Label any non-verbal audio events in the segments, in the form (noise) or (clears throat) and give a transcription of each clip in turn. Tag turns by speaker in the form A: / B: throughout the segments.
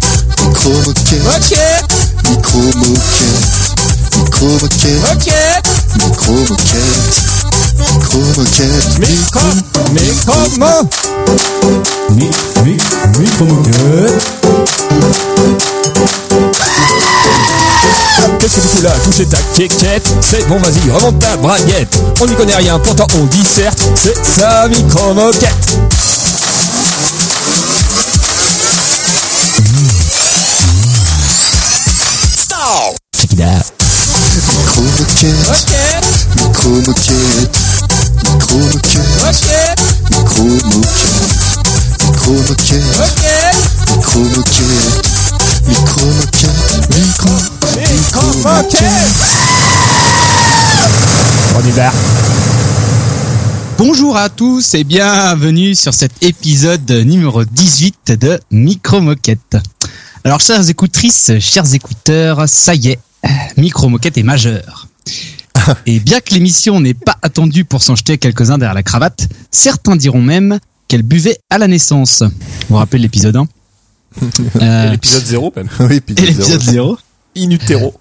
A: micro moquette,
B: Ok,
A: micro moquette, micro moquette,
B: ok,
A: micro moquette, micro moquette,
B: micro, micro,
C: hein.
B: mo,
D: Mi, mi, micro moquette.
C: Qu'est-ce que tu fous là, couché ta quiquette C'est bon, vas-y, remonte ta braguette. On n'y connaît rien, pourtant on disserte. C'est ça, micro-moquette. Check it out.
A: micro moquette,
B: ok,
A: micro moquette, micro moquette,
B: ok,
A: micro moquette, micro moquette,
B: ok,
A: micro moquette, micro moquette, micro,
B: micro, moquette.
C: On y va.
E: Bonjour à tous et bienvenue sur cet épisode numéro 18 de Micro Moquette. Alors chères écoutrices, chers écouteurs, ça y est, Micro Moquette
D: (laughs)
E: est majeur. Et bien que l'émission n'ait pas attendu pour s'en jeter quelques-uns derrière la cravate, certains diront même qu'elle buvait à la naissance. Vous vous rappelez l'épisode
D: (laughs)
E: 1
D: Et L'épisode 0 même.
A: oui, puis
E: Et l'épisode 0
D: In utero.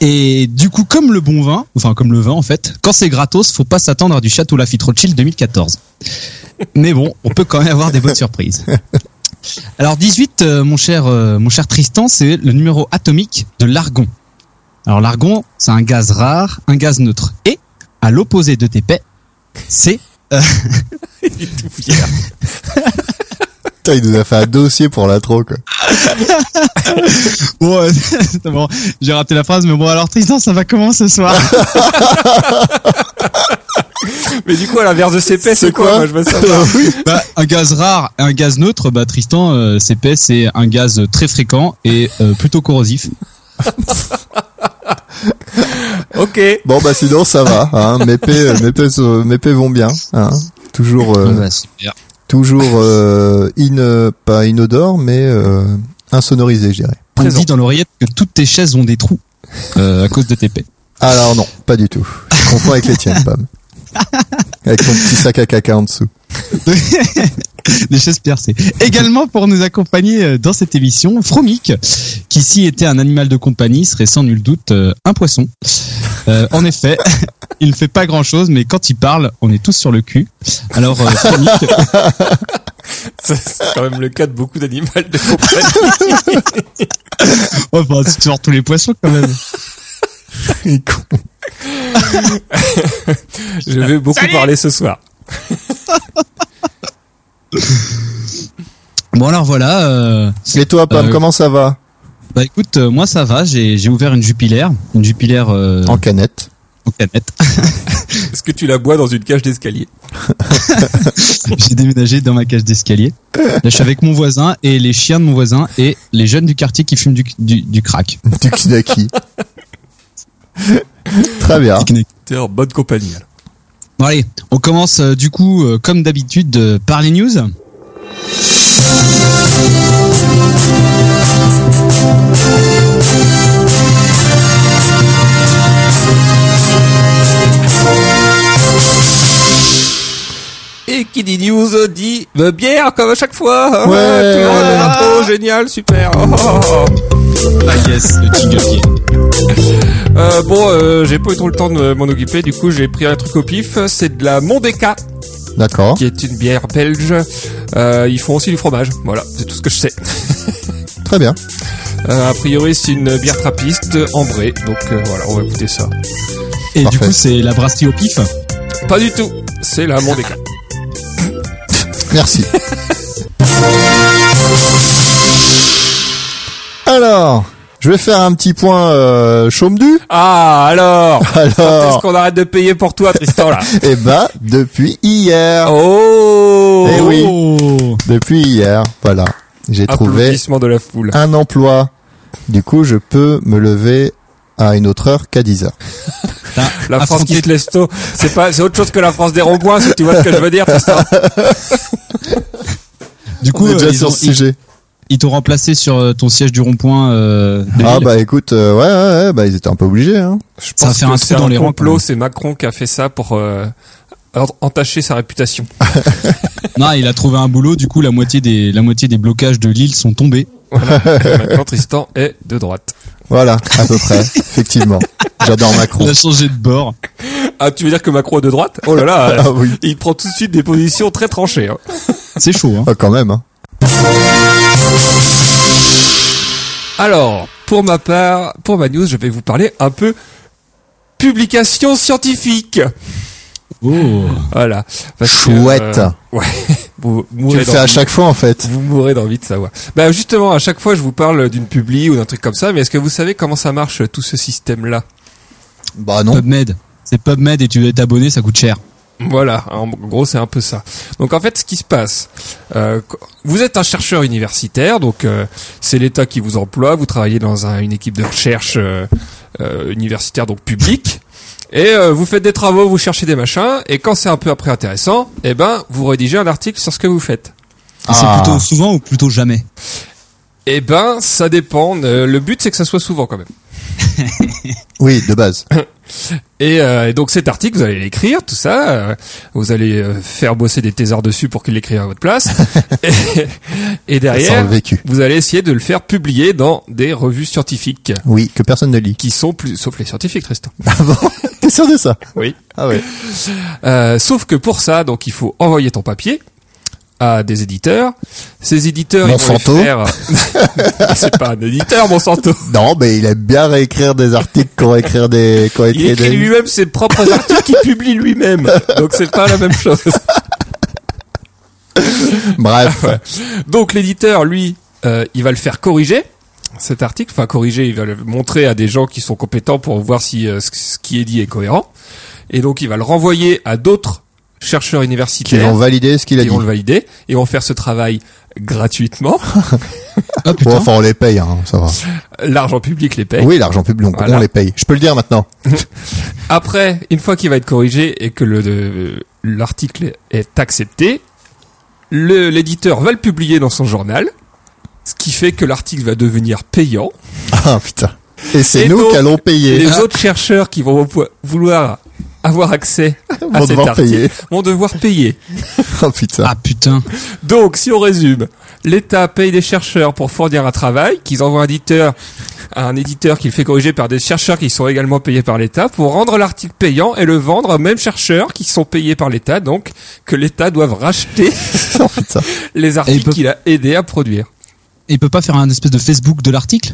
E: Et du coup, comme le bon vin, enfin comme le vin en fait, quand c'est gratos, faut pas s'attendre à du Château Lafite Rothschild 2014. Mais bon, on peut quand même avoir des bonnes surprises. Alors 18, euh, mon cher, euh, mon cher Tristan, c'est le numéro atomique de l'argon. Alors l'argon, c'est un gaz rare, un gaz neutre. Et à l'opposé de TP, c'est
D: Il est tout fier.
A: Putain, il nous a fait un dossier pour la trop, quoi.
E: bon, euh, (laughs) c'est bon, j'ai raté la phrase, mais bon alors Tristan, ça va comment ce soir
D: (laughs) Mais du coup, à l'inverse de CP, c'est quoi, Moi, je veux savoir.
E: (laughs) Bah, un gaz rare et un gaz neutre, bah, Tristan, euh, CP, c'est un gaz très fréquent et euh, plutôt corrosif.
D: (laughs) ok.
A: Bon, bah, sinon, ça va, hein. Mes pets, euh, mes pets, euh, mes pets vont bien, hein. Toujours, euh,
E: super.
A: toujours, euh, in, euh, pas inodore, mais, euh, insonorisé, je dirais.
E: On
D: Présent.
E: dit dans l'oreillette que toutes tes chaises ont des trous euh, à cause de tes pets.
A: Alors, non, pas du tout. Je confonds avec les tiennes, Pam. Avec ton petit sac à caca en dessous.
E: Des chaises percées. Également pour nous accompagner euh, dans cette émission, Fromic, qui s'il était un animal de compagnie serait sans nul doute euh, un poisson. Euh, en effet, (laughs) il ne fait pas grand chose, mais quand il parle, on est tous sur le cul. Alors, euh, Fromic,
D: Ça, C'est quand même le cas de beaucoup d'animaux de compagnie.
E: oh, bah, c'est toujours tous les poissons quand même.
D: Je vais beaucoup parler ce soir.
E: Bon alors voilà, euh,
A: Et toi, Pam,
E: Euh,
A: comment ça va?
E: bah écoute, euh, moi ça va, j'ai j'ai ouvert une jupilaire, une jupilaire euh,
A: En canette.
E: en canette. (laughs)
D: Est-ce que tu la bois dans une cage d'escalier
E: j'ai déménagé dans ma cage d'escalier. Là je suis avec mon voisin et les chiens de mon voisin et les jeunes du quartier qui fument du, du, du crack.
A: Du kidaki. Très bien.
D: T'es en bonne compagnie. alors.
E: Bon allez, on commence euh, du coup euh, comme d'habitude euh, par les news.
D: Et qui dit news dit euh, bière comme à chaque fois. Ah,
A: Ouais.
D: tout le monde a l'intro, génial, super. Oh, oh, oh.
E: Ah yes, le jingle qui est-
D: Euh, bon, euh, j'ai pas eu trop le temps de m'en occuper, du coup j'ai pris un truc au pif. C'est de la Mondeka,
A: D'accord.
D: qui est une bière belge. Euh, ils font aussi du fromage. Voilà, c'est tout ce que je sais.
A: Très bien.
D: Euh, a priori, c'est une bière trappiste ambrée. Donc euh, voilà, on va goûter ça.
E: Et
A: Parfait.
E: du coup c'est la brasserie au pif.
D: Pas du tout. C'est la Mondeka.
A: Merci. Alors, je vais faire un petit point euh, chaume-du.
D: Ah alors. Quand est-ce
A: Alors,
D: qu'on arrête de payer pour toi, Tristan là
A: eh ben, depuis hier.
D: Oh.
A: Ah. Eh oui.
E: Oh
A: Depuis hier, voilà. J'ai trouvé
D: Applaudissements de la foule.
A: un emploi. Du coup, je peux me lever à une autre heure qu'à 10 heures.
E: T'as
D: La France
E: affronté-
D: qui te l'esto, c'est pas, c'est autre chose que la France des ronds-points, si tu vois ce que je veux dire, Tristan.
E: Du
A: On
E: coup
A: est
E: euh,
A: déjà
E: ils
A: sur
E: ont-
A: ce
E: ils-
A: sujet.
E: ils t'ont remplacé sur euh, ton siège du rond-point. euh, de
A: Ah
E: ville.
A: bah écoute, euh, ouais, ouais, ouais, bah ils étaient un peu obligés. Hein.
D: Je
E: Ça va
D: pense
E: faire
D: que
E: un trou
D: c'est
E: dans les rangs, quand
D: complot,
E: même.
D: c'est Macron qui a fait ça pour euh, en- entacher sa réputation.
E: Non, il a trouvé un boulot. Du coup, la moitié des la moitié des blocages de l'île sont tombés.
D: Voilà. Et maintenant, Tristan est de droite.
A: Voilà, à peu près, effectivement. J'adore Macron.
E: Il a changé de bord.
D: Ah, tu veux dire que Macron est de droite Oh là là,
A: Ah oui,
D: il prend tout de suite des positions très tranchées. hein.
E: C'est chaud, hein.
A: Ah, quand même. Hein.
D: Alors, pour ma part, pour ma news, je vais vous parler un peu publication scientifique. Voilà. Parce que,
A: Chouette.
D: euh, ouais. (laughs) Vous
A: Tu
D: mourrez
A: le fais à
D: d'envie.
A: chaque fois en fait.
D: Vous mourrez d'envie de savoir. Bah justement, à chaque fois, je vous parle d'une publi ou d'un truc comme ça, mais est-ce que vous savez comment ça marche tout ce système-là
A: Bah non.
E: PubMed. C'est PubMed et tu veux être abonné, ça coûte cher.
D: Voilà, en gros c'est un peu ça. Donc en fait ce qui se passe, euh, qu- vous êtes un chercheur universitaire, donc euh, c'est l'État qui vous emploie, vous travaillez dans un- une équipe de recherche euh, euh, universitaire donc publique, et euh, vous faites des travaux, vous cherchez des machins, et quand c'est un peu après intéressant, eh ben vous rédigez un article sur ce que vous faites.
E: Et
A: Ah.
E: C'est plutôt souvent ou plutôt jamais.
D: Eh ben ça dépend, euh, le but c'est que ça soit souvent quand même.
A: Oui, de base.
D: Et, euh, et donc cet article, vous allez l'écrire, tout ça. euh, vous allez euh, faire bosser des thésards dessus pour qu'il l'écrive à votre
A: (laughs)
D: place. et, et
A: Ça sent
D: derrière,
A: le vécu.
D: vous allez essayer de le faire publier dans des revues scientifiques
A: Oui, que personne ne lit.
D: qui sont plus, sauf les scientifiques, Tristan.
A: Ah bon T'es sûr de ça
D: Oui.
A: Ah ouais.
D: (laughs) Euh, sauf que pour ça, donc il faut envoyer ton papier à des éditeurs. Ces éditeurs, ils vont
A: Monsanto.
D: le faire. (laughs) C'est pas un éditeur, Monsanto.
A: Non, mais il aime bien réécrire des articles qu'on réécrire des qu'on
D: Il
A: réécrit
D: écrit
A: des.
D: lui-même ses propres articles qu'il publie lui-même. Donc c'est pas la même chose.
A: Bref.
D: Donc l'éditeur, lui, euh, il va le faire corriger cet article, enfin corriger, il va le montrer à des gens qui sont compétents pour voir si euh, ce- ce qui est dit est cohérent. Et donc il va le renvoyer à d'autres chercheurs
A: Qui
D: universitaires
A: vont valider ce qu'il a
D: qui
A: dit.
D: vont le valider et vont faire ce travail gratuitement. (laughs)
E: Ah
A: Bon,
E: putain.
A: enfin, on les paye, hein, ça va.
D: L'argent public les paye.
A: Oui, l'argent public, on,
D: Voilà.
A: on les paye. Je peux le dire maintenant.
D: Après, une fois qu'il va être corrigé et que le- le- l'article est accepté, le- l'éditeur va le publier dans son journal, ce qui fait que l'article va devenir payant.
A: Ah putain. Et c'est
D: Et
A: nous
D: donc,
A: qui allons payer.
D: les autres chercheurs qui vont vo- vouloir avoir accès à
A: Vont
D: cet
A: Ah, devoir
D: article
A: (laughs) payer.
D: vont devoir payer.
A: Ah putain.
E: Ah putain.
D: Donc, si on résume, l'État paye des chercheurs pour fournir un travail qu'ils envoient à un éditeur, à un éditeur qui le fait corriger par des chercheurs qui sont également payés par l'État pour rendre l'article payant et le vendre aux mêmes chercheurs qui sont payés par l'État, donc que l'État doit racheter
A: Ah, putain.
D: les articles
E: peut-
D: qu'il a aidé à produire.
E: Et il peut pas faire un espèce de Facebook de l'article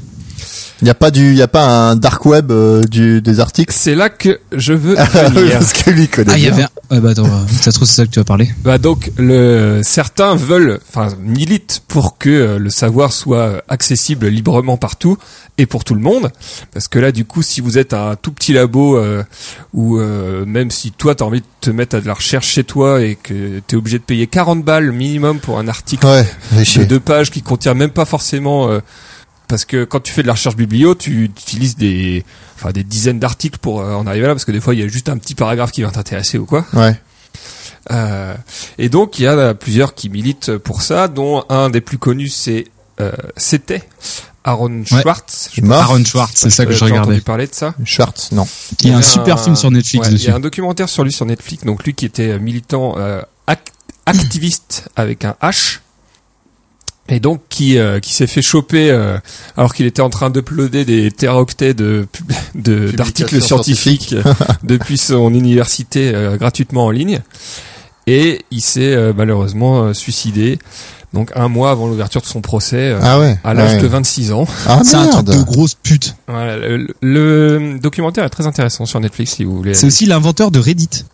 A: Il y a pas du, il y a pas un dark web euh, du des
D: (laughs)
A: articles.
D: C'est là que hein. je
A: (laughs)
D: veux venir.
A: Parce que lui il connaît.
E: Ah, il y
A: bien.
E: avait un... Ouais, bah attends, euh, ça se trouve, c'est ça que tu vas parler.
D: Bah donc le certains veulent enfin militent pour que euh, le savoir soit euh, accessible librement partout et pour tout le monde parce que là du coup si vous êtes un tout petit labo euh, ou euh, même si toi t'as envie de te mettre à de la recherche chez toi et que t'es obligé de payer 40 balles minimum pour un article
A: Ouais, j'ai
D: de
A: chier.
D: deux pages qui contient même pas forcément euh, parce que quand tu fais de la recherche biblio, tu utilises des enfin des dizaines d'articles pour euh, en arriver là parce que des fois il y a juste un petit paragraphe qui va t'intéresser ou quoi.
A: Ouais.
D: Euh, et donc il y en a euh, plusieurs qui militent pour ça, dont un des plus connus c'est euh, c'était Aaron Schwartz.
A: Il est mort.
E: Aaron Schwartz, c'est ça que je
D: J'ai entendu
E: regardais.
D: parler de ça.
A: Schwartz, non.
E: Il y a un
D: avait
E: super film sur Netflix
D: ouais, Il
E: dessus.
D: y a un documentaire sur lui sur Netflix. Donc lui qui était euh, militant euh, ac- activiste avec un H. Et donc qui euh, qui s'est fait choper euh, alors qu'il était en train d'uploader des teraoctets de pub- de d'articles
A: scientifiques.
D: scientifiques euh, depuis son université euh, gratuitement en ligne et il s'est euh, malheureusement euh, suicidé donc un mois avant l'ouverture de son procès euh,
A: Ah ouais.
D: à l'âge
A: ouais.
D: de 26 ans.
A: Ah
E: C'est un truc
A: merde.
E: de grosse pute.
D: Voilà, le, le documentaire est très intéressant sur Netflix si vous voulez.
E: C'est aussi l'inventeur de Reddit.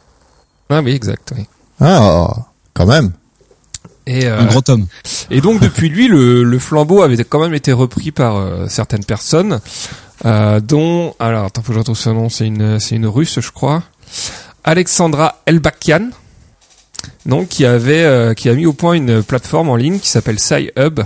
D: Ah oui, exact. oui.
A: Ah, oh, quand même.
D: Et, euh,
E: Un gros homme.
D: et donc depuis lui, le, le flambeau avait quand même été repris par euh, certaines personnes, euh, dont alors attends faut que je retrouve son nom, c'est une c'est une russe je crois, Alexandra Elbakian, donc qui avait euh, qui a mis au point une plateforme en ligne qui s'appelle SciHub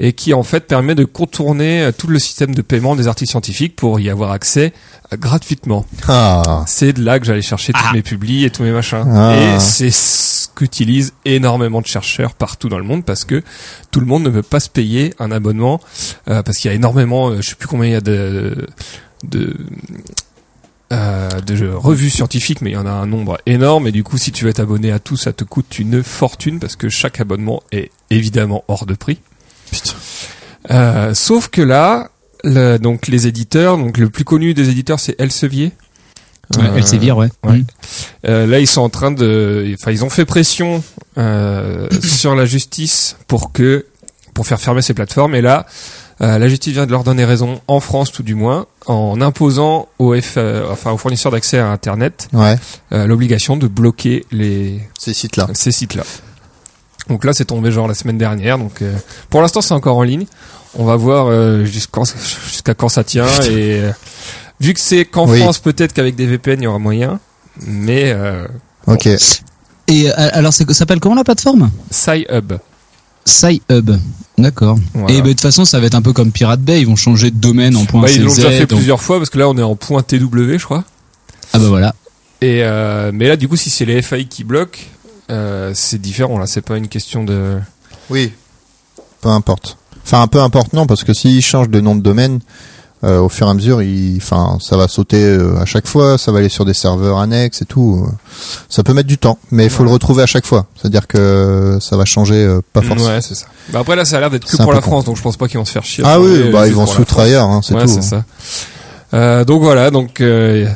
D: et qui en fait permet de contourner euh, tout le système de paiement des articles scientifiques pour y avoir accès euh, gratuitement.
A: Ah.
D: C'est de là que j'allais chercher tous
E: Ah.
D: mes publis et tous mes machins.
A: Ah.
D: Et c'est ce qu'utilisent énormément de chercheurs partout dans le monde parce que tout le monde ne peut pas se payer un abonnement euh, parce qu'il y a énormément, euh, je sais plus combien il y a de de, euh, de revues scientifiques, mais il y en a un nombre énorme. Et du coup, si tu veux t'abonner à tout, ça te coûte une fortune parce que chaque abonnement est évidemment hors de prix. Euh, sauf que là, le- donc les éditeurs, donc le plus connu des éditeurs, c'est Elsevier. Euh,
E: Elsevier, ouais.
D: ouais.
E: Mm.
D: euh, là, ils sont en train de, enfin, ils ont fait pression euh, sur la justice pour que, pour faire fermer ces plateformes. Et là, euh, la justice vient de leur donner raison en France, tout du moins, en imposant aux, F- euh, enfin, aux fournisseurs d'accès à Internet
A: Ouais,
D: euh, l'obligation de bloquer les
A: ces sites-là.
D: ces sites-là. Donc là, c'est tombé genre la semaine dernière. Donc euh, pour l'instant, c'est encore en ligne. On va voir euh, jusqu'en- jusqu'à quand ça tient. Et euh, vu que c'est qu'en
A: Oui.
D: France, peut-être qu'avec des VPN, il y aura moyen. Mais euh,
A: Ok.
E: Et euh, alors, c'est- ça s'appelle comment la plateforme
D: Sci-Hub.
E: Sci-Hub. D'accord.
D: Voilà.
E: Et
A: Eh
E: ben, de toute façon, ça va être un peu comme Pirate Bay, ils vont changer de domaine en point
D: Bah, ils l'ont
E: CZ,
D: déjà fait
E: donc-
D: plusieurs fois parce que là, on est en point TW, je crois.
E: Ah bah voilà.
D: Et euh, mais là, du coup, si c'est les FAI qui bloquent, euh, c'est différent. Là, c'est pas une question de.
A: Oui. Peu importe. Enfin, peu importe, non, parce que s'ils changent de nom de domaine, euh, au fur et à mesure, ils- enfin, ça va sauter euh, à chaque fois, ça va aller sur des serveurs annexes et tout. euh, Ça peut mettre du temps, mais il faut le retrouver à chaque fois. C'est-à-dire que ça va changer euh, pas forcément.
D: Ouais, c'est ça. Bah, après, là, ça a l'air d'être que
A: C'est un
D: pour
A: peu
D: la
A: con.
D: France, donc je pense pas qu'ils vont se faire chier.
A: Ah
D: Enfin,
A: oui,
D: euh,
A: bah
D: juste
A: ils
D: pour
A: vont
D: la
A: sous
D: France.
A: trahir, hein, c'est
D: ouais,
A: tout.
D: c'est ça. Euh, donc voilà, donc euh,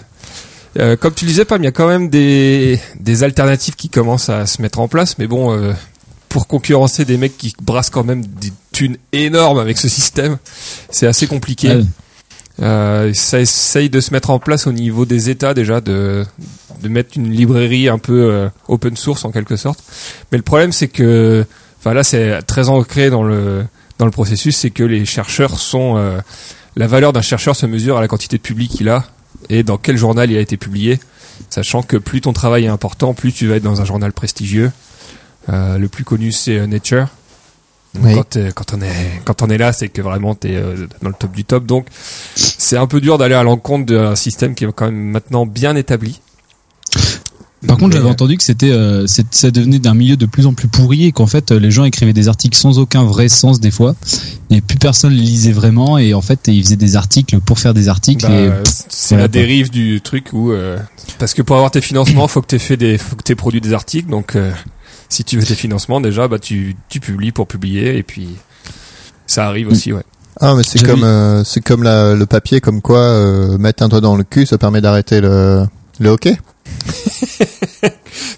D: euh, comme tu le disais, Pam, il y a quand même des, des alternatives qui commencent à se mettre en place, mais bon, euh, pour concurrencer des mecs qui brassent quand même des thunes énormes avec ce système, c'est assez compliqué.
E: Ouais.
D: Euh, ça essaye de se mettre en place au niveau des États déjà, de, de mettre une librairie un peu euh, open source en quelque sorte. Mais le problème c'est que, enfin là c'est très ancré dans le dans le processus, c'est que les chercheurs sont euh, la valeur d'un chercheur se mesure à la quantité de public qu'il a et dans quel journal il a été publié, sachant que plus ton travail est important, plus tu vas être dans un journal prestigieux. Euh, le plus connu c'est euh, Nature.
A: Oui.
D: Quand, euh, quand on est quand on est là, c'est que vraiment t'es euh, dans le top du top. Donc c'est un peu dur d'aller à l'encontre d'un système qui est quand même maintenant bien établi.
E: Par
D: Mais,
E: contre,
D: euh,
E: j'avais entendu que c'était, euh, c'est- ça devenait d'un milieu de plus en plus pourri et qu'en fait, euh, les gens écrivaient des articles sans aucun vrai sens des fois. Et plus personne les lisait vraiment et en fait, ils faisaient des articles pour faire des articles.
D: Bah,
E: et...
D: c'est
E: ouais,
D: la
E: bah.
D: dérive du truc où euh, parce que pour avoir tes financements, faut que t'aies fait des, faut que t'aies produit des articles. Donc euh, si tu veux tes financements déjà, bah tu tu publies pour publier et puis ça arrive aussi, ouais.
A: Ah mais c'est
E: J'avais-
A: comme euh, c'est comme la- le papier, comme quoi euh, mettre un doigt dans le cul, ça permet d'arrêter le le hockey.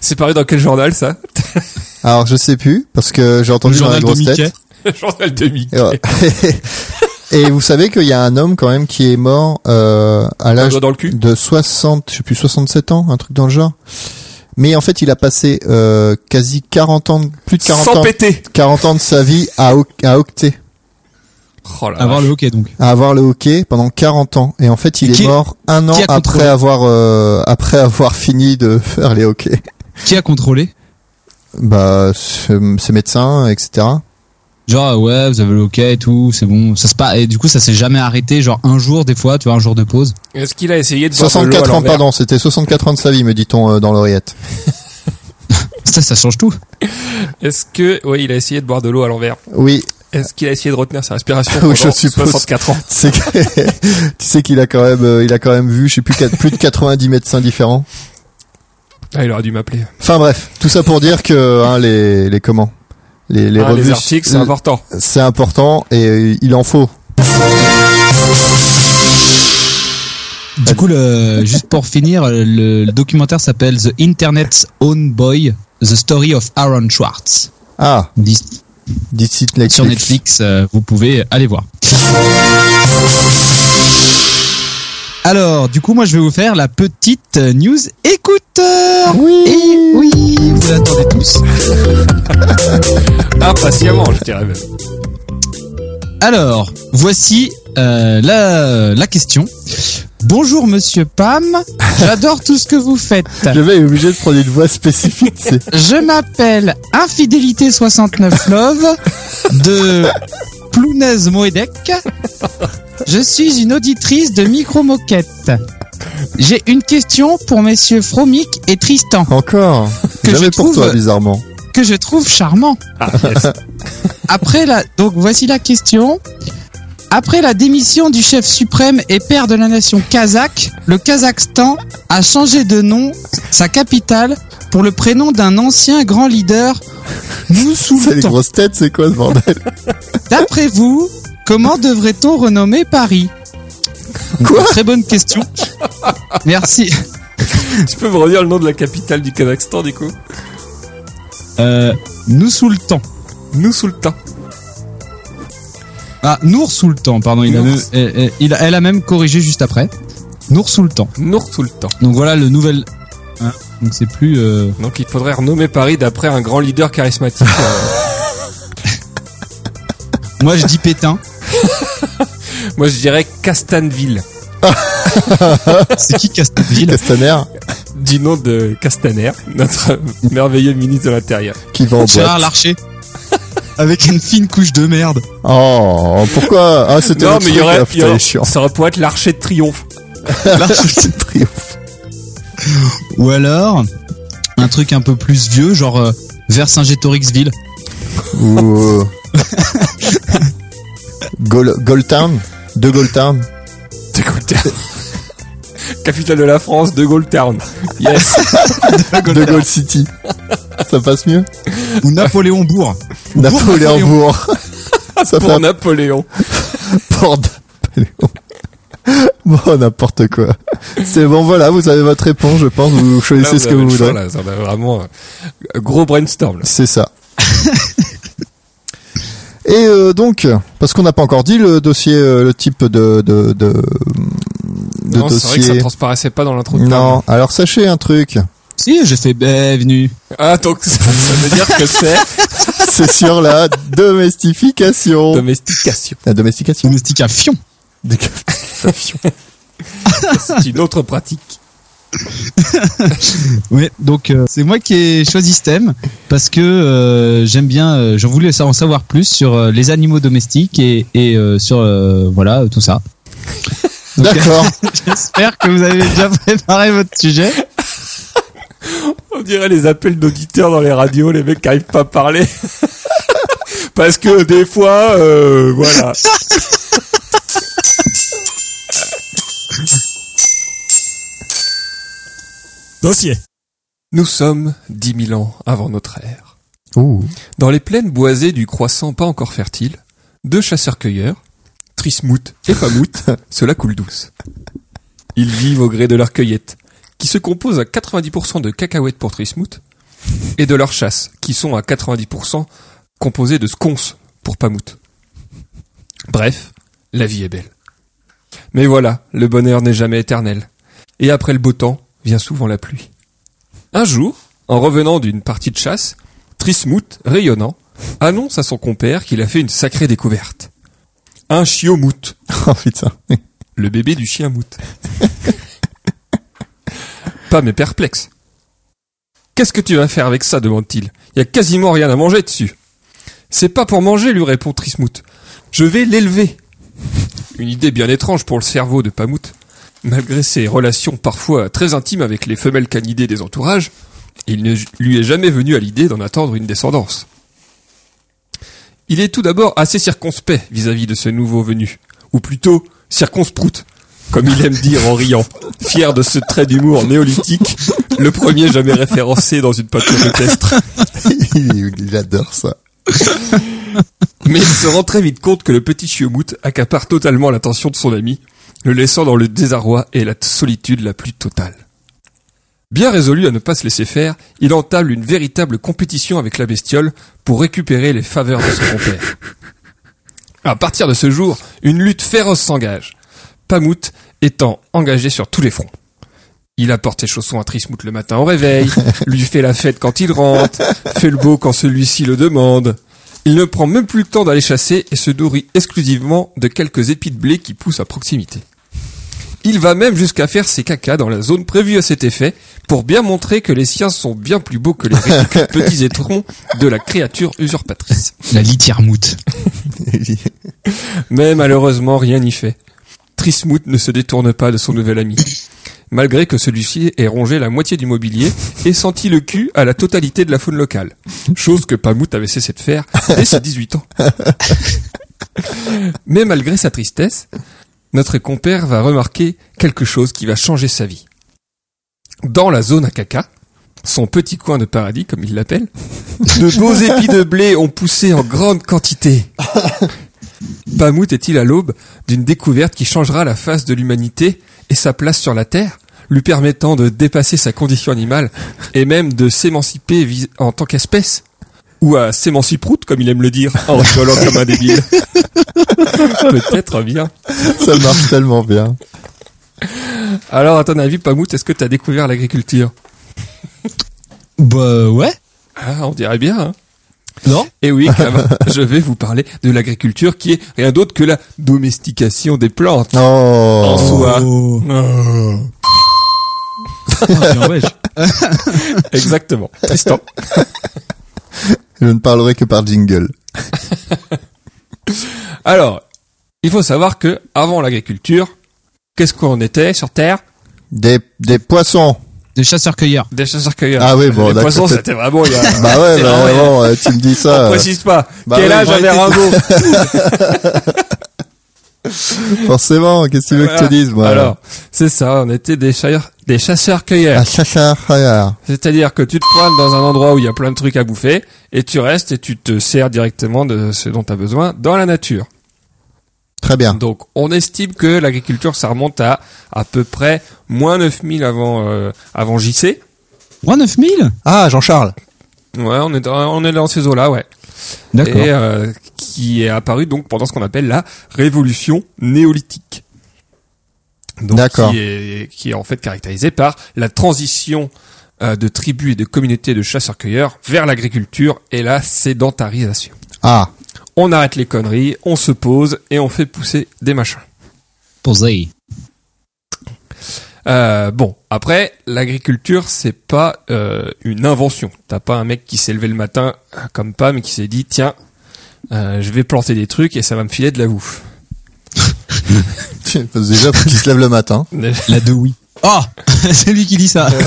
D: C'est paru dans quel journal ça (laughs)
A: Alors je sais plus parce que j'ai entendu dans la grosse tête.
D: Le journal de Mickey.
A: Et, ouais. Et vous savez qu'il y a un homme quand même qui est mort euh, à
D: Un
A: l'âge
D: doigt dans le cul.
A: de 60, je sais plus 67 ans, un truc dans le genre. Mais en fait, il a passé euh, quasi 40 ans, de- plus de 40
D: Sans
A: ans,
D: péter.
A: 40 ans de sa vie à ho- à hockey.
D: Oh là
E: Avoir
D: là.
E: le hockey donc.
A: à avoir le hockey pendant 40 ans et en fait il
E: Qui-
A: est mort un an
E: qui a contrôlé
A: après avoir euh, après avoir (laughs) fini de faire les hockey.
E: Qui a contrôlé
A: Bah ce- ces médecins etc.
E: Genre ah ouais, vous avez le hockey et tout, c'est bon. Ça se pas et du coup, ça s'est jamais arrêté. Genre un jour des fois, tu vois, un jour de pause.
D: Est-ce qu'il a essayé de boire de l'eau à
A: 64 ans
D: l'envers
A: pardon c'était 64 ans de sa vie me dit-on euh, dans l'oreillette.
E: Ça, ça change tout.
D: Est-ce que ouais, il a essayé de boire de l'eau à l'envers
A: Oui
D: Est-ce qu'il a essayé de retenir sa respiration pendant
A: (laughs) Oui, je suppose.
D: 64 ans
A: c'est que, (laughs) tu sais qu'il a quand même euh, il a quand même vu je sais plus quatre- plus de 90 médecins différents.
D: Ah, il aurait dû m'appeler.
A: Enfin bref tout ça pour dire que hein, les les comment les les
D: Ah,
A: revues
D: les articles, c'est important.
A: c'est important et euh, il en faut.
E: Du coup, le, juste pour finir, le, le documentaire s'appelle The Internet's Own Boy: The Story of Aaron Schwartz.
A: Ah
E: Dis-
A: dit site
E: sur Netflix, euh, vous pouvez aller voir. Alors, du coup, moi, je vais vous faire la petite euh, news écouteur.
A: Oui.
E: Et oui, vous l'attendez tous.
D: Impatiemment, je dirais même.
E: Alors, voici euh, la, la question. Bonjour, monsieur Pam. J'adore tout ce que vous faites.
A: Le mec est obligé de prendre une voix spécifique.
E: (laughs)
A: c'est-
E: Je m'appelle Infidélité 69 Love de Plounaise Moedec. Je suis une auditrice de Micro Moquette. J'ai une question pour messieurs Fromic et Tristan
A: Encore.
E: Que
A: Jamais
E: je
A: pour toi,
E: trouve- (laughs)
A: bizarrement.
E: que je trouve charmant. (laughs) Après la donc voici la question. Après la démission du chef suprême et père de la nation kazakh, le Kazakhstan a changé de nom, sa capitale, pour le prénom d'un ancien grand leader,
A: C'est les
E: Moussoultan. (laughs)
A: grosses têtes, c'est quoi ce bordel
E: D'après vous, Comment devrait-on renommer Paris Quoi Très bonne question. Merci.
D: Tu peux me redire le nom de la capitale du Kazakhstan, du coup
E: Euh, nous sous le temps.
D: Nous sous le temps.
E: Ah, Nour sous le temps, pardon. Il a
D: Nours.
E: le- euh, euh, il a- elle a même corrigé juste après. Nour sous le temps.
D: Nour sous le temps.
E: Donc voilà le nouvel. hein, donc c'est plus. euh,
D: Donc il faudrait renommer Paris d'après un grand leader
A: (laughs)
D: charismatique. euh.
E: Moi je dis Pétain. (laughs)
D: moi, je dirais Castanville.
E: C'est qui Castanville
A: Castaner
D: Du nom de Castaner,
A: (laughs)
D: notre merveilleux ministre de l'Intérieur.
A: qui va en boîte.
E: Gérard Larcher. Avec une fine couche de merde.
A: Oh, pourquoi Ah, c'était
D: Non,
A: le
D: mais il
A: truc,
D: y aurait,
A: là,
D: il y aurait-
A: putain, chiant.
D: ça aurait pu être l'archer de triomphe.
A: (laughs) C'est triomphe.
E: Ou alors un truc un peu plus vieux, genre euh, Vercingétorixville.
A: Ou, euh, Gol- Goltown De Goltown
D: De Gaulle Town. (laughs) Capitale de la France, De Gaulle Town.
A: (laughs)
D: Yes.
A: De Gold City. Ça passe mieux
E: Ou Napoléonbourg.
D: (laughs)
A: Napoléonbourg. Ça fait
D: Pour
A: un
D: Napoléon.
A: port Napoléon. Bon, n'importe quoi. C'est bon, voilà, vous avez votre réponse, je pense. Vous
D: Là,
A: choisissez ce que
D: avez
A: vous
D: le choix,
A: voulez.
D: là. Ça va vraiment euh, gros brainstorm. là.
A: C'est ça. Et euh, donc, parce qu'on n'a pas encore dit le dossier, euh, le type de de de, de
D: Non, c'est vrai que ça
A: dossier.
D: transparaissait pas dans l'intro. de
A: Non, alors sachez un truc,
E: Si, j'ai fait bienvenue.
D: table. Ah, donc ça veut dire que
A: (laughs)
D: c'est
A: c'est sur la domestification.
D: domestication.
A: la domestication.
E: Domestique à Fion.
D: (laughs) C'est une autre pratique.
E: Oui, donc euh, c'est moi qui ai choisi ce thème parce que euh, j'aime bien, euh, j'en voulais en savoir plus sur euh, les animaux domestiques et, et euh, sur euh, voilà tout ça.
A: (laughs) D'accord.
E: (laughs) J'espère que vous avez déjà (laughs) préparé votre sujet.
D: On dirait les appels d'auditeurs dans les radios, les mecs qui arrivent pas à parler. (laughs) Parce que des fois, euh, voilà.
C: Dossier.
D: Nous sommes dix mille ans avant notre ère.
A: Ouh.
D: Dans les plaines boisées du croissant pas encore fertile, deux chasseurs-cueilleurs, Trismout et Pamout, (laughs) cela coule douce. Ils vivent au gré de leur cueillette, qui se compose à 90% de cacahuètes pour Trismout, et de leur chasse, qui sont à 90% composées de sconces pour Pamout. Bref, la vie est belle. Mais voilà, le bonheur n'est jamais éternel. Et après le beau temps, vient souvent la pluie. Un jour, en revenant d'une partie de chasse, Trismout, rayonnant, annonce à son compère qu'il a fait une sacrée découverte. Un chiomout,
A: (laughs) Oh putain.
D: le bébé du chien mout. Pas mais perplexe. Qu'est-ce que tu vas faire avec ça demande-t-il. Il y a quasiment rien à manger dessus. C'est pas pour manger, lui répond Trismout. Je vais l'élever. Une idée bien étrange pour le cerveau de Pamout. Malgré ses relations parfois très intimes avec les femelles canidées des entourages, il ne lui est jamais venu à l'idée d'en attendre une descendance. Il est tout d'abord assez circonspect vis-à-vis de ce nouveau venu, ou plutôt circonsprout, comme il aime dire en riant, fier de ce trait d'humour néolithique, le premier jamais référencé dans une peinture équestre.
A: il, il adore ça.
D: Mais il se rend très vite compte que le petit Chiomout accapare totalement l'attention de son ami, le laissant dans le désarroi et la solitude la plus totale. Bien résolu à ne pas se laisser faire, il entame une véritable compétition avec la bestiole pour récupérer les faveurs de son compère. À partir de ce jour, une lutte féroce s'engage, Pamout étant engagé sur tous les fronts. Il apporte ses chaussons à Trismout le matin au réveil, lui fait la fête quand il rentre, fait le beau quand celui-ci le demande. Il ne prend même plus le temps d'aller chasser et se nourrit exclusivement de quelques épis de blé qui poussent à proximité. Il va même jusqu'à faire ses cacas dans la zone prévue à cet effet pour bien montrer que les siens sont bien plus beaux que les ridicules petits étrons de la créature usurpatrice.
E: La litière moute.
D: Mais malheureusement, rien n'y fait. Trismout ne se détourne pas de son nouvel ami, malgré que celui-ci ait rongé la moitié du mobilier et senti le cul à la totalité de la faune locale, chose que Pamout avait cessé de faire dès ses 18 ans. Mais malgré sa tristesse, notre compère va remarquer quelque chose qui va changer sa vie. Dans la zone à caca, son petit coin de paradis comme il l'appelle, de beaux épis de blé ont poussé en grande quantité. Pamout est-il à l'aube d'une découverte qui changera la face de l'humanité et sa place sur la Terre, lui permettant de dépasser sa condition animale et même de s'émanciper vis- en tant qu'espèce Ou à s'émanciproute, comme il aime le dire, en rigolant comme un débile. Peut-être bien.
A: Ça marche tellement bien.
D: Alors, à ton avis, Pamout, est-ce que tu as découvert l'agriculture
E: Bah ouais.
D: Ah, on dirait bien, hein
E: Non
D: Et oui, Cam, je vais vous parler de l'agriculture qui est rien d'autre que la domestication des plantes.
A: Oh.
D: En soi.
E: Oh. Ah, (laughs) ouais,
D: Exactement. Tristan.
A: Je ne parlerai que par jingle.
D: Alors, il faut savoir que avant l'agriculture, qu'est-ce qu'on était sur Terre
A: Des, des poissons.
E: De chasseur-cueilleur.
D: Des chasseurs-cueilleurs.
A: Ah oui, bon,
D: Les
A: d'accord,
D: poissons,
A: peut-être.
D: c'était vraiment il y a...
A: Bah ouais,
D: C'est
A: bah
D: vrai.
A: vraiment, euh, tu me dis
D: On
A: ça. euh,
D: précise pas.
A: (laughs) bah
D: Quel
A: ouais,
D: âge
A: j'aurais (laughs)
D: avait
A: été-
D: Rimbaud
A: Forcément, qu'est-ce que tu veux que je
D: Voilà.
A: te dise, moi
D: Alors, c'est ça, on était des, chasseurs- des chasseurs-cueilleurs.
A: Ah, ça, ça, regarde.
D: C'est-à-dire que tu te pointes dans un endroit où il y a plein de trucs à bouffer, et tu restes et tu te sers directement de ce dont tu as besoin dans la nature.
A: Très bien.
D: Donc, on estime que l'agriculture, ça remonte à à peu près moins 9000 avant, euh, avant JC.
E: Oh, 9000
A: Ah, Jean-Charles.
D: Ouais, on est dans, on est dans ces eaux-là, ouais.
E: D'accord.
D: Et euh, qui est apparu donc pendant ce qu'on appelle la révolution néolithique. Donc,
A: D'accord.
D: Qui est, qui est en fait caractérisée par la transition euh, de tribus et de communautés de chasseurs-cueilleurs vers l'agriculture et la sédentarisation.
A: Ah, (laughs)
D: On arrête les conneries, on se pose et on fait pousser des machins.
E: Posey.
D: Euh, bon, après, l'agriculture, c'est pas euh, une invention. T'as pas un mec qui s'est levé le matin euh, comme Pam et qui s'est dit tiens, euh, je vais planter des trucs et ça va me filer de la bouffe. (laughs)
A: tu parce que déjà, faut qu'il se lève le matin.
E: La de oui. Oh (laughs) C'est lui qui dit ça.
D: (laughs)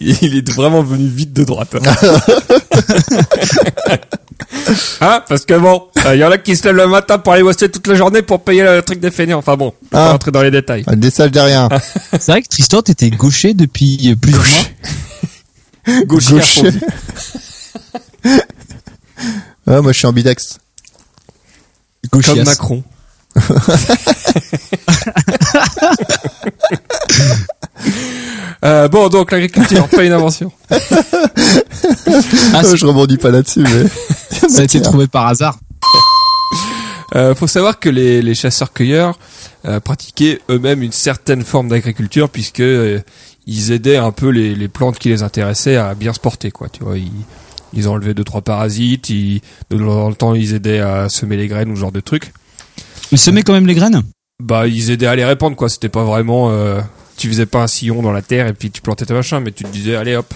D: Il est vraiment venu vite de droite. hein. (laughs) ah, parce que bon, il y en a qui se lèvent le matin pour aller bosser toute la journée pour payer le truc des fainéants. Enfin bon, je vais
A: Ah.
D: pas rentrer dans les détails.
A: Ah, Des sages derrière.
E: C'est vrai que Tristan, t'étais gaucher depuis euh, plusieurs mois.
D: Gaucher.
A: Gaucher. Ouais, moi, je suis ambidex.
D: Comme
E: Gauchias.
D: Macron. (laughs) Euh, bon, donc l'agriculture, pas une invention.
E: Ah,
A: Euh,
E: c'est-
A: (laughs) je rebondis pas là-dessus, mais.
E: ça a été trouvé par hasard.
D: Euh, faut savoir que les, les chasseurs-cueilleurs euh, pratiquaient eux-mêmes une certaine forme d'agriculture puisque euh, ils aidaient un peu les, les plantes qui les intéressaient à bien se porter, quoi. Tu vois, ils, ils enlevaient deux trois parasites, ils, de temps en temps ils aidaient à semer les graines ou ce genre de trucs.
E: Mais semez quand même les graines.
D: bah ils aidaient à les répandre quoi c'était pas vraiment euh, tu faisais pas un sillon dans la terre et puis tu plantais ta machin mais tu te disais allez hop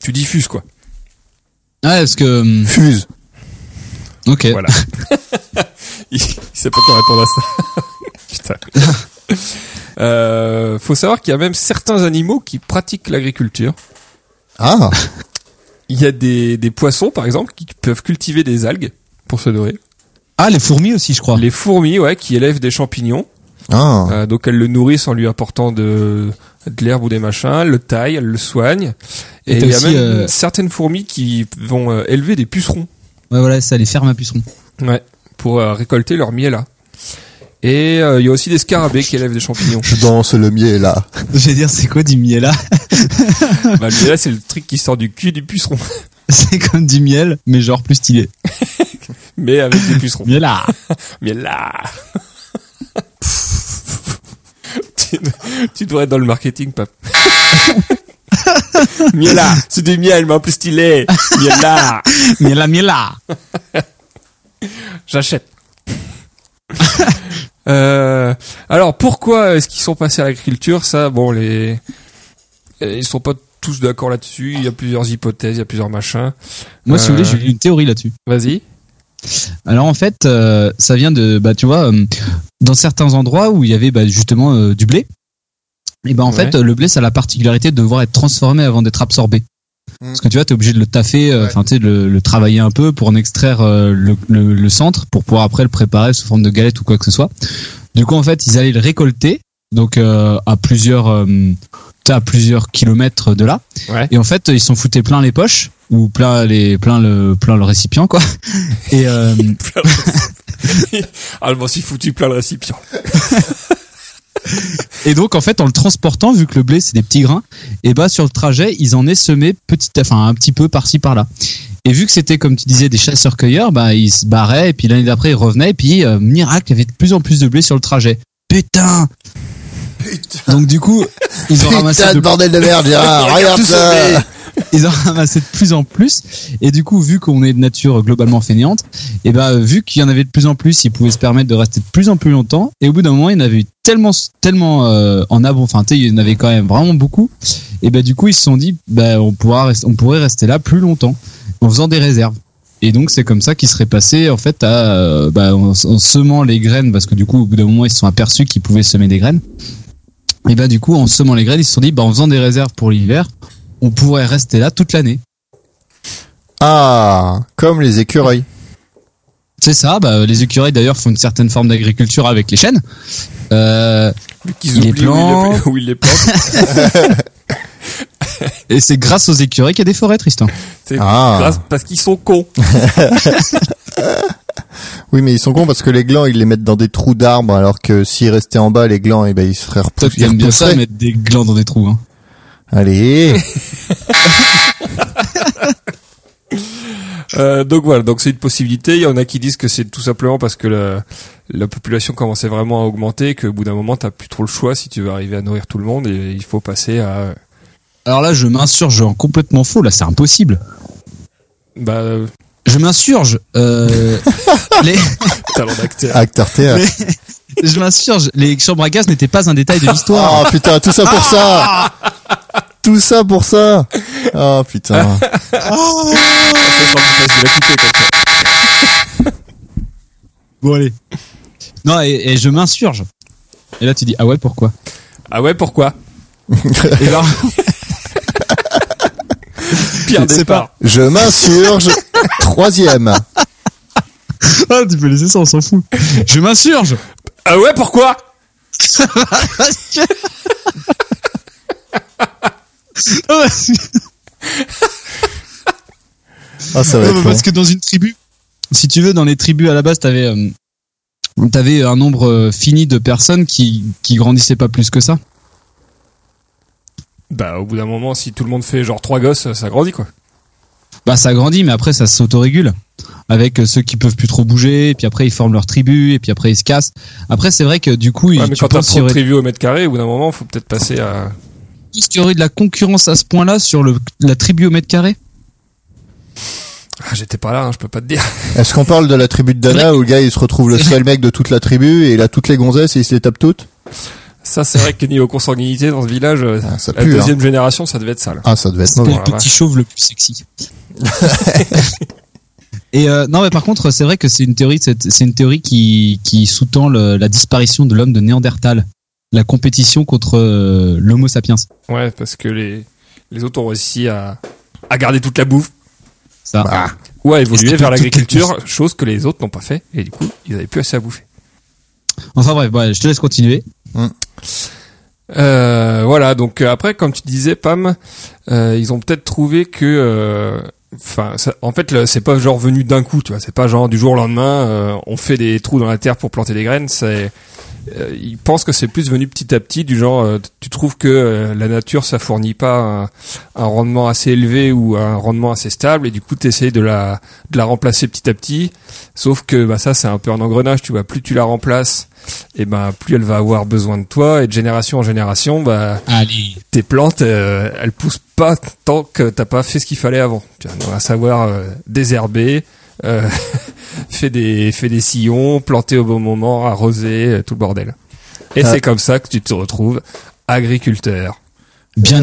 D: tu diffuses quoi
E: Ouais, parce que... hum,
A: Fuse.
E: Ok.
D: Voilà. (laughs) il sait pas quoi répondre à ça (laughs) putain euh, faut savoir qu'il y a même certains animaux qui pratiquent l'agriculture
A: Ah,
D: il y a des, des poissons par exemple qui peuvent cultiver des algues pour se nourrir
E: Ah, les fourmis aussi, je crois.
D: les fourmis ouais qui élèvent des champignons
A: ah,
D: Euh, donc elles le nourrissent en lui apportant de, de l'herbe ou des machins, elles le taillent, elles le soignent.
E: Et
D: Et il
E: t'as
D: y a
E: aussi,
D: même
E: euh,
D: certaines fourmis qui vont euh, élever des pucerons
E: Ouais, voilà, ça les ferme à puceron.
D: ouais, pour euh, récolter leur miel là. Et euh, il y a aussi des scarabées qui élèvent des champignons.
A: je danse le miel là.
E: (laughs) Je vais dire, c'est quoi du miel là (laughs)
D: bah, le miel, là, c'est le truc qui sort du cul du puceron, (laughs)
E: C'est comme du miel, mais genre plus stylé.
D: mais avec des pucerons.
E: Miel (laughs) là
D: Miel là (laughs) tu, tu devrais être dans le marketing, pape. (laughs) miel là, c'est du miel, mais en plus stylé. Miel là.
E: Miel là, miel là
D: J'achète. (laughs) Euh, alors pourquoi est-ce qu'ils sont passés à l'agriculture Ça, bon, les euh, ils sont pas tous d'accord là-dessus. Il y a plusieurs hypothèses, il y a plusieurs machins.
E: Moi, si vous voulez,
D: Euh.
E: j'ai lu une théorie là-dessus.
D: Vas-y.
E: Alors en fait, euh, ça vient de, bah, tu vois, euh, dans certains endroits où il y avait bah, justement euh, du blé, et ben en
D: Ouais.
E: fait, euh, le blé, ça a la particularité de devoir être transformé avant d'être absorbé.
D: Mm.
E: Parce que tu vois, t'es obligé de le taffer, euh,
A: Ouais.
E: enfin tu sais, de le, le travailler un peu pour en extraire euh, le, le- le centre, pour pouvoir après le préparer sous forme de galette ou quoi que ce soit. Du coup, en fait, ils allaient le récolter, donc euh, à plusieurs euh, à plusieurs kilomètres de là.
D: Ouais.
E: Et en fait, ils se sont foutés plein les poches ou plein les plein le plein le
D: (laughs)
E: récipient quoi. Et euh,
D: Ah, je m'en suis foutu plein le récipient.
E: et donc en fait, en le transportant, vu que le blé c'est des petits grains, et bah sur le trajet, ils en aient semé petit, enfin un petit peu par-ci par-là. Et vu que c'était comme tu disais des chasseurs-cueilleurs, bah ils se barraient et puis l'année d'après ils revenaient et puis euh, miracle, il y avait de plus en plus de blé sur le trajet. Putain. Donc du coup, ils ont ramassé
A: Putain
E: de
A: de bordel de merde, Gérard, regarde
D: tout ce
A: ça.
D: blé.
E: ils en ramassaient de plus en plus et du coup vu qu'on est de nature globalement fainéante et ben vu qu'il y en avait de plus en plus ils pouvaient se permettre de rester de plus en plus longtemps et au bout d'un moment il y en avait eu tellement tellement euh, en avant enfin tu sais, il y en avait quand même vraiment beaucoup et ben du coup ils se sont dit ben on pourra rest- on pourrait rester là plus longtemps en faisant des réserves et donc c'est comme ça qu'ils seraient passés en fait à euh, bah, en, en semant les graines parce que du coup au bout d'un moment ils se sont aperçus qu'ils pouvaient semer des graines et bah du coup en semant les graines ils se sont dit bah en faisant des réserves pour l'hiver on pourrait rester là toute l'année.
A: Ah, comme les écureuils.
E: C'est ça, bah, les écureuils d'ailleurs font une certaine forme d'agriculture avec les chênes. Euh,
D: Qu'ils
E: Il est
D: oublient où
E: blanc.
D: il, (laughs) où il les plante.
E: et c'est grâce aux écureuils qu'il y a des forêts, Tristan.
D: C'est
A: Ah.
D: grâce- parce qu'ils sont cons.
A: Oui, mais ils sont cons parce que les glands, ils les mettent dans des trous d'arbres, alors que s'ils restaient en bas, les glands, eh ben, ils seraient
E: Toi
A: repoussés.
E: qui aimes bien ça, mettre des glands dans des trous. Hein.
A: Allez.
D: Euh, donc voilà, donc c'est une possibilité. Il y en a qui disent que c'est tout simplement parce que la, la population commençait vraiment à augmenter, qu'au bout d'un moment, t'as plus trop le choix si tu veux arriver à nourrir tout le monde et il faut passer à
E: Alors là, je m'insurge en complètement faux, là c'est impossible.
D: bah, euh,
E: Je m'insurge. Euh, (laughs) les-
D: talent d'acteur.
A: Acteur théâtre.
E: je m'insurge. Les chambres à gaz n'étaient pas un détail de
A: (laughs)
E: l'histoire.
A: Oh putain, tout ça pour ça. Tout ça pour ça. Oh putain.
E: Ah.
D: Ça sera plus facile à couper comme ça.
E: Bon allez. Non, et, et je m'insurge. Et là tu dis ah ouais pourquoi
D: Ah ouais,
E: (laughs)
D: pourquoi
E: Et là,
D: Pire
E: Je sais
D: départ.
A: Je m'insurge. Troisième.
E: (laughs) ah, tu peux laisser ça, on s'en fout. Je m'insurge. (laughs)
D: Ah ouais, pourquoi
E: Ah, parce que-
A: Ah, ça
E: Ouais,
A: va
E: bah,
A: être long.
E: parce que dans une tribu, si tu veux, dans les tribus à la base, t'avais euh, t'avais un nombre euh, fini de personnes qui qui grandissaient pas plus que ça.
D: Bah au bout d'un moment, si tout le monde fait genre trois gosses, ça grandit quoi.
E: Bah ça grandit, mais après ça s'autorégule avec euh, ceux qui peuvent plus trop bouger, et puis après ils forment leur tribu, et puis après ils se cassent. Après c'est vrai que du coup,
D: Ouais,
E: ils-
D: mais
E: tu
D: quand t'as
E: penses qu'il y
D: trop de
E: aurait-
D: tribus au mètre carré, au bout d'un moment, faut peut-être passer à.
E: est-ce qu'il y aurait de la concurrence à ce point-là sur le, la tribu au mètre carré.
D: Ah, j'étais pas là, hein, je peux pas te dire.
A: Est-ce qu'on parle de la tribu de Dana où le gars il se retrouve le seul mec de toute la tribu et il a toutes les gonzesses et il se les tape toutes
D: Ça, c'est vrai que niveau consanguinité dans ce village, euh,
A: Ah, ça
D: la
A: pue, hein.
D: deuxième génération, ça devait être sale.
A: Ah, ça devait être
E: C'était
A: mauvais.
E: le
D: la
E: petit
D: vache.
E: chauve le plus sexy. (laughs) Et euh, non, mais par contre, c'est vrai que c'est une théorie, c'est c'est une théorie qui, qui sous-tend le- la disparition de l'homme de Néandertal, la compétition contre euh, l'Homo sapiens.
D: Ouais, parce que les, les autres ont réussi à, à garder toute la bouffe
E: Ça.
D: ou à
E: Est-ce
D: évoluer
E: que
D: vers
E: toute-
D: l'agriculture, chose que les autres n'ont pas fait, et du coup, ils avaient plus assez à bouffer.
E: Enfin bref, ouais, je te laisse continuer.
D: Euh, voilà, donc euh, après, comme tu disais, Pam, euh, ils ont peut-être trouvé que... euh, Enfin, ça- en fait, le- c'est pas genre venu d'un coup, tu vois. C'est pas genre du jour au lendemain, euh, on fait des trous dans la terre pour planter des graines. C'est, euh, ils pensent que c'est plus venu petit à petit, du genre, euh, tu trouves que euh, la nature ça fournit pas un, un rendement assez élevé ou un rendement assez stable, et du coup, t'essayes de la de la remplacer petit à petit. Sauf que bah ça, c'est un peu un engrenage, tu vois. Plus tu la remplaces, et ben plus elle va avoir besoin de toi et de génération en génération bah
E: Allez.
D: tes plantes euh, elles poussent pas tant que t'as pas fait ce qu'il fallait avant tu vois, à savoir euh, désherber euh, (laughs) fait des fait des sillons planter au bon moment arroser euh, tout le bordel et
A: Ah.
D: c'est comme ça que tu te retrouves agriculteur
E: Bien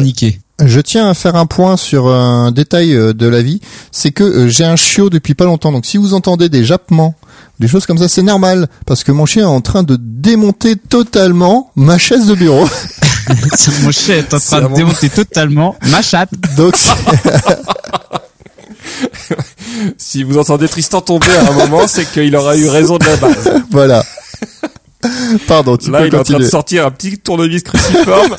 D: (laughs)
E: niqué.
A: Je tiens à faire un point sur un détail euh, de la vie, c'est que euh, j'ai un chiot depuis pas longtemps. Donc si vous entendez des jappements, des choses comme ça, c'est normal parce que mon chien est en train de démonter totalement ma chaise de bureau. (laughs)
E: Mon chien est en
D: C'est
E: train de
D: vraiment-
E: démonter totalement ma chatte.
A: Donc c'est- (laughs)
D: si vous entendez Tristan tomber à un moment c'est qu'il aura eu raison de la base
A: (laughs) voilà. Pardon, tu
D: là
A: peux
D: il est en train de
A: continuer.
D: sortir un petit tournevis cruciforme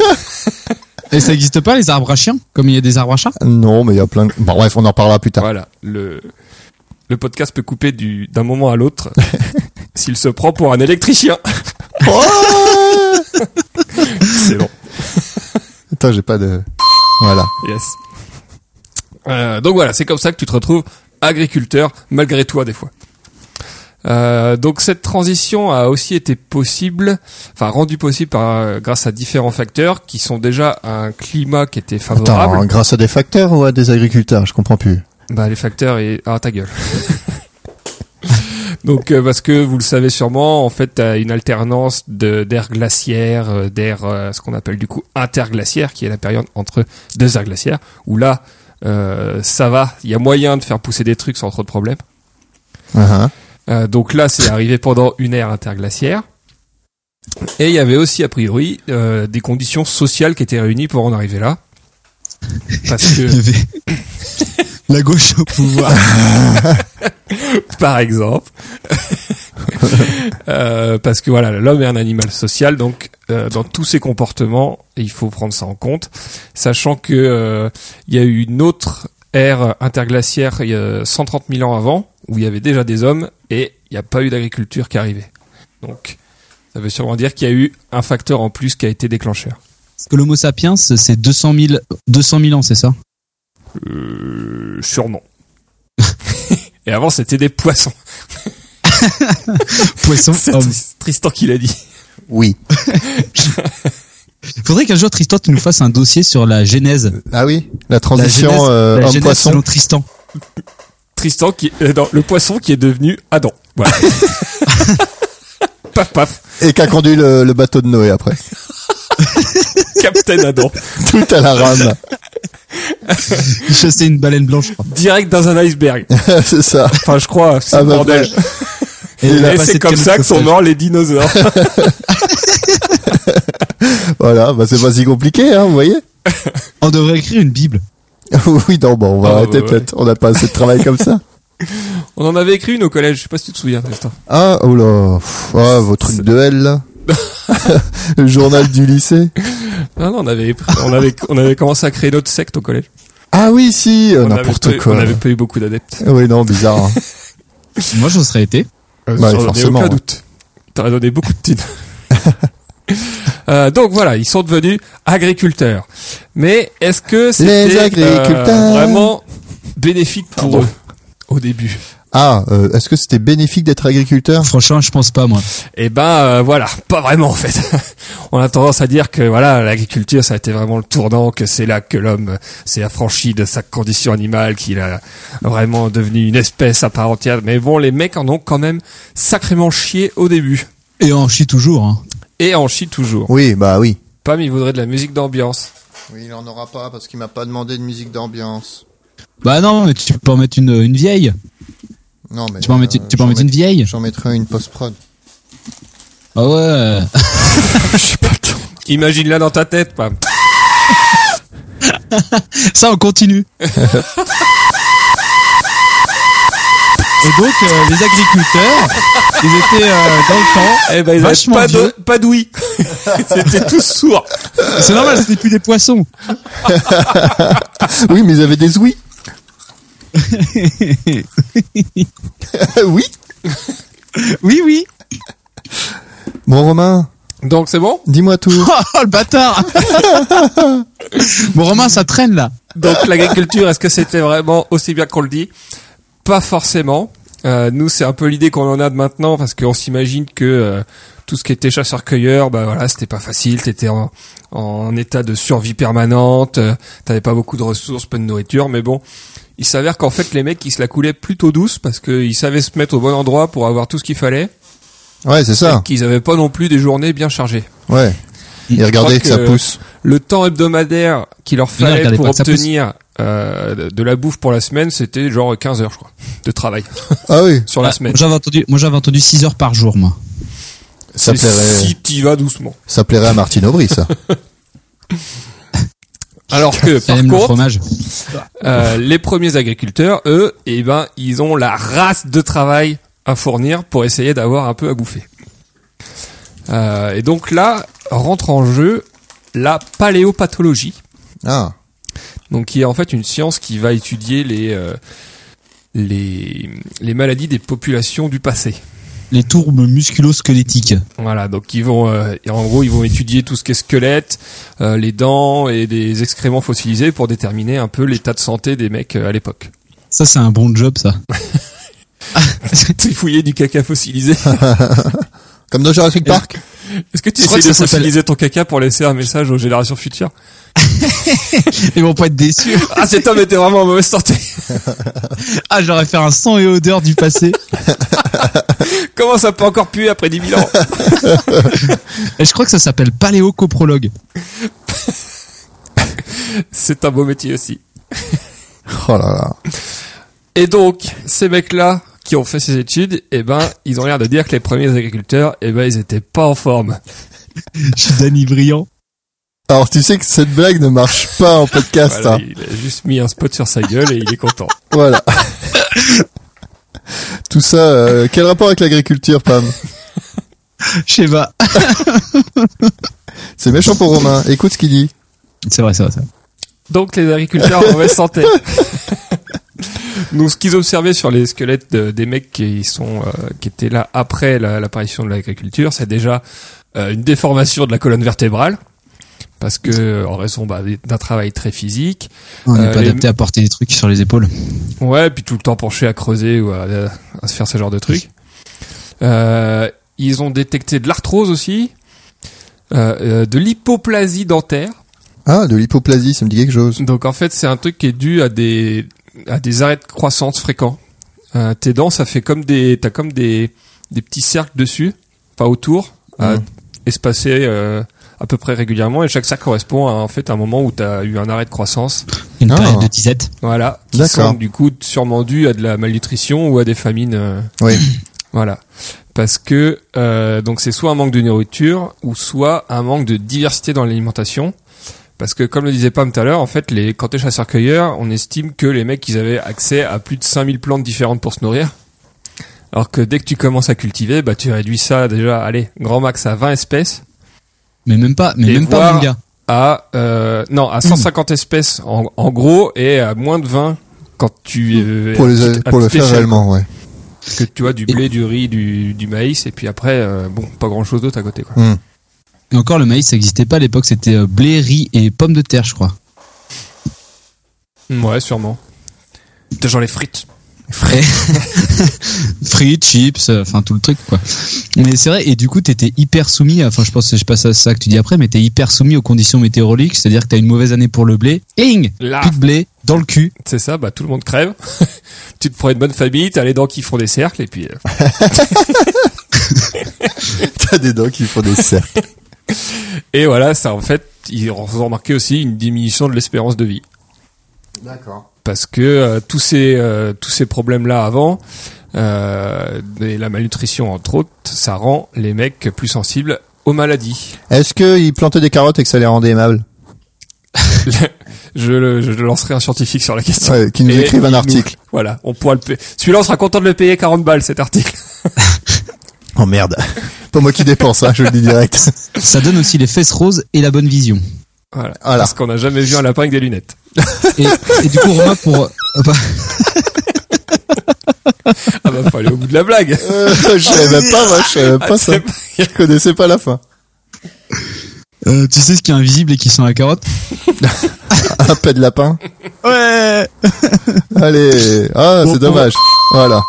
E: Et ça n'existe pas les arbres à chiens Comme il y a des arbres à chats
A: Non, mais il y a plein de... Bon, bref, on en parlera plus tard.
D: Voilà, le, le podcast peut couper du- d'un moment à l'autre s'il se prend pour un électricien. (laughs) C'est bon,
A: Attends, j'ai pas de... Voilà.
D: yes. Euh, donc voilà, c'est comme ça que tu te retrouves agriculteur, malgré toi des fois. Euh, donc cette transition a aussi été possible, enfin rendue possible par, euh, grâce à différents facteurs qui sont déjà un climat qui était favorable.
A: Attends, grâce à des facteurs ou à des agriculteurs Je comprends plus.
D: Bah les facteurs et ah ta gueule. (laughs) Donc euh, parce que vous le savez sûrement, en fait, t'as une alternance de d'air glaciaire, euh, d'air euh, ce qu'on appelle du coup interglaciaire, qui est la période entre deux airs glaciaires, où là euh, ça va, il y a moyen de faire pousser des trucs sans trop de problèmes.
A: Uh-huh.
D: Euh, donc là, c'est arrivé pendant une ère interglaciaire. Et il y avait aussi, a priori, euh, des conditions sociales qui étaient réunies pour en arriver là. Parce que,
E: (laughs) Il y avait La gauche au pouvoir.
D: par exemple, (laughs) Euh, parce que voilà, l'homme est un animal social, donc euh, dans tous ses comportements, il faut prendre ça en compte, sachant que euh, il y a eu une autre ère interglaciaire il y a 130 000 ans avant, où il y avait déjà des hommes et il n'y a pas eu d'agriculture qui arrivait. Donc, ça veut sûrement dire qu'il y a eu un facteur en plus qui a été déclencheur.
E: Parce que l'Homo sapiens, c'est 200 000, 200 000 ans, c'est ça
D: Euh, sûrement. (laughs) et avant, c'était des (laughs) poissons.
E: Poisson,
D: C'est
E: homme.
D: Tris- Tristan qui l'a dit.
A: Oui.
E: Faudrait qu'un jour, Tristan, tu nous fasses un dossier sur la genèse.
A: Ah oui La
E: La
A: transition
E: genèse-
A: euh,
E: la genèse
A: homme-poisson.
E: selon Tristan. (laughs)
D: Tristan qui, euh, non, le poisson qui est devenu Adam. Voilà. paf paf,
A: Et qu'a conduit le, le bateau de Noé après.
D: Captain Adam,
A: Tout
D: (laughs)
A: à la rame. (laughs)
E: Il chassait une baleine blanche, je crois.
D: direct dans un iceberg.
A: c'est ça.
D: Enfin, je crois, c'est
A: Ah
D: le
A: bah, (laughs)
D: bordel.
E: Et, il a
D: Et
E: passé
D: c'est
E: de
D: comme
E: quel
D: ça que sont
E: passage
D: morts les dinosaures.
A: Voilà, bah c'est pas si compliqué, hein, vous voyez (laughs)
E: On devrait écrire une Bible.
A: Oui, non, bon, on va
D: Ah,
A: arrêter
D: bah, ouais.
A: peut-être. On n'a pas assez de travail
D: (laughs)
A: comme ça.
D: On en avait écrit une au collège, je sais pas si tu te souviens, Tristan.
A: Ah, oh là. pff, Ah, vos trucs de
D: (laughs)
A: L, là. le journal du lycée.
D: Non, non, on avait, on avait, on avait commencé à créer notre secte au collège.
A: Ah oui, si euh,
D: on avait pas
A: N'importe
D: eu-
A: quoi.
D: On avait pas eu beaucoup d'adeptes.
A: Oui, non, bizarre.
D: (laughs)
A: hein.
E: Moi, je serais été.
A: Bah,
D: Sans
A: forcément,
D: Euh, aucun
A: ouais.
D: doute. T'aurais donné beaucoup de thunes. (laughs) Euh, donc voilà, ils sont devenus agriculteurs. Mais est-ce que c'était
A: Les agriculteurs.
D: euh, vraiment bénéfique pour eux au début
A: Ah, euh, est-ce que c'était bénéfique d'être agriculteur
E: Franchement, je pense pas, moi.
D: Eh ben euh, voilà, pas vraiment en fait. (laughs) On a tendance à dire que voilà, l'agriculture ça a été vraiment le tournant, que c'est là que l'homme s'est affranchi de sa condition animale, qu'il a vraiment devenu une espèce à part entière. Mais bon, les mecs en ont quand même sacrément chié au début.
E: Et on chie toujours. Hein.
D: Et en chie toujours.
A: Oui, bah oui.
D: Pam, il voudrait de la musique
E: (laughs)
D: d'ambiance.
A: Oui, il en aura pas parce qu'il m'a pas demandé de musique d'ambiance.
E: Bah non, mais tu peux en mettre une, une vieille.
A: Non, mais. euh,
E: Tu peux en mettre, tu peux en mettre une vieille.
A: J'en mettrai une post-prod.
E: Ah ouais. (laughs)
D: Imagine-la dans ta tête, Pam.
E: Ça, on continue. Et donc, euh, les agriculteurs, ils étaient euh, dans le temps.
D: Eh ben, ils avaient
E: Vachement
D: pas
E: vieux.
D: de- pas
E: (laughs)
D: d'ouïe. (laughs) C'était tous sourds.
E: C'est normal, c'était plus des poissons.
A: Oui, mais ils avaient des (laughs) oui. oui.
E: Oui, oui. (laughs)
A: Bon, Romain,
D: Donc, c'est bon?
A: dis-moi tout.
E: Oh, le bâtard (laughs) Bon, Romain, ça traîne, là.
D: Donc, l'agriculture, est-ce que c'était vraiment aussi bien qu'on le dit? Pas forcément. Euh, nous, c'est un peu l'idée qu'on en a de maintenant parce qu'on s'imagine que euh, tout ce qui était chasseur-cueilleur, bah voilà, c'était pas facile. T'étais en, en état de survie permanente. euh, T'avais pas beaucoup de ressources, peu de nourriture. Mais bon, il s'avère qu'en fait, les mecs, ils se la coulaient plutôt douce parce qu'ils savaient se mettre au bon endroit pour avoir tout ce qu'il fallait.
A: Ouais, c'est ça.
D: et qu'ils avaient pas non plus des journées bien chargées.
A: Ouais. Et regardez
D: Je crois
A: que, ça
D: que-
A: pousse.
D: Le temps hebdomadaire qu'il leur
E: Non,
D: fallait
E: regardez
D: pour
E: pas que ça
D: obtenir euh, de- de la bouffe pour la semaine, c'était genre 15 heures, je crois, de travail
A: Ah oui.
D: sur la semaine.
E: Moi, j'avais entendu, moi, j'avais entendu 6 heures par jour, moi.
A: Ça
D: Mais
A: plairait,
D: Si t'y vas doucement.
A: ça plairait à Martine Aubry, (laughs) ça.
D: Alors que
E: Ça
D: par
E: aime le
D: contre,
E: fromage.
D: euh, les premiers agriculteurs, eux, eh ben, ils ont la race de travail à fournir pour essayer d'avoir un peu à bouffer. Euh, et donc là rentre en jeu la paléopathologie.
A: Ah,
D: Donc qui est en fait une science qui va étudier les euh, les, les maladies des populations du passé.
E: Les tourbes musculo-squelettiques.
D: Voilà, donc ils vont euh, et en gros ils vont étudier tout ce qui est squelette, euh, les dents et des excréments fossilisés pour déterminer un peu l'état de santé des mecs euh, à l'époque. (laughs)
E: Ça, c'est un bon job, ça.
D: Ils fouillaient du caca fossilisé.
A: comme dans Jurassic
D: Et-
A: Park.
D: Est-ce que tu
E: Je crois
D: essayes de
E: que ça s'appelle-
D: fossiliser ton caca pour laisser un message aux générations futures
E: Ils vont pas être déçus.
D: Ah, cet homme était vraiment en mauvaise santé. (laughs)
E: Ah, j'aurais fait un sang et odeur du passé.
D: Comment ça peut encore puer après 10 000 ans
E: (laughs) Et je crois que ça s'appelle paléocoprologue.
D: (laughs) C'est un beau métier aussi.
A: Oh là là.
D: Et donc, ces mecs-là qui ont fait ces études, eh ben, ils ont l'air de dire que les premiers agriculteurs, eh ben, ils étaient pas en forme.
E: Je suis Danny Briand.
A: Alors tu sais que cette blague ne marche pas en podcast.
D: Voilà,
A: hein.
D: il a juste mis un spot sur sa gueule et il est content.
A: Voilà. (laughs) Tout ça, euh, quel rapport avec l'agriculture, Pam
E: Je sais pas.
A: C'est méchant pour Romain. Écoute ce qu'il dit.
E: C'est vrai, c'est vrai, c'est vrai.
D: Donc les agriculteurs en mauvaise santé. Donc ce qu'ils observaient sur les squelettes de- des mecs qui sont euh, qui étaient là après la- l'apparition de l'agriculture, c'est déjà euh, une déformation de la colonne vertébrale parce que euh, en raison bah, d'un travail très physique,
E: On n'est
D: Euh,
E: pas
D: les-
E: adapté à porter des trucs sur les épaules.
D: ouais, puis tout le temps penché à creuser ou à, à se faire ce genre de trucs. Euh, ils ont détecté de l'arthrose aussi, euh, euh, de l'hypoplasie dentaire.
A: Ah, de l'hypoplasie, ça me dit quelque chose.
D: Donc en fait, c'est un truc qui est dû à des à des arrêts de croissance fréquents. Euh, tes dents, ça fait comme des t'as comme des des petits cercles dessus, pas autour, à-
A: Mhm.
D: espacés euh, à peu près régulièrement et chaque cercle correspond à en fait un moment où t'as eu un arrêt de croissance.
E: Une
A: Ah.
E: période de disette.
D: Voilà, qui
A: D'accord.
D: sont du coup sûrement dus à de la malnutrition ou à des famines. euh,
A: Oui.
D: (clears throat) voilà. Parce que euh, donc c'est soit un manque de nourriture ou soit un manque de diversité dans l'alimentation. Parce que comme le disait Pam tout à l'heure, en fait, les, quand t'es chasseur-cueilleur, on estime que les mecs, ils avaient accès à plus de 5000 plantes différentes pour se nourrir. Alors que dès que tu commences à cultiver, bah tu réduis ça déjà, allez, grand max à 20 espèces,
E: Mais même pas, mais
D: Et
E: même pas
D: voir-
E: mon gars.
D: à euh, non à
A: (clears throat)
D: 150 espèces en, en gros et à moins de 20 quand tu euh,
A: Pour, les-
D: à petite- à
A: pour le
D: petite
A: faire
D: échelle,
A: réellement, ouais. (laughs)
D: que tu vois du blé, du riz, du, du maïs et puis après euh, bon pas grand chose d'autre à côté quoi.
E: Et encore, le maïs, ça n'existait pas à l'époque. C'était euh, blé, riz et pommes de terre, je crois.
A: Mm.
D: Ouais sûrement. T'as genre les frites.
E: frais. (laughs) Frites, chips, euh, enfin tout le truc quoi. Mais c'est vrai, et du coup t'étais hyper soumis, à- enfin je pense que je passe à ça que tu dis après, mais t'es hyper soumis aux conditions météorologiques, c'est-à-dire que t'as une mauvaise année pour le blé, ing
D: Là
E: Plus de blé, dans le cul.
D: c'est ça bah tout le monde crève. (laughs) tu te prends une bonne famille, t'as les dents qui font des cercles et puis euh,
A: T'as des dents qui font des cercles.
D: et voilà ça en fait ils ont remarqué aussi une diminution de l'espérance de vie.
A: D'accord.
D: parce que euh, tous ces euh, tous ces problèmes là avant euh, et la malnutrition entre autres ça rend les mecs plus sensibles aux maladies
A: Est-ce qu'ils plantaient des carottes et que ça les rendait aimables
D: je, le- je lancerai un scientifique sur la question
A: Ouais, qu'ils nous
D: Et
A: écrivent un
D: ils
A: article.
D: voilà on pourra le payer celui-là on sera content de le payer 40 balles cet article
A: Oh merde. (laughs) Pas moi qui dépense, hein, je le dis direct.
E: Ça donne aussi les fesses roses et la bonne vision.
D: voilà,
A: Voilà.
D: parce qu'on n'a jamais vu un lapin avec des lunettes
E: Et, et du coup Romain pour... Ah bah,
D: ah bah faut aller au bout de la blague
A: Euh, (laughs) je savais pas, moi, je savais pas ça.
D: Ah, C'est pas-
A: Je connaissais pas la fin.
E: euh, tu sais ce qui est invisible et qui sent la carotte
A: Un pet de lapin.
E: Ouais
A: Allez. Ah,
E: Bon,
D: Oh,
A: c'est
E: bon.
A: dommage. Voilà.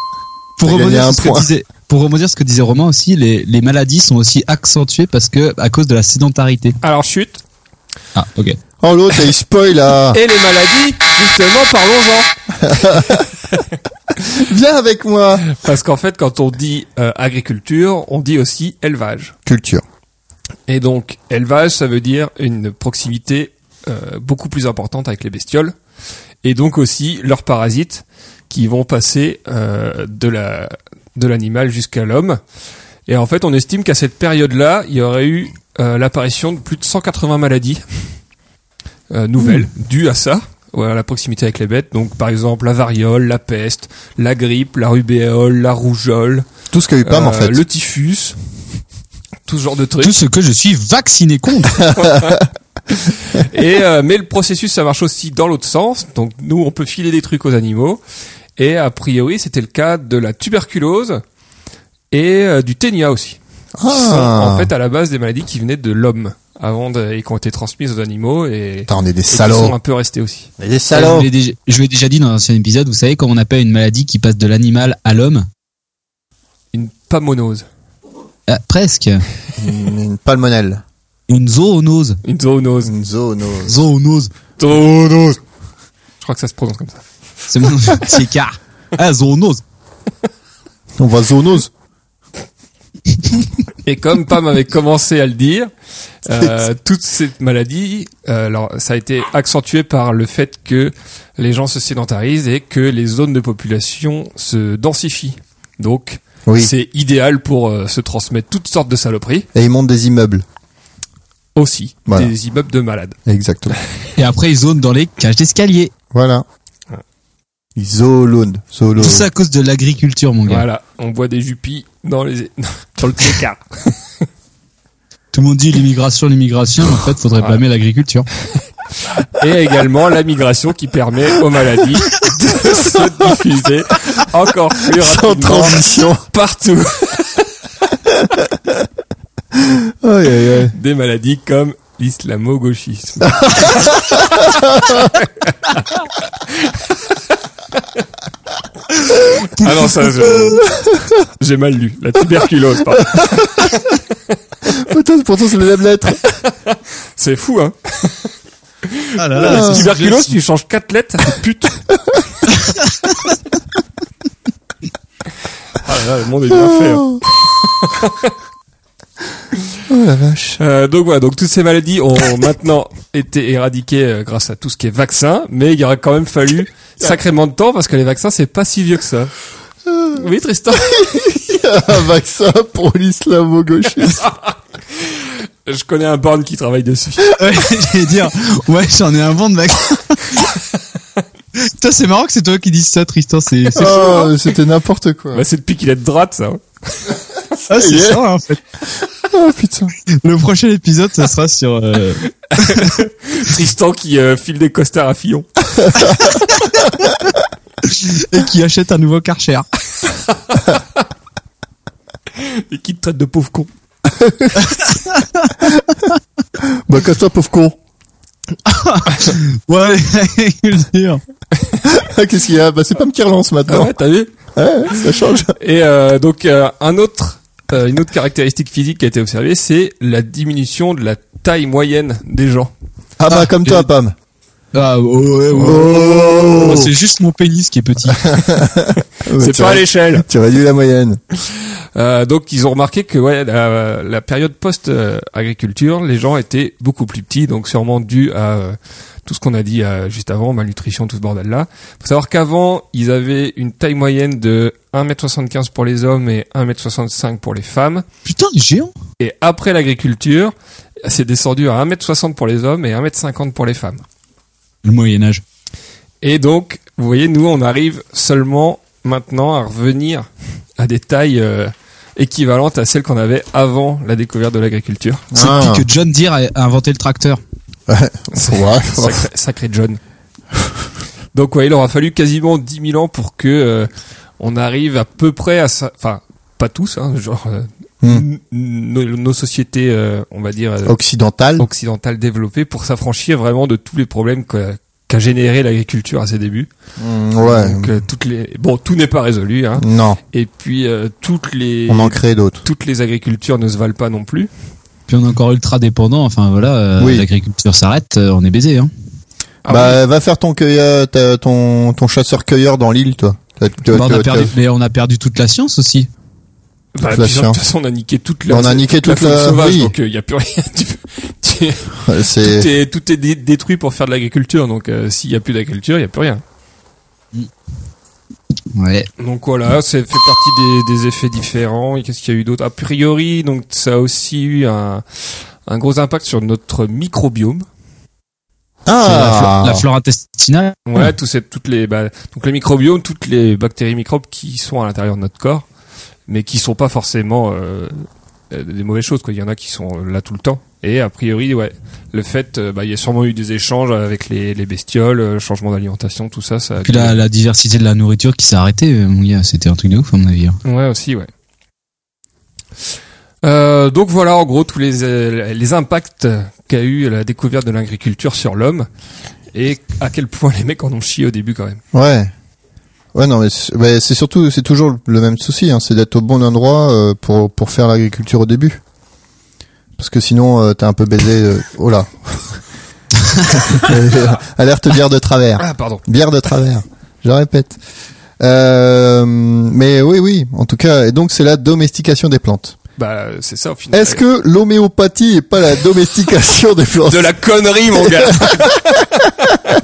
E: pour
A: T'as gagné
E: rebondir,
A: un
E: sur ce que
A: point.
E: disait, pour rebondir sur ce que disait Romain aussi, les, les maladies sont aussi accentuées parce que à cause de la sédentarité.
D: alors chute
E: Ah ok.
A: Oh l'autre, il spoil ah.
D: (laughs)
A: là.
D: et les maladies justement parlons-en
A: Viens avec moi.
D: parce qu'en fait quand on dit euh, agriculture on dit aussi élevage
A: Culture.
D: Et donc, élevage, ça veut dire une proximité euh, beaucoup plus importante avec les bestioles. Et donc aussi leurs parasites qui vont passer euh, de la de l'animal jusqu'à l'homme. Et en fait, on estime qu'à cette période-là, il y aurait eu euh, l'apparition de plus de 180 maladies euh, nouvelles dues à ça, ou à la proximité avec les bêtes. Donc, par exemple, la variole, la peste, la grippe, la rubéole, la rougeole,
A: Tout ce qu'a eu Pam, en
D: euh,
A: fait.
D: le typhus, tout ce genre de trucs.
A: (laughs)
E: Tout ce que je suis vacciné contre.
D: Et euh, mais le processus, ça marche aussi dans l'autre sens. Donc nous, on peut filer des trucs aux animaux. Et a priori, c'était le cas de la tuberculose et euh, du ténia aussi. Qui sont,
A: Ah.
D: en fait, à la base des maladies qui venaient de l'homme avant de- et qui ont été transmises aux animaux et,
A: Putain, on est des
D: et qui sont
A: salauds.
D: un peu restées aussi.
A: On est des
E: Ça,
A: salauds.
E: Je l'ai déjà, je l'ai déjà dit dans un ancien épisode, vous savez comment on appelle une maladie qui passe de l'animal à l'homme
D: Une pamonose,
E: Ah, Presque.
A: Une, une palmonelle.
E: Une zoonose.
D: une zoonose.
A: Une zoonose.
E: Zoonose.
D: Zoonose. Je crois que ça se prononce comme ça.
E: C'est
A: (laughs)
E: mon petit écart. Ah, zoonose.
A: On voit zoonose.
D: Et comme Pam avait commencé à le
A: (laughs)
D: dire, euh, toute cette maladie, euh, alors ça a été accentué par le fait que les gens se sédentarisent et que les zones de population se densifient. Donc
A: Oui.
D: c'est idéal pour euh, se transmettre toutes sortes de saloperies
A: Et ils montent des immeubles.
D: aussi,
A: Voilà.
D: des immeubles de malades.
A: Exactement.
E: Et après, ils zonent dans les cages d'escalier.
A: Voilà. Ils zoolonent. Zoolo.
E: Tout ça à cause de l'agriculture, mon gars.
D: Voilà, on voit des jupis dans les (laughs) dans le placard.
E: Tout le monde dit l'immigration, l'immigration. mais En fait, faudrait
D: Voilà.
E: blâmer l'agriculture.
D: et également la migration qui permet aux maladies de se diffuser encore plus
A: (laughs) Sans
D: rapidement
A: transition.
D: partout.
A: Aïe, aïe, aïe.
D: des maladies comme l'islamo-gauchisme. ah non, ça, je- j'ai mal lu. La tuberculose, pardon.
A: Putain, pourtant, c'est les mêmes lettres.
D: C'est fou, hein.
E: Ah là
A: là, c'est-
D: tuberculose, tu changes quatre lettres, ça fait pute. Ah là là, le monde est bien fait. hein.
A: Oh. (laughs) Oh, la vache.
D: Euh, donc voilà, donc toutes ces maladies ont (laughs) maintenant été éradiquées euh, grâce à tout ce qui est vaccin, mais il y aura quand même fallu sacrément de temps parce que les vaccins c'est pas si vieux que ça.
A: Euh.
D: Oui Tristan,
A: (laughs)
D: (laughs)
A: Un vaccin pour l'islamo-gauchisme.
D: je connais un borne qui travaille
A: (laughs)
D: dessus.
E: (laughs) Ouais, J'allais dire, ouais, j'en ai un bon de vaccin. (laughs) Toi, c'est marrant que c'est toi qui dises ça, Tristan. C'est c'est-
A: Oh, c'était n'importe quoi.
D: Bah, c'est depuis qu'il est de droite ça. hein.
E: ah, c'est
A: y est.
E: ça, en fait. Ah,
A: Oh, putain.
E: Le prochain épisode, ça sera sur. euh,
D: Tristan qui euh, file des costards à Fillon. (laughs)
E: et qui achète un nouveau Karcher.
D: Et qui te traite de pauvre con.
A: Bah, casse-toi, pauvre con.
E: Ouais, (laughs) je veux dire.
A: Ah, Qu'est-ce qu'il y a Bah, c'est pas me qui relance
D: Ah
A: maintenant.
D: ouais, t'as vu
A: Ouais, ça change.
D: Et euh, donc euh, un autre, euh, une autre caractéristique physique qui a été observée, c'est la diminution de la taille moyenne des gens.
A: Ah, bah, comme toi,
E: j'ai-
A: Pam.
E: Ah, ouais, ouais.
A: Oh
E: Moi, c'est juste mon pénis qui est petit.
A: Ouais,
D: c'est
A: tu
D: pas à
A: aurais- (laughs)
D: l'échelle.
A: Tu réduis la moyenne.
D: Euh, donc ils ont remarqué que ouais, la, la période post-agriculture, les gens étaient beaucoup plus petits, donc sûrement dû à euh, tout ce qu'on a dit euh, juste avant, malnutrition, tout ce bordel-là. faut savoir qu'avant, ils avaient une taille moyenne de 1m75 pour les hommes et 1m65 pour les femmes.
E: Putain, il est géant.
D: Et après l'agriculture, c'est descendu à 1m60 pour les hommes et 1m50 pour les femmes.
E: Le Moyen-Âge.
D: Et donc, vous voyez, nous, on arrive seulement maintenant à revenir à des tailles euh, équivalentes à celles qu'on avait avant la découverte de l'agriculture.
E: C'est
A: Ah.
E: depuis que John Deere a a inventé le tracteur.
A: Ouais.
D: (laughs) Sacré, sacré John. Donc ouais, il aura fallu quasiment 10 000 ans pour que euh, on arrive à peu près à ça. Enfin, pas tous, hein, genre euh,
A: Hmm.
D: n- nos, nos sociétés, euh, on va dire euh,
A: Occidentale.
D: occidentales développées, pour s'affranchir vraiment de tous les problèmes qu'a qu'a généré l'agriculture à ses débuts.
A: Mm, ouais.
D: Donc euh, toutes les, bon, tout n'est pas résolu, hein.
A: Non,
D: Et puis euh, toutes les
A: on en crée d'autres.
D: toutes les agricultures ne se valent pas non plus.
E: Puis on est encore ultra dépendant. Enfin voilà, euh,
A: Oui.
E: l'agriculture s'arrête, euh, on est baisé. Hein.
D: Ah
A: bah, va faire ton cueilleur, ta- ton, ton chasseur-cueilleur dans l'île, toi. T'as- t'as-
E: Bah, on a
A: t'as-
E: perdu,
A: t'as-
E: mais on a perdu toute la science aussi.
D: Bah, puis,
A: la
D: genre, de
A: science.
D: toute façon, on a niqué toute la,
A: On a niqué toute
D: faune
A: la-
D: sauvage,
A: oui.
D: donc il n'y a plus rien. (laughs) Tu-
A: (laughs)
D: tu-
A: euh,
D: tout,
A: C'est,
D: est, tout est dé- détruit pour faire de l'agriculture, donc euh, s'il n'y a plus d'agriculture, il n'y a plus rien.
E: Ouais.
D: Donc voilà, ça fait partie des, des effets différents. Et Qu'est-ce qu'il y a eu d'autre A priori, donc ça a aussi eu un, un gros impact sur notre microbiome.
E: La,
A: ah!
E: flo- la flore intestinale.
D: Ouais, tous ces- toutes les bah, donc le microbiome, toutes les bactéries microbes qui sont à l'intérieur de notre corps, mais qui sont pas forcément euh, euh, des mauvaises choses. Quoi. Il y en a qui sont euh, là tout le temps. Et a priori, ouais, le fait, euh, bah, il y a sûrement eu des échanges avec les, les bestioles, euh, changement d'alimentation, tout ça. ça a
E: Puis
D: dû-
E: la, la diversité de la nourriture qui s'est arrêtée, euh, mon gars, c'était un truc de ouf, à mon avis. hein.
D: Ouais, aussi, ouais. Euh, donc voilà en gros tous les, euh, les impacts qu'a eu la découverte de l'agriculture sur l'homme et à quel point les mecs en ont chié au début quand même.
A: Ouais. Ouais, non, mais c'est mais c'est surtout, c'est toujours le même souci, hein, c'est d'être au bon endroit euh, pour, pour faire l'agriculture au début. Parce que sinon, euh, t'es un peu baisé. euh,
D: (laughs)
A: oh là (laughs) Euh, Alerte bière de travers.
D: Ah pardon.
A: Bière de travers, je répète. Euh, mais oui, oui, en tout cas, et donc c'est la domestication des plantes.
D: Bah c'est ça au final.
A: Est-ce que l'homéopathie est pas la domestication
D: (laughs)
A: des plantes
D: de la connerie mon (laughs) gars.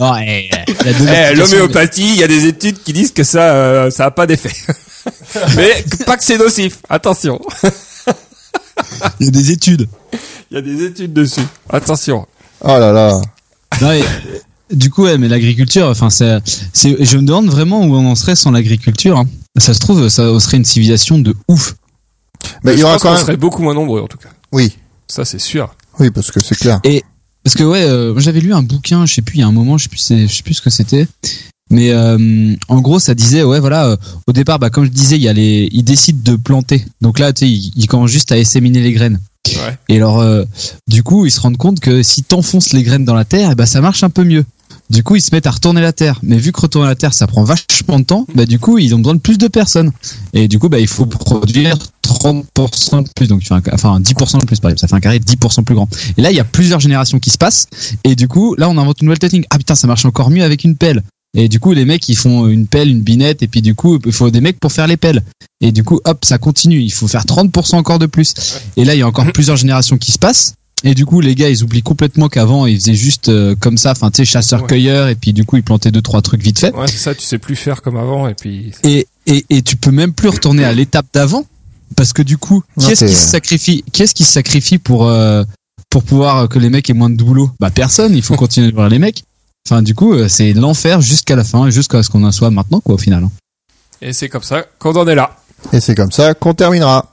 E: Non, eh, la
D: Eh,
E: domestication-
D: L'homéopathie, il y a des études qui disent que ça, euh, ça a pas (laughs) d'effet. Mais pas que c'est nocif. Attention,
E: Il y a des études.
D: il y a des études dessus. Attention.
A: Oh là là.
E: Non, mais, euh, du coup, ouais, mais l'agriculture, enfin, c'est, c'est- je me demande vraiment où on en serait sans l'agriculture. hein. Ça se trouve, ça serait une civilisation de ouf.
A: Mais il y
D: Je
A: aura
D: pense
A: quand
D: qu'on
A: même.
D: serait beaucoup moins nombreux en tout cas.
A: Oui,
D: Ça c'est sûr.
A: oui, parce que c'est clair.
E: Parce que ouais, euh, moi, j'avais lu un bouquin, je sais plus, il y a un moment, je sais plus, c'est- je sais plus ce que c'était. Mais euh, en gros, ça disait, ouais, voilà, euh, au départ, bah, comme je disais, il y a les, ils décident de planter. Donc là, tu sais, ils, ils commencent juste à disséminer les graines.
D: Ouais.
E: Et alors, euh, du coup, ils se rendent compte que si t'enfonces les graines dans la terre, eh ben, ça marche un peu mieux. Du coup, ils se mettent à retourner la terre. Mais vu que retourner la terre, ça prend vachement de temps, bah, du coup, ils ont besoin de plus de personnes. Et du coup, bah, il faut produire 30% de plus. Donc, tu fais un, enfin, 10% de plus, par exemple. Ça fait un carré 10% plus grand. Et là, il y a plusieurs générations qui se passent. Et du coup, là, on invente une nouvelle technique. Ah putain, ça marche encore mieux avec une pelle. Et du coup, les mecs, ils font une pelle, une binette, et puis du coup, il faut des mecs pour faire les pelles. Et du coup, hop, ça continue. Il faut faire 30% encore de plus. Et là, il y a encore plusieurs générations qui se passent. Et du coup, les gars, ils oublient complètement qu'avant, ils faisaient juste euh, comme ça, enfin, tu sais, chasseur-cueilleur, et puis du coup, ils plantaient deux, trois trucs vite fait.
D: Ouais, c'est ça. Tu sais plus faire comme avant et puis.
E: Et, et, et tu peux même plus retourner à l'étape d'avant parce que du coup,
A: Non,
E: qui est-ce
A: t'es-
E: qui se sacrifie, qui est-ce qui se sacrifie pour euh, pour pouvoir euh, que les mecs aient moins de boulot Bah personne. Il faut continuer de voir les mecs. Enfin, du coup, euh, c'est l'enfer jusqu'à la fin, jusqu'à ce qu'on en soit maintenant, quoi, au final. hein.
D: Et c'est comme ça qu'on en est là.
A: Et c'est comme ça qu'on terminera.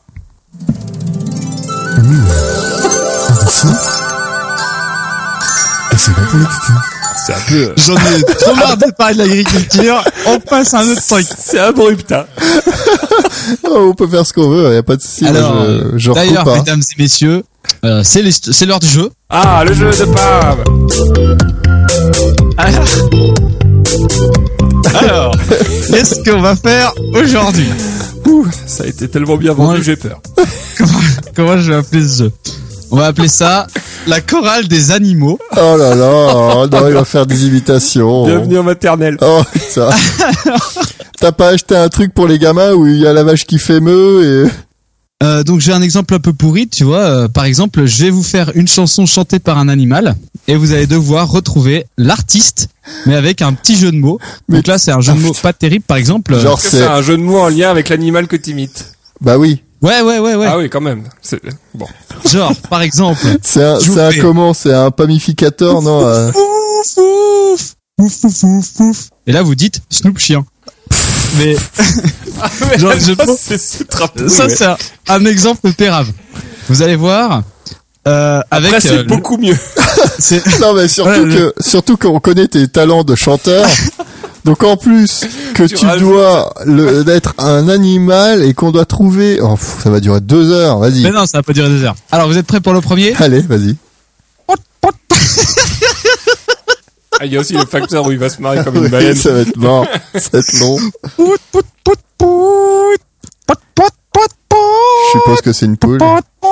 A: (laughs)
D: C'est un peu. euh,
E: J'en (laughs) ai trop marre de parler de l'agriculture. On passe à un autre truc.
D: C'est abrupt. Hein.
A: Oh, on peut faire ce qu'on veut, y a pas de souci.
E: Alors,
A: moi, je, je recoupe hein.
E: D'ailleurs,
A: pas.
E: mesdames et messieurs, euh, c'est les- c'est l'heure du jeu.
D: Ah, le jeu de Pam.
E: Alors, alors (laughs) qu'est-ce qu'on va faire aujourd'hui
D: Ouh, ça a été tellement bien vendu, j'ai peur.
E: Comment je vais appeler ce jeu On va appeler ça la chorale des animaux.
A: Oh là là, oh non, il va faire des imitations.
D: Bienvenue en maternelle.
A: Oh putain.
E: (laughs)
A: T'as pas acheté un truc pour les gamins où il y a la vache qui fait meu et
E: Euh, donc j'ai un exemple un peu pourri, tu vois. Euh, par exemple, je vais vous faire une chanson chantée par un animal et vous allez devoir retrouver l'artiste, mais avec un petit jeu de mots. Donc là, c'est un jeu de mots pas terrible, par exemple. euh,
A: genre
D: Est-ce que c'est
A: c'est
D: un jeu de mots en lien avec l'animal que t'imites
A: bah oui,
E: Ouais, ouais, ouais, ouais.
D: Ah oui, quand même. C'est- Bon.
E: Genre, par
D: (laughs)
E: exemple.
A: c'est un,
E: Je vous
A: c'est un
E: fais.
A: comment, c'est un pamificateur
D: Oh,
A: non euh,
E: Ouf, ouf, ouf, ouf, ouf, ouf. Et là, vous dites Snoop chien. Mais
D: (laughs)
E: Genre, je pense-
D: c'est sous-trappé.
E: ça, c'est un, un exemple pérave. Vous allez voir. Euh, avec
D: Là, c'est
E: euh,
D: beaucoup mieux.
E: c'est-
A: Non mais surtout
E: Ouais,
A: que surtout qu'on connaît tes talents de
E: (laughs)
A: chanteur. Donc en plus que
D: Tu
A: tu,
D: rajoutes.
A: dois le- d'être un animal et qu'on doit trouver, oh, pff, ça va durer deux heures, vas-y.
E: Mais non, ça va pas durer deux heures. Alors, vous êtes prêts pour le premier
A: (laughs) Allez, vas-y.
D: Ah, il y a aussi le facteur où il va se marrer comme une
A: Oui,
D: baleine.
A: ça va être (laughs) mort, ça va être long.
E: Pout, pout, pout, pout. Pout, pout, pout, pout.
A: Je suppose que c'est une poule.
E: Pout, pout.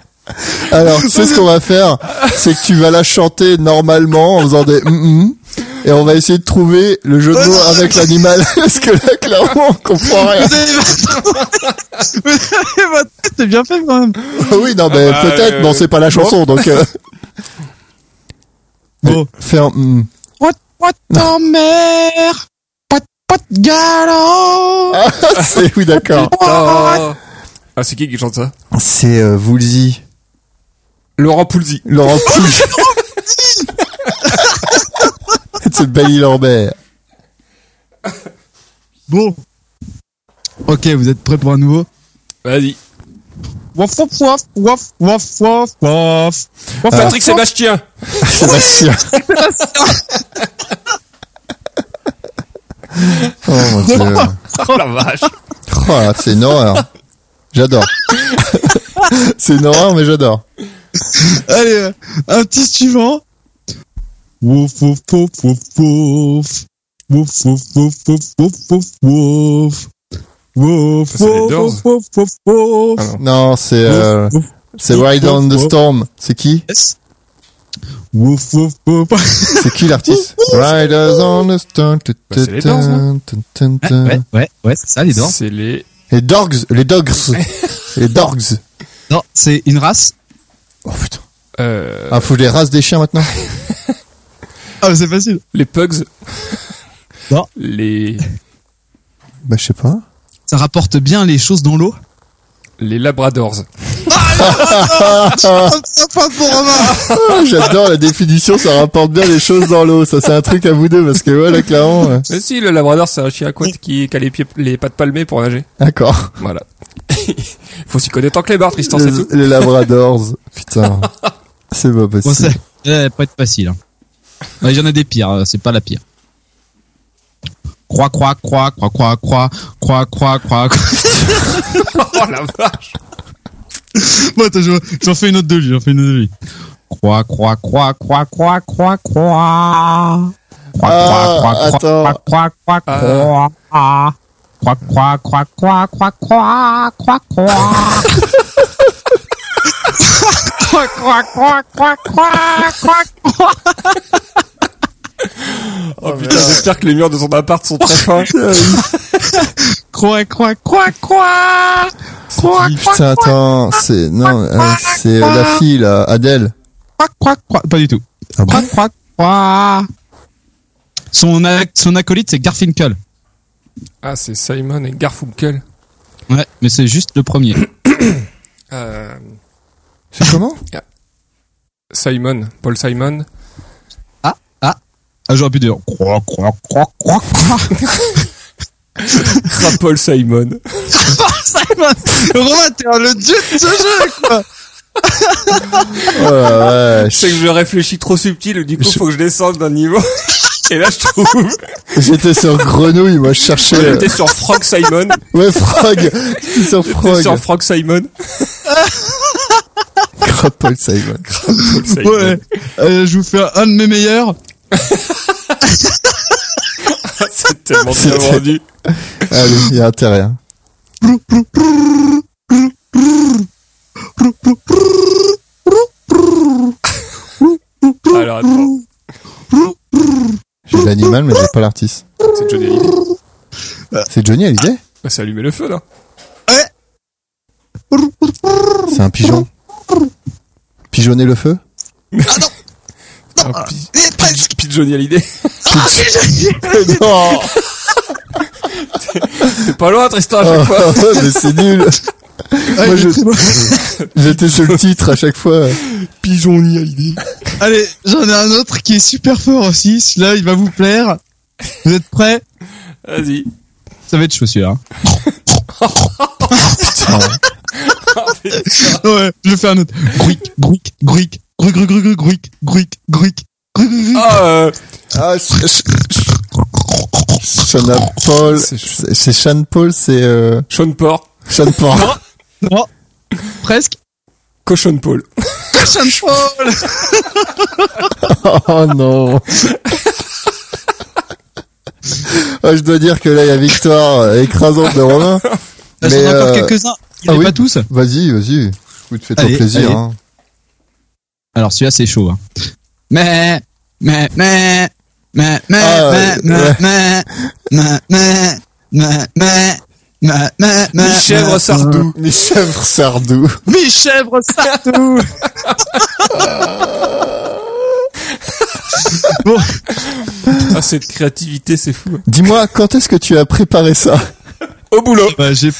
A: Alors, tu sais ce qu'on va faire C'est que tu vas la chanter normalement en faisant des hum, hum et on va essayer de trouver le jeu de mots avec l'animal. (laughs) Parce que là, clairement, on comprend rien.
E: Vous avez votre- Vous avez votre tête, c'est bien fait quand même.
A: Ah Oui, non, mais
D: bah,
A: peut-être,
D: euh,
A: mais on sait pas la chanson, donc... (laughs) Euh...
E: Bon.
A: Fais un hum. (laughs)
E: What, what, ta mère? What, pas de galant
A: C'est- Eh oui, d'accord.
D: Ah, Ah, c'est qui qui chante ça
A: C'est euh, Woolsey.
D: Laurent Poulzy.
A: Laurent (laughs) Pouche. C'est Bali Lambert.
E: Bon. Ok, vous êtes prêts pour un nouveau
D: Vas-y.
E: Waf waf waf waf waf waf waf. Waf,
D: Patrick
E: waf, waf.
D: Sébastien.
A: Sébastien. oh mon dieu.
D: Oh la vache.
A: Oh là, c'est une horreur. J'adore. c'est une horreur, mais j'adore.
E: Allez, euh, un petit suivant. Wouf wouf wouf wouf wouf. Wouf wouf wouf wouf wouf wouf wouf. Wouf
D: Ça, c'est les
E: wouf
D: Doors.
E: wouf wouf wouf wouf.
D: Ah non.
A: Non, c'est euh,
E: Wouf,
A: c'est Ride on the Storm. C'est qui
E: Yes. Wouf wouf wouf.
A: C'est qui l'artiste Riders on the Storm. tu-
D: Bah, c'est les Doors, non
A: tu- tu- tu-
E: Ouais, ouais, ouais, c'est ça les dents.
D: C'est les.
A: Les Dogs, les Dogs, les Dogs.
E: Non, c'est une race.
A: Oh putain.
D: euh,
A: Ah, faut que je les rase des chiens maintenant.
E: Ah, mais c'est facile.
D: les Pugs.
E: Non.
D: Les.
A: Bah, je sais pas.
E: Ça rapporte bien les choses dans l'eau.
D: Les Labradors.
E: Pas pour Romain.
A: Ah, (laughs) J'adore la définition, ça rapporte bien les choses dans l'eau. Ça, c'est un truc à vous deux, parce que voilà, clairement. euh,
D: Mais si, le Labrador, c'est un chien à couette qui, qui a les, pieds, les pattes palmées pour nager.
A: D'accord.
D: Voilà. (laughs) Faut s'y connaître tant que les barres, Tristan, c'est
A: Les,
D: tout.
A: les Labradors. Putain. C'est pas
E: Bon, ça
A: possible.
E: ça va pas être facile. hein. Ouais, J'en ai des pires, euh, c'est pas la pire. Croix, croix, croix, croix, croix, croix, croix, croix, croix. croix. (laughs)
D: Oh la vache.
E: Bon, attends, je- j'en fais une autre de lui, j'en fais une autre de lui. Croix, croix, croix, croix, croix, croix, croix. Croix,
A: Ah,
E: croix, croix, croix,
A: attends.
E: croix, croix, croix,
D: Euh.
E: croix. Croix, croix, croix, croix, croix, croix, croix, croix. (laughs) Croix, croix, croix, croix, croix, croix, croix.
D: Oh putain, Ah j'espère que les murs de son appart sont très (laughs) fins.
E: Croix, croix, croix, croix. Croix,
A: Qui,
E: croix,
A: putain, attends, c'est, non, euh, c'est la fille, là, Adèle.
E: croix, croix, croix. Pas du tout.
A: Ah bon
E: Croix, croix, croix. Son, a- son acolyte, c'est Garfinkel.
D: Ah, c'est Simon et Garfunkel.
E: Ouais, mais c'est juste le premier.
D: Euh,
A: C'est comment?
D: Simon, Paul Simon.
E: Ah, j'aurais pu dire croix, croix, croix, croix, (laughs) croix.
D: (laughs) Ah, Paul Simon.
E: Romain, t'es le dieu de ce jeu, quoi.
A: Oh la vache.
D: Je sais que je réfléchis trop subtil, du coup,
A: Je-
D: faut que je descende d'un niveau. (laughs) Et là, je (laughs) trouve.
A: J'étais sur Grenouille, moi, je cherchais. euh,
D: J'étais sur Frank (laughs) Simon.
A: Ouais, Frog. J'étais sur
D: J'étais
A: Frog. (laughs)
D: sur Frank Simon. (laughs)
A: Grave Paul Simon.
D: Paul Simon.
E: Ouais, euh, je vous fais un de mes meilleurs.
D: (laughs) C'est tellement bien
A: C'était-
D: vendu.
A: Allez, il y a intérêt. hein.
D: Alors, attends.
A: J'ai l'animal, mais j'ai pas l'artiste.
D: C'est Johnny Hallyday.
A: C'est Johnny Hallyday?
D: Bah, c'est allumer le feu, là.
A: C'est un pigeon. Pigeonner le feu
D: Ah, pi- pi- pi- Johnny Hallyday. (laughs)
E: (laughs)
D: Oh
A: Non
D: C'est pas loin, Tristan, à chaque
A: Oh, (laughs)
D: fois.
A: Mais c'est nul Moi, je- J'étais sur le titre à chaque fois.
D: Pigeonnier Hallyday.
E: Allez, j'en ai un autre qui est super fort aussi. Celui-là, il va vous plaire. Vous êtes prêts
D: Vas-y.
E: Ça va être chaud, celui-là.
D: Ah,
A: Putain.
E: Ouais, je fais un autre. Gruic, gruic, gruic, gruic, gruic, gruic, gruic, gruic, gruic, gruic, gruic.
D: Ah, euh,
A: Ah, Sh- Sh- Shana Paul.
D: C'est-
A: C'est c'est Sean Paul, c'est euh,
D: Sean Port.
A: Sean Paul.
E: Non. Presque.
D: Cochon Paul.
E: Cochon de Paul.
A: (laughs) Oh non Ah, Je dois dire que là, il y a victoire euh, écrasante de Romain.
E: J'en
A: Mais,
E: ai encore
A: euh,
E: quelques-uns. Il
A: ah
E: est
A: oui.
E: pas tous.
A: Vas-y, vas-y. Écoute, Fais-toi
E: Allez,
A: plaisir.
E: allez.
A: Hein.
E: Alors celui-là c'est chaud. Hein. Mais mais mais mais mais
A: Ah,
E: mais mais
A: ouais.
E: mais mais mais mais mais mais mais mais
D: Mi-chèvre Sardou.
A: (laughs) Les chèvres sardou.
E: mi chèvre Sardou. Bon,
D: Ah, cette créativité, c'est fou.
A: Dis-moi, quand est-ce que tu as préparé ça
D: Au boulot.
E: bah, j'ai...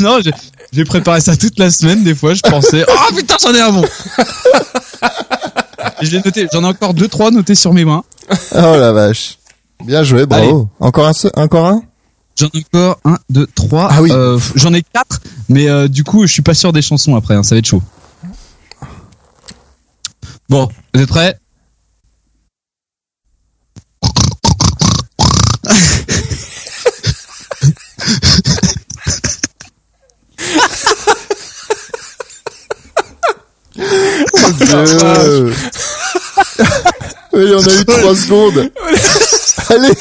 E: non, j'ai... j'ai préparé ça toute la semaine, des fois, je pensais, oh putain, j'en ai un bon! Je l'ai noté, j'en ai encore deux, trois notés sur mes mains.
A: Oh la vache. Bien joué, bravo. Encore un, se- encore un
E: J'en ai encore un, deux, trois.
A: Ah oui.
E: Euh, f- j'en ai quatre, mais euh, du coup, je suis pas sûr des chansons après. hein, ça va être chaud. Bon, vous êtes prêts
A: (laughs) Deux. Oui, on a eu trois secondes. Allez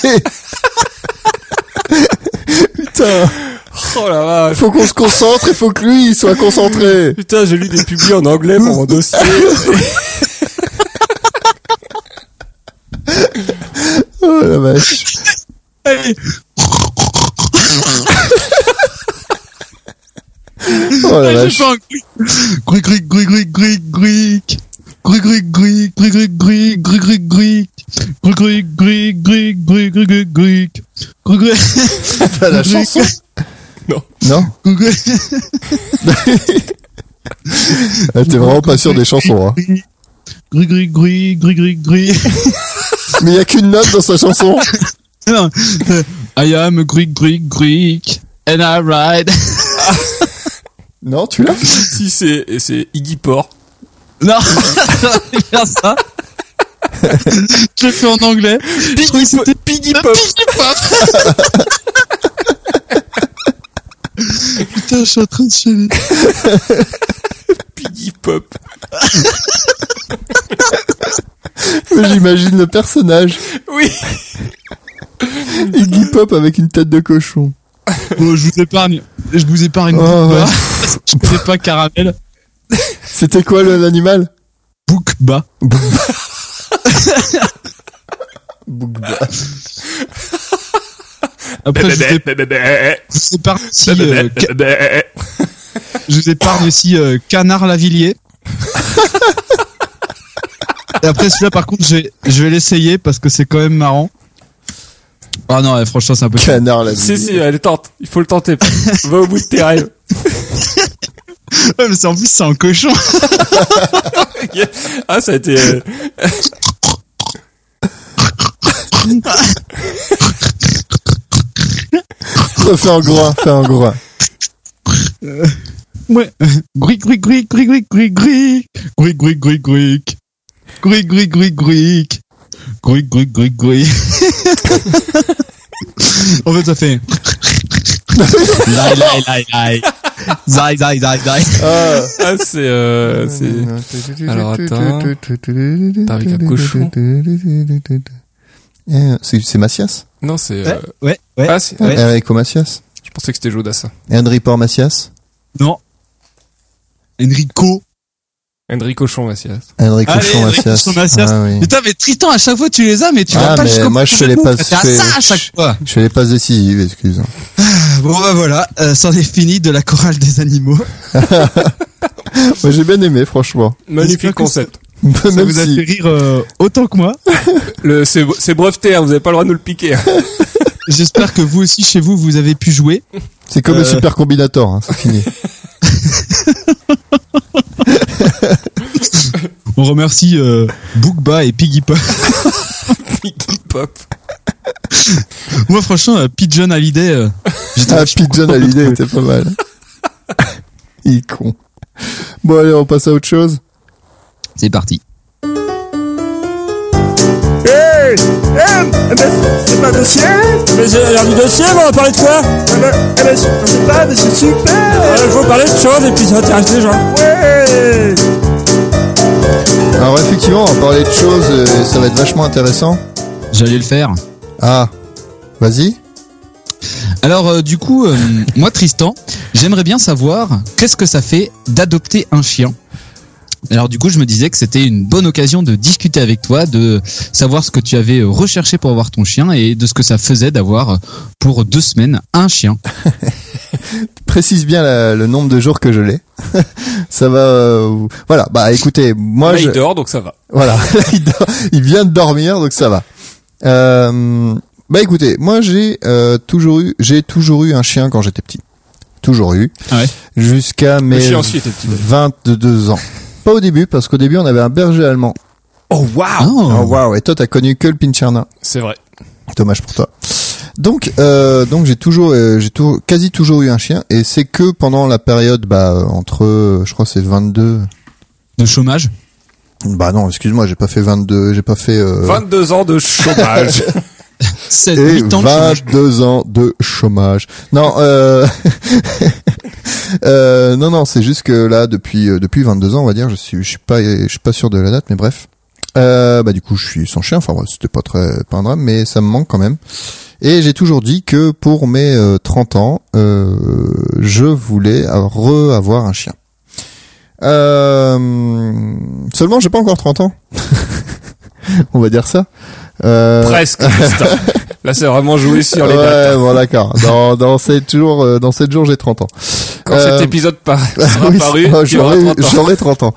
A: Putain,
D: Oh la vache.
A: faut qu'on se concentre et faut que lui il soit concentré.
D: Putain, j'ai lu des publis en anglais pour
E: (laughs)
D: mon dossier.
A: Oh la vache. Oh la
E: Ah, j'ai
A: vache.
E: fait un gruic. Gruic, gruic, gruic, gruic, gruic, gruic. Gruic, gruic, gruic, gruic, gruic, gruic, gruic. Gruic, gruic, gruic, gruic, gruic, gruic, gruic. Gruic, gruic,
A: Pas la chanson
D: Non.
A: Non
E: gruic, gruic.
A: Ah, (laughs) T'es vraiment pas sûr des chansons. Hein.
E: Gruic, gruic, gruic, gruic, gruic, gruic.
A: Mais il y a qu'une note dans sa chanson.
E: Non, euh, (laughs) I am a Greek, Greek, Greek, and I ride. (laughs)
A: Non, tu l'as
D: si c'est, c'est Iggy Port.
E: Non, (laughs) je vais faire ça. (laughs) Je le fais en (laughs) anglais. Je trouvais que c'était
D: Piggy Pop.
E: putain, je suis en train de chialer.
D: Piggy Pop.
A: J'imagine le personnage. (laughs)
D: Oui.
A: Iggy Pop avec une tête de cochon.
E: Bon, je vous épargne. Je vous épargne.
A: Oh,
E: Boukba.
A: ouais.
E: Je connais pas caramel.
A: C'était quoi le- l'animal
E: Boukba. Après, je vous épargne- je vous épargne aussi,
D: Eh,
E: euh, ca- je vous épargne aussi euh, Canard Lavillier. Et après, celui-là, par contre, je vais, je vais l'essayer parce que c'est quand même marrant. Ah non, ouais, franchement, c'est un peu chiant.
A: Canard la
D: Si, si, elle tente. Il faut le tenter. Va au bout de tes rêves.
E: Ouais, (laughs) mais c'est en plus, c'est un cochon.
D: (laughs) Ah, ça a été. euh,
A: Fais un gros, un, fais un gros. un.
E: (laughs) Ouais. Gruic, gruic, gruic, gruic, gruic, gruic, gruic. Gruic, gruic, gruic, gruic. Gruic, gruic, gruic, gruic. Gruic, gruic, gruic, gruic. (laughs) En fait, ça (laughs) fait. Zai, zai, zai, zai. Zai, zai, zai, zai.
A: Ah.
D: Ah, c'est. euh, c'est... (laughs) Alors, attends. T'as avec un cochon.
A: Eh, C'est c'est Macias
D: Non, c'est.
E: Ouais,
D: euh,
E: ouais, ouais.
D: Ah, c'est...
E: Ouais.
A: Enrico Macias
D: je pensais que c'était Jodassin.
A: Enrico Macias
E: Non. Enrico.
D: Henry Cochon, Massias.
A: Enrico
E: Allez,
A: Cochon
E: Enrico
A: Macias.
E: Macias.
A: Ah, oui.
E: Putain, mais Triton, à chaque fois, tu les as, mais tu
A: Ah,
E: vas pas
A: mais
E: jusqu'au
A: moi, je
E: bout
A: te
E: de
A: l'ai
E: nous.
A: pas
E: T'as
A: fait.
E: ça à chaque fois.
A: Je fais les passes décisives, excuse.
E: Bon, bah voilà. euh, C'en est fini de la chorale des animaux.
A: Moi, j'ai bien aimé, franchement.
D: Magnifique
E: J'espère que
D: concept.
A: (laughs) Même
E: Ça vous a
A: si-
E: fait rire euh, autant que moi.
D: Le, c'est, c'est breveté, hein, vous avez pas le droit de nous le piquer. hein. (laughs)
E: J'espère que vous aussi chez vous vous avez pu jouer.
A: C'est comme le
E: Euh.
A: super combinator, hein, c'est fini.
E: On remercie euh, Bookba et Piggy Pop. (laughs)
D: Iggy Pop.
E: Moi franchement euh, Pigeon Hallyday euh, j'étais
A: Ah,
E: vachement
A: Pigeon
E: content de
A: Hallyday
E: trouver.
A: était pas (laughs) mal. Il est con. Bon, allez, on passe à autre chose.
E: C'est parti.
B: Hey, eh, mais c'est pas dossier
F: Mais j'ai l'air du dossier, mais on va parler de quoi
B: Eh ben, eh ben, je sais pas, mais c'est
D: Euh,
F: Il
B: super
F: faut parler de choses et puis ça intéresse les gens.
B: Ouais
A: Alors, effectivement, on va parler de choses, euh, ça va être vachement intéressant.
E: J'allais le faire.
A: Ah, vas-y.
E: Alors euh, du coup euh, (laughs) moi Tristan, j'aimerais bien savoir qu'est-ce que ça fait d'adopter un chien Alors du coup, je me disais que c'était une bonne occasion de discuter avec toi, de savoir ce que tu avais euh, recherché pour avoir ton chien et de ce que ça faisait d'avoir euh, pour deux semaines un chien.
A: Précise bien la- le nombre de jours que je l'ai. (laughs) ça va. euh, voilà. Bah écoutez, moi
D: Là,
A: je.
D: il dort, donc ça va.
A: Voilà, (laughs) il, dort- il vient de dormir, donc ça va. Euh, bah écoutez, moi j'ai euh, toujours eu, j'ai toujours eu un chien quand j'étais petit, toujours eu,
E: Ah ouais.
A: jusqu'à mes
D: chien aussi était petit, d'ailleurs.
A: 22 ans. Pas au début, parce qu'au début on avait un berger allemand.
D: Oh,
E: Ah,
D: waouh
A: Oh waouh, et toi t'as connu que le Pinscherna.
D: C'est vrai.
A: Dommage pour toi. Donc, euh, donc j'ai toujours, euh, j'ai tout, quasi toujours eu un chien, et c'est que pendant la période, bah euh, entre, euh, je crois c'est 22.
E: de chômage.
A: Bah non, excuse-moi, j'ai pas fait 22, j'ai pas fait. euh,
D: 22 ans de
A: (laughs)
D: chômage.
E: 7,
A: et
E: 8 ans de chômage.
A: 22 ans de chômage. Non, euh... (laughs) euh, non, non, c'est juste que là, depuis euh, depuis 22 ans, on va dire, je suis je suis pas je suis pas sûr de la date, mais bref. Euh, bah du coup, je suis sans chien. Enfin, bref, c'était pas très pas un drame, mais ça me manque quand même. Et j'ai toujours dit que pour mes euh, 30 ans, euh, je voulais re-avoir un chien. Euh... Seulement, j'ai pas encore 30 ans. (laughs) on va dire ça. Euh...
D: Presque. putain. Là, c'est vraiment joué sur les
A: ouais,
D: dates.
A: bon d'accord. Dans dans sept jours, euh, dans sept jours, j'ai 30 ans.
D: Quand
A: Euh,
D: cet épisode par- sera
A: (laughs) Oui,
D: paru,
A: ça,
D: tu auras
A: j'aurai
D: 30 ans.
A: j'aurai 30 ans.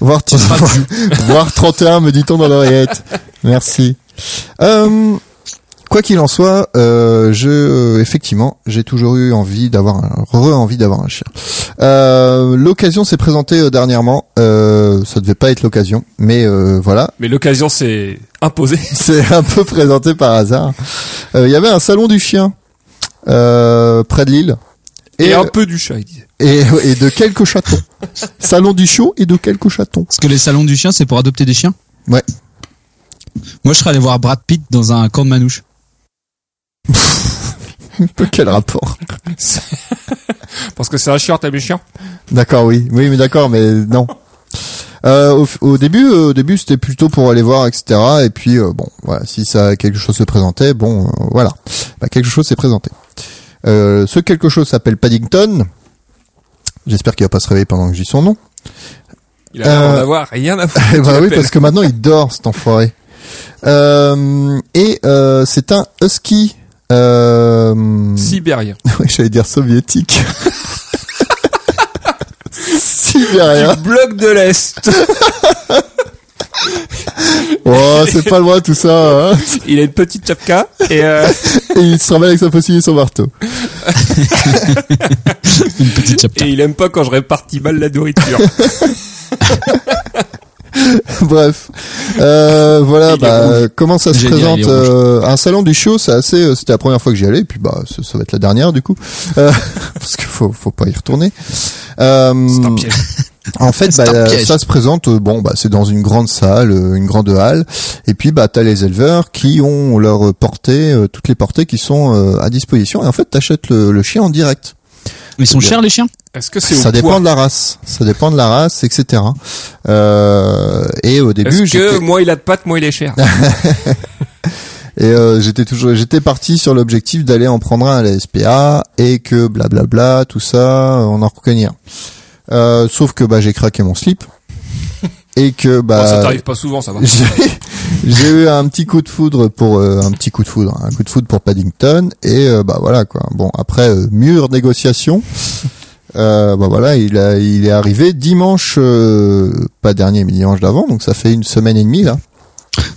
A: Voir tu (laughs) voir 31 me dit-on dans l'oreillette. Merci. Euh, quoi qu'il en soit, euh, je euh, effectivement, j'ai toujours eu envie d'avoir un re envie d'avoir un chien. Euh, l'occasion s'est présentée euh, dernièrement, euh, ça devait pas être l'occasion, mais euh, voilà,
D: Mais l'occasion s'est
A: (laughs)
D: imposée.
A: c'est un peu présenté par hasard. Euh, Il y avait un salon du chien euh, près de Lille.
D: Et,
A: Et,
D: un peu du chat, il disait. (laughs)
A: et, et de quelques chatons. salon du chiot et de quelques chatons. (laughs)
E: Parce que les salons du chien, c'est pour adopter des chiens.
A: Ouais.
E: Moi, je serais allé voir Brad Pitt dans un camp de manouche.
A: Quel rapport
D: Parce que c'est un chien, t'aimes les chiens
A: D'accord, oui. Oui, mais d'accord, mais non. Euh, au, f- au début, euh, au début, c'était plutôt pour aller voir, etc. Et puis, euh, bon, voilà, si ça quelque chose se présentait, bon, euh, voilà, Bah, quelque chose s'est présenté. Euh, ce quelque chose s'appelle Paddington. J'espère qu'il va pas se réveiller pendant que j'ai son nom.
D: Il a l'air d'en
A: Euh,
D: avoir rien à foutre.
A: (laughs) Eh
D: tu
A: bah oui,
D: l'appelles.
A: parce que maintenant il dort cet enfoiré. Euh, et euh, c'est un husky. Euh,
D: Sibérien.
A: ouais, j'allais dire soviétique. (laughs) Sibérien.
D: Bloc de l'Est. (laughs)
A: Oh, c'est pas loin tout ça. hein.
D: Il a une petite chapka. Et euh,
A: Et il se ramène avec sa faucille et son marteau. (laughs)
E: Une petite chapka.
D: Et il aime pas quand je répartis mal la
A: (laughs)
D: nourriture.
A: Bref, euh, voilà.
D: Il est
A: Bah, comment ça se
E: Génial, il est
A: présente
E: rouge.
A: euh, Un salon du chiot, c'est assez. euh, C'était la première fois que j'y allais, et puis bah, ça, ça va être la dernière du coup, Euh, (laughs) parce qu'il faut, faut pas y retourner. Euh,
D: C'est un piège.
A: En fait,
E: C'est un
A: bah,
E: piège.
A: ça se présente. euh, Bon, bah, c'est dans une grande salle, euh, une grande halle, et puis bah, t'as les éleveurs qui ont leur euh, portée, euh, toutes les portées qui sont euh, à disposition. Et en fait, t'achètes le, le chien en direct.
E: Ils sont chers, les chiens
D: Est-ce que c'est au
A: Ça dépend
D: poids
A: de la race. Ça dépend de la race, etc. Euh, et au début,
D: Est-ce que
A: j'étais
D: moi il a de pattes, moi il est cher
A: et, euh, j'étais toujours, j'étais parti sur l'objectif d'aller en prendre un à la SPA et que blablabla, tout ça, euh, on en reconnaît. un. Euh, sauf que bah, j'ai craqué
D: (laughs)
A: mon slip et que bah.
D: Bon, Ça t'arrive pas souvent,
A: (laughs)
D: ça va.
A: J'ai j'ai eu un petit coup de foudre pour euh, un petit coup de foudre, un coup de foudre pour Paddington et euh, bah voilà quoi. Bon après euh, mûre négociation. Euh, bah voilà, il, a, il est arrivé dimanche, euh, pas dernier, mais dimanche d'avant, donc ça fait une semaine et demie là.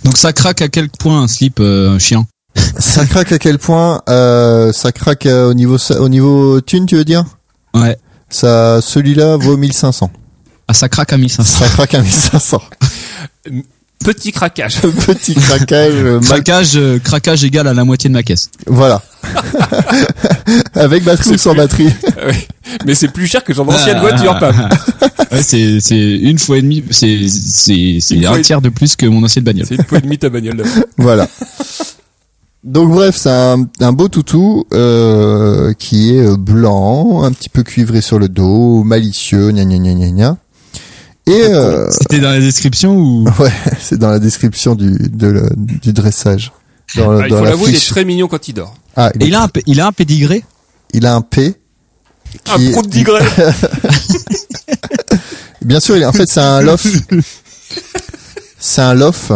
E: Donc ça craque à quel point un slip euh, un chien
A: Ça craque à quel point euh, Ça craque euh, au niveau sa- au niveau thune, tu veux dire
E: Ouais.
A: Ça, celui-là vaut 1500.
E: Ah, ça craque à 1500.
A: Ça craque à 1500.
D: Petit (laughs) craquage.
A: Petit craquage euh, mal
E: Craquage, euh, craquage égal à la moitié de ma caisse.
A: Voilà. (laughs) Avec batterie ou sans batterie.
D: Oui. Mais c'est plus cher que ton ancienne
E: Ah,
D: voiture, Pam.
E: (laughs) Ouais, c'est, c'est une fois et demie, c'est, c'est,
D: Une
E: c'est
D: fois
E: un
D: et-
E: tiers de plus que mon ancienne bagnole.
D: C'est une fois et demie ta bagnole. là.
A: Voilà. Donc bref, c'est un, un beau toutou euh, qui est euh, blanc, un petit peu cuivré sur le dos, malicieux, gna gna gna gna gna. Et euh, (laughs)
E: C'était dans la description ou
A: ouais, c'est dans la description du de le- du dressage. Dans, le-
D: Ah, il
A: dans
D: faut
A: la
D: l'avouer, il est
A: fiche.
D: très mignon quand il dort.
A: Ah, il,
E: Et il a un, pe- il a un pédigré
A: il a un P.
D: Un
A: qui-
D: prout digré.
A: Bien sûr, il est- en fait, c'est
D: (laughs)
A: un lof. c'est un lof.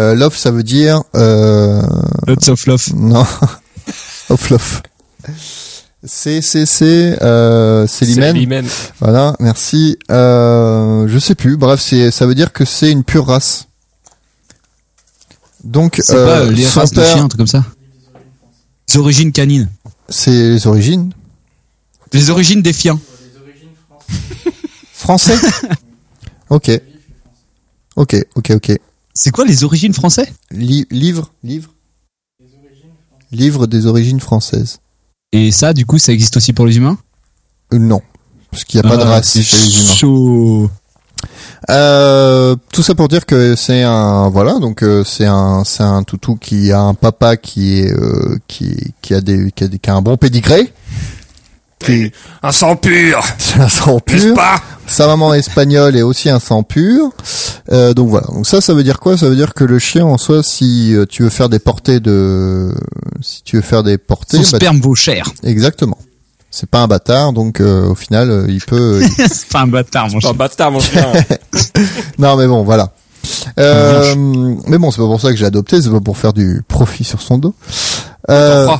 A: Euh, lof, ça veut dire euh,
E: Lots of love.
A: non, (laughs) off lof. C'est c'est c'est euh, c'est l'hymen.
D: l'hymen.
A: Voilà, merci. Euh, je sais plus. Bref, c'est ça veut dire que c'est une pure race. Donc
E: C'est
A: euh,
E: pas euh, les
A: son
E: races de
A: père-
E: chiens, un truc comme ça. Les origines canines.
A: c'est les origines
E: Les origines des fiens.
A: français.
E: (laughs)
A: ok. Ok, ok, ok.
E: C'est quoi les origines français
A: Li- livre, livre. Livre des origines françaises.
E: Et ça, du coup, ça existe aussi pour les humains
A: Euh, Non, parce qu'il n'y a pas de
E: Ah,
A: race
E: c'est
A: chez les humains.
E: chaud.
A: Euh, tout ça pour dire que c'est un voilà donc euh, c'est un c'est un toutou qui a un papa qui est euh, qui qui a des qui a, des- qui a un bon pédigré.
D: Un sang pur,
A: C'est un sang
D: n'est-ce
A: pur.
D: pas
A: Sa maman espagnole est aussi un sang pur. Euh, donc voilà. Donc ça, ça veut dire quoi Ça veut dire que le chien en soi, si euh, tu veux faire des portées de, si tu veux faire des portées,
E: Son
A: bah,
E: sperme vaut
A: (laughs)
E: cher.
A: exactement. C'est pas un bâtard, donc euh, au final, euh, il peut.
E: (laughs)
A: il-
E: c'est pas un bâtard, mon
D: Un
E: chien.
D: Oh, bâtard, mon
A: (laughs)
D: chien.
A: non, mais bon, voilà. Euh, mais bon, c'est pas pour ça que j'ai adopté. C'est pas pour faire du profit sur son dos. Euh,
D: Oh,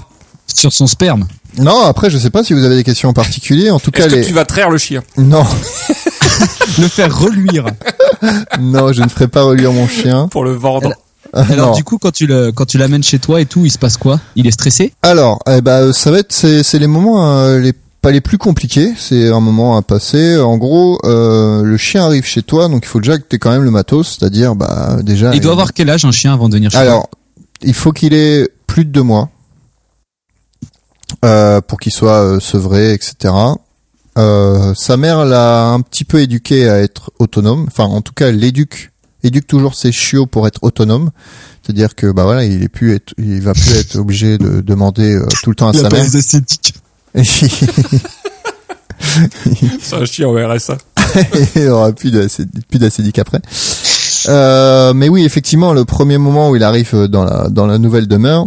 E: Sur son sperme.
A: non, après, je sais pas si vous avez des questions en particulier. En tout cas,
D: Est-ce
A: les
D: que tu vas traire le chien
A: non, (laughs)
E: Le faire reluire.
A: non, je ne ferai pas relire mon chien.
D: pour le vendre
E: Alors
A: Non.
E: du coup, quand tu le, quand tu l'amènes chez toi et tout, il se passe quoi Il est stressé
A: Alors, eh ben, euh, ça va être c'est c'est les moments euh, les pas les plus compliqués, c'est un moment à passer. En gros, euh, le chien arrive chez toi, donc il faut déjà que t'aies quand même le matos, c'est-à-dire bah déjà.
E: Il doit avoir quel âge un chien avant de venir chez toi
A: Alors, il faut qu'il ait plus de deux mois euh, pour qu'il soit euh, sevré, etc. Euh, sa mère l'a un petit peu éduqué à être autonome. Enfin, en tout cas, elle l'éduque, éduque toujours ses chiots pour être autonome. C'est-à-dire que bah voilà, il est plus, être- il va plus être obligé de demander euh, tout le temps à sa mère.
E: esthétiques.
A: (laughs)
D: C'est un chien au RSA.
A: (laughs) il n'y aura plus d'acé- plus d'acédique après. Euh, mais oui, effectivement, le premier moment où il arrive euh, dans la, dans la nouvelle demeure,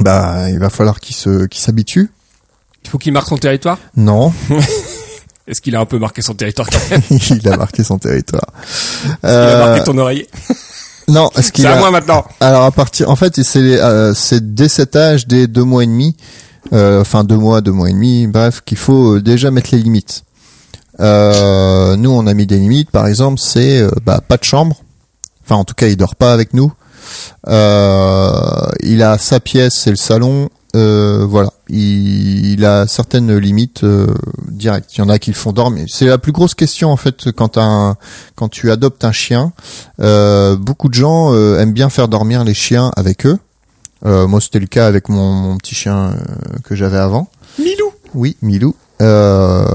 A: bah, il va falloir qu'il se, qu'il s'habitue.
D: Il faut qu'il marque son territoire
A: Non, (laughs)
D: Est-ce qu'il a un peu marqué son territoire
A: il a marqué son territoire.
D: Il a
A: Euh,
D: marqué ton oreiller
A: non, est-ce
D: C'est
A: qu'il
D: à
A: a...
D: moi maintenant
A: Alors à partir, en fait, c'est les- euh, c'est dès cet âge, dès deux mois et demi, euh, enfin deux mois, deux mois et demi, bref, qu'il faut euh, déjà mettre les limites. Euh, nous, on a mis des limites. Par exemple, c'est euh, bah, pas de chambre. Enfin, en tout cas, il dort pas avec nous. Euh, il a sa pièce, c'est le salon. Euh, voilà, il, il a certaines limites euh, directes. Il y en a qui le font dormir. C'est la plus grosse question en fait quand t'as un, quand tu adoptes un chien. Euh, beaucoup de gens euh, aiment bien faire dormir les chiens avec eux. Euh, moi, c'était le cas avec mon, mon petit chien euh, que j'avais avant.
D: Milou
A: Oui, Milou. Euh,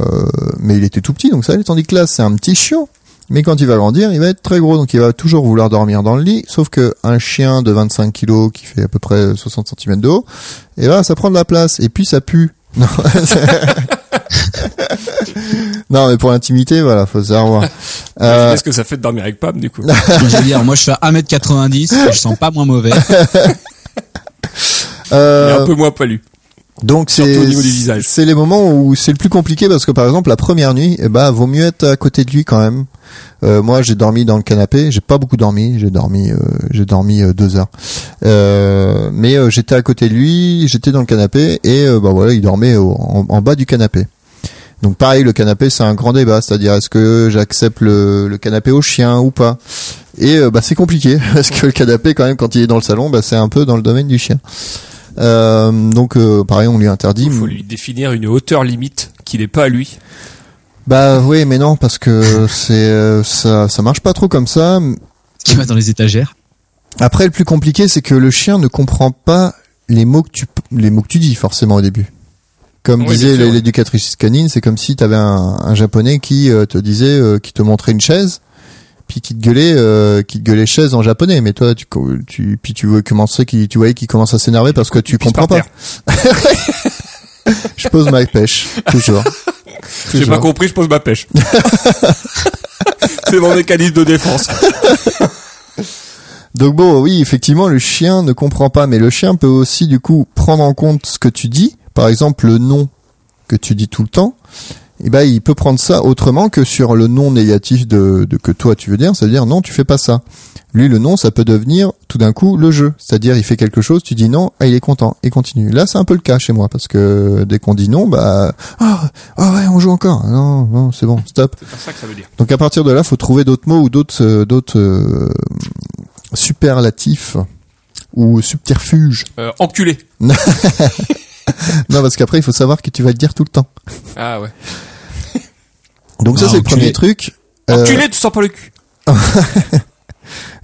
A: mais il était tout petit, donc ça allait. Tandis que là, c'est un petit chiot. Mais quand il va grandir, il va être très gros, donc il va toujours vouloir dormir dans le lit. Sauf que un chien de 25 kilos qui fait à peu près 60 cm de haut, et là, ça prend de la place. Et puis, ça pue. (laughs) Non, non mais pour l'intimité, voilà, faut savoir. Euh,
D: Qu'est-ce que ça fait de dormir avec Pam du coup
E: (laughs) Je veux dire, moi je suis à 1m90, je sens pas moins mauvais.
D: Il est
A: euh,
D: un peu moins palu.
A: Donc c'est
D: Surtout au niveau du visage.
A: c'est les moments où c'est le plus compliqué parce que par exemple la première nuit, eh ben vaut mieux être à côté de lui quand même. Euh, moi j'ai dormi dans le canapé, j'ai pas beaucoup dormi, j'ai dormi euh, j'ai dormi euh, deux heures. Euh, mais euh, j'étais à côté de lui, j'étais dans le canapé et euh, bah voilà il dormait au- en, en bas du canapé. Donc pareil le canapé c'est un grand débat, c'est-à-dire est-ce que j'accepte le, le canapé au chien ou pas. Et euh, bah c'est compliqué (laughs) parce que le canapé quand même quand il est dans le salon, bah c'est un peu dans le domaine du chien. Euh, donc euh, pareil on lui interdit.
D: Il faut lui définir une hauteur limite qui n'est pas à lui.
A: Bah oui, mais non, parce que c'est euh, ça, ça marche pas trop comme ça.
E: Qui va dans les étagères
A: Après, le plus compliqué, c'est que le chien ne comprend pas les mots que tu les mots que tu dis forcément au début. Comme
D: Oui,
A: disait
D: bien sûr,
A: l'é-
D: oui.
A: l'éducatrice canine, c'est comme si t'avais un, un japonais qui euh, te disait, euh, qui te montrait une chaise, puis qui te gueulait, euh, qui te gueulait chaise en japonais. Mais toi, tu, co- tu puis tu vois commencer, qui tu voyais qu'il commence à s'énerver parce que tu
D: pisse
A: comprends
D: par
A: pas. (laughs) Je pose ma pêche
D: (laughs)
A: toujours.
D: J'ai
A: Toujours.
D: pas compris, je pose ma (laughs) pêche. C'est mon mécanisme de défense.
A: Donc bon, oui, effectivement, le chien ne comprend pas, mais le chien peut aussi du coup prendre en compte ce que tu dis, par exemple le nom que tu dis tout le temps, eh ben, il peut prendre ça autrement que sur le non négatif de, de- que toi tu veux dire, c'est-à-dire non, tu fais pas ça. Lui, le non, ça peut devenir tout d'un coup le jeu, c'est-à-dire il fait quelque chose, tu dis non, ah, il est content, et continue. Là, c'est un peu le cas chez moi parce que dès qu'on dit non, bah ah ah ouais, on joue encore, non non, c'est bon, stop.
D: C'est ça que ça veut dire.
A: Donc à partir de là, faut trouver d'autres mots ou d'autres euh, d'autres euh, superlatifs ou subterfuges.
D: Euh, enculé.
A: Non, parce qu'après, il faut savoir que tu vas le dire tout le temps.
D: Ah ouais.
A: Donc ça,
E: Ah,
A: c'est le
E: enculé.
A: premier truc. Euh,
D: Enculé, tu sors pas le cul.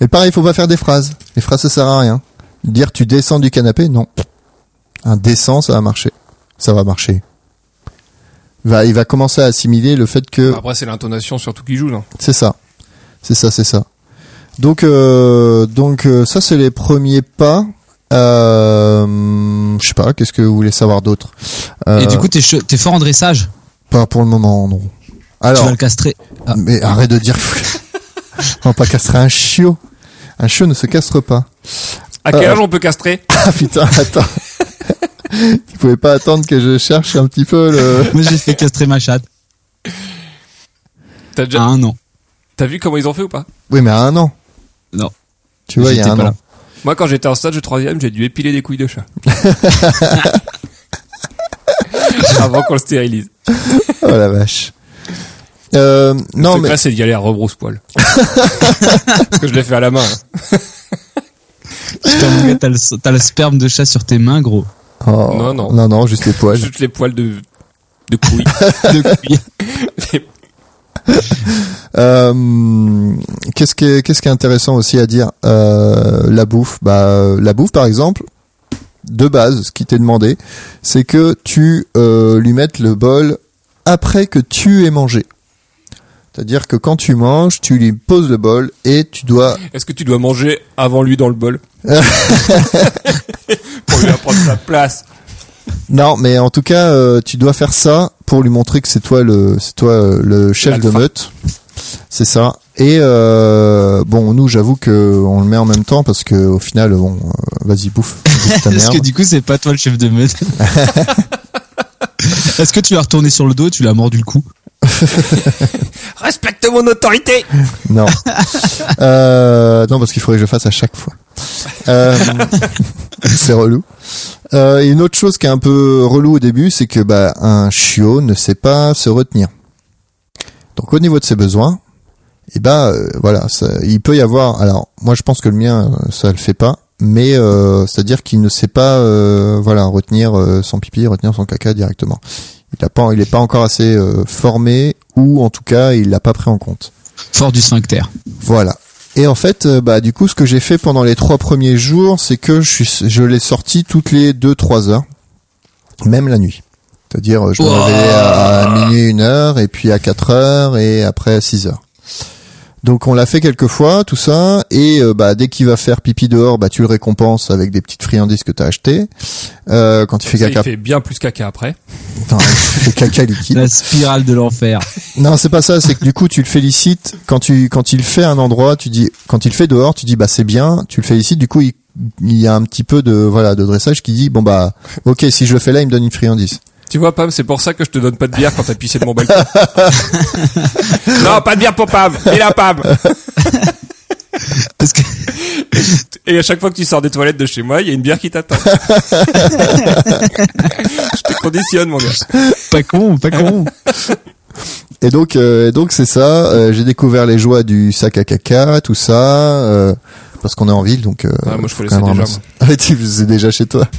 A: Et pareil, faut pas faire des phrases. Les phrases, ça sert à rien. Dire tu descends du canapé, non. Un descend, ça va marcher. Ça va marcher. Va, il va commencer à assimiler le fait que
D: Après, c'est l'intonation surtout qui joue, non
A: c'est ça, c'est ça, c'est ça. Donc, euh, donc euh, ça, c'est les premiers pas. Euh, je sais pas, qu'est-ce que vous voulez savoir d'autre
E: Et
A: Euh,
E: du coup, t'es che- t'es fort en dressage.
A: pas pour le moment, non.
E: Tu
A: Alors,
E: vas le castrer. Ah.
A: Mais arrête de dire.
E: (laughs)
A: On va pas castrer un chiot. Un chiot ne se castre pas. (laughs)
D: À quel
A: Euh.
D: âge on peut castrer
A: Ah putain, attends. (laughs) tu pouvais pas attendre que je cherche un petit peu le.
E: (laughs) Moi, j'ai fait castrer ma chatte
D: T'as
E: à
D: déjà,
E: un an.
D: t'as vu comment ils ont fait ou pas
A: Oui, mais à un an.
E: Non.
A: Tu vois, il y a
E: J'étais
A: un
E: pas
A: an.
E: là.
D: Moi, quand j'étais en stage de troisième, j'ai dû épiler des couilles de chat. (laughs) Avant qu'on le stérilise.
A: Oh la vache. Euh, non
D: Donc
A: mais
D: là, c'est d'y aller à (laughs) rebrousse-poil. Parce que je l'ai fait à la main. hein.
E: Putain, mon gars, t'as le, t'as le sperme de chat sur tes mains, gros.
A: Oh,
D: Non, non.
A: non non juste les poils.
D: Juste les poils de, de couilles.
A: Euh, qu'est-ce qui est, qu'est-ce qui est intéressant aussi à dire euh, la bouffe bah euh, la bouffe par exemple de base ce qui t'est demandé c'est que tu euh, lui mettes le bol après que tu aies mangé c'est-à-dire que quand tu manges tu lui poses le bol et tu dois
D: Est-ce que tu dois manger avant lui dans le (laughs) bol Pour lui apprendre sa place.
A: non mais en tout cas euh, tu dois faire ça pour lui montrer que c'est toi le c'est toi euh, le chef de
D: L'alpha.
A: meute c'est ça et euh, bon nous j'avoue que on le met en même temps parce que au final bon euh, vas-y bouffe, bouffe ta
E: (laughs) Parce
A: merde
E: que du coup, c'est pas toi le chef de
A: (laughs)
E: meute. Est-ce que tu l'as retourné sur le dos et tu l'as mordu le cou
D: Respecte mon autorité
A: Non. Euh, non, parce qu'il faudrait que je fasse à chaque fois. Euh, c'est relou. Euh, et une autre chose qui est un peu relou au début, c'est que bah, un chiot ne sait pas se retenir. Donc au niveau de ses besoins, et bah euh, voilà, ça, il peut y avoir. Alors moi, je pense que le mien, euh, ça le fait pas. Mais euh, c'est-à-dire qu'il ne sait pas, euh, voilà, retenir euh, son pipi, retenir son caca directement. Il n'est pas, il est pas encore assez euh, formé, ou en tout cas, il l'a pas pris en compte.
E: Fort du sphincter.
A: Voilà. Et en fait, euh, bah du coup, ce que j'ai fait pendant les trois premiers jours, c'est que je, suis, je l'ai sorti toutes les deux trois heures, même la nuit. C'est-à-dire, euh, je me
E: Ouah.
A: réveillais à, à minuit une heure, et puis à quatre heures, et après à six heures. Donc on l'a fait quelques fois, tout ça, et euh, bah dès qu'il va faire pipi dehors, bah tu le récompenses avec des petites friandises que t'as achetées. Euh, quand il fait
D: Ça,
A: caca,
D: Il fait bien plus caca après.
A: Putain, il fait caca liquide.
E: La spirale de l'enfer.
A: Non, c'est pas ça, c'est que du coup, tu le félicites. Quand tu, quand il fait un endroit, tu dis, quand il fait dehors, tu dis, bah, c'est bien, tu le félicites. Du coup, il, il y a un petit peu de, voilà, de dressage qui dit, bon, bah, ok, si je le fais là, il me donne une friandise.
D: Tu vois, Pam, c'est pour ça que je te donne pas de bière quand t'as pissé de mon balcon. non, pas de bière pour Pam. Et la Pam.
E: Parce que
D: Et à chaque fois que tu sors des toilettes de chez moi, il y a une bière qui t'attend. je te conditionne, mon gars.
E: pas con, pas con.
A: Et donc, euh, et donc, c'est ça, euh, j'ai découvert les joies du sac à caca, tout ça, euh, parce qu'on est en ville, donc, euh,
D: Ah, moi, je
A: faut
D: connaissais
A: quand même
D: déjà,
A: ramasser. (laughs) Ah, tu faisais déjà chez toi. (laughs)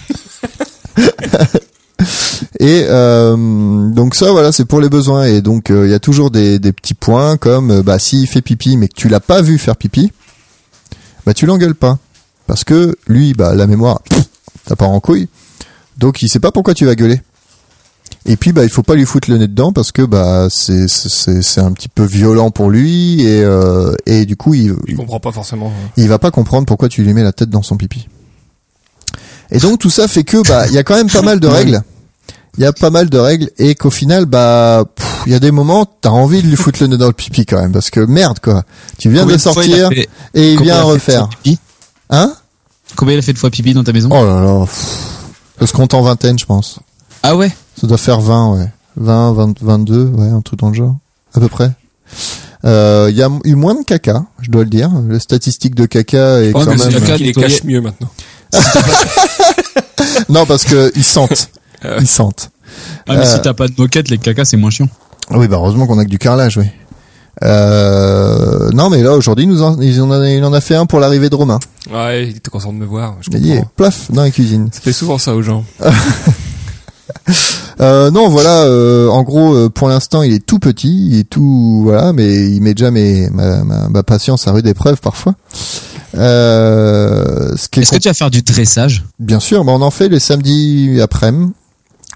A: Et euh, donc ça voilà c'est pour les besoins et donc euh, il y a toujours des, des petits points comme euh, bah s'il fait pipi mais que tu l'as pas vu faire pipi bah tu l'engueules pas parce que lui bah la mémoire pff, ça part en couille donc il sait pas pourquoi tu vas gueuler et puis bah il faut pas lui foutre le nez dedans parce que bah c'est c'est c'est un petit peu violent pour lui et euh, et du coup il,
D: Il comprend pas forcément. euh,
A: il va pas comprendre pourquoi tu lui mets la tête dans son pipi. Et donc tout ça fait que bah il y a quand même pas mal
E: (laughs)
A: de règles. Il y a pas mal de règles et qu'au final bah pff, il y a des moments t'as envie de lui foutre le nez dans le pipi quand même parce que merde quoi. Tu viens de
E: Combien
A: le
E: fois il a
A: sortir
E: fait-
A: et il
E: combien
A: vient
E: a fait de
A: refaire.
E: fois pipi
A: Hein
E: Combien il a fait de fois pipi dans ta maison
A: Oh là là. pff. Ça se compte en vingtaine je pense.
E: Ah ouais
A: Ça doit faire 20 ouais. 20, 20, 22, ouais, un truc dans le genre, à peu près. Euh, Il y a m- eu moins de caca, je dois le dire. La statistique de caca est
D: Oh,
A: quand
D: mais
A: même.
D: c'est bien
E: euh,
D: qu'il les cache mieux maintenant.
A: Non, parce que ils sentent,
D: (laughs)
A: ils sentent.
E: Ah, mais
A: Euh,
E: si t'as pas de moquette, les cacas, c'est moins chiant.
A: Ah Oui, bah heureusement qu'on a que du carrelage, oui. Euh, non, mais là aujourd'hui, nous en- ils en a- il en a fait un pour l'arrivée de Romain.
D: Ouais, il était content de me voir. Je
A: Il a dit,
D: comprends.
A: plaf, dans la cuisine.
D: Ça fait souvent ça aux (laughs) gens.
A: Euh, non, voilà. euh, en gros, euh, pour l'instant, il est tout petit, il est tout voilà, mais il met déjà mes, ma, ma, ma patience à rude épreuve parfois. Euh, ce qui est
E: Est-ce que tu vas faire du dressage
A: Bien sûr, bah on en fait les samedis après-midi.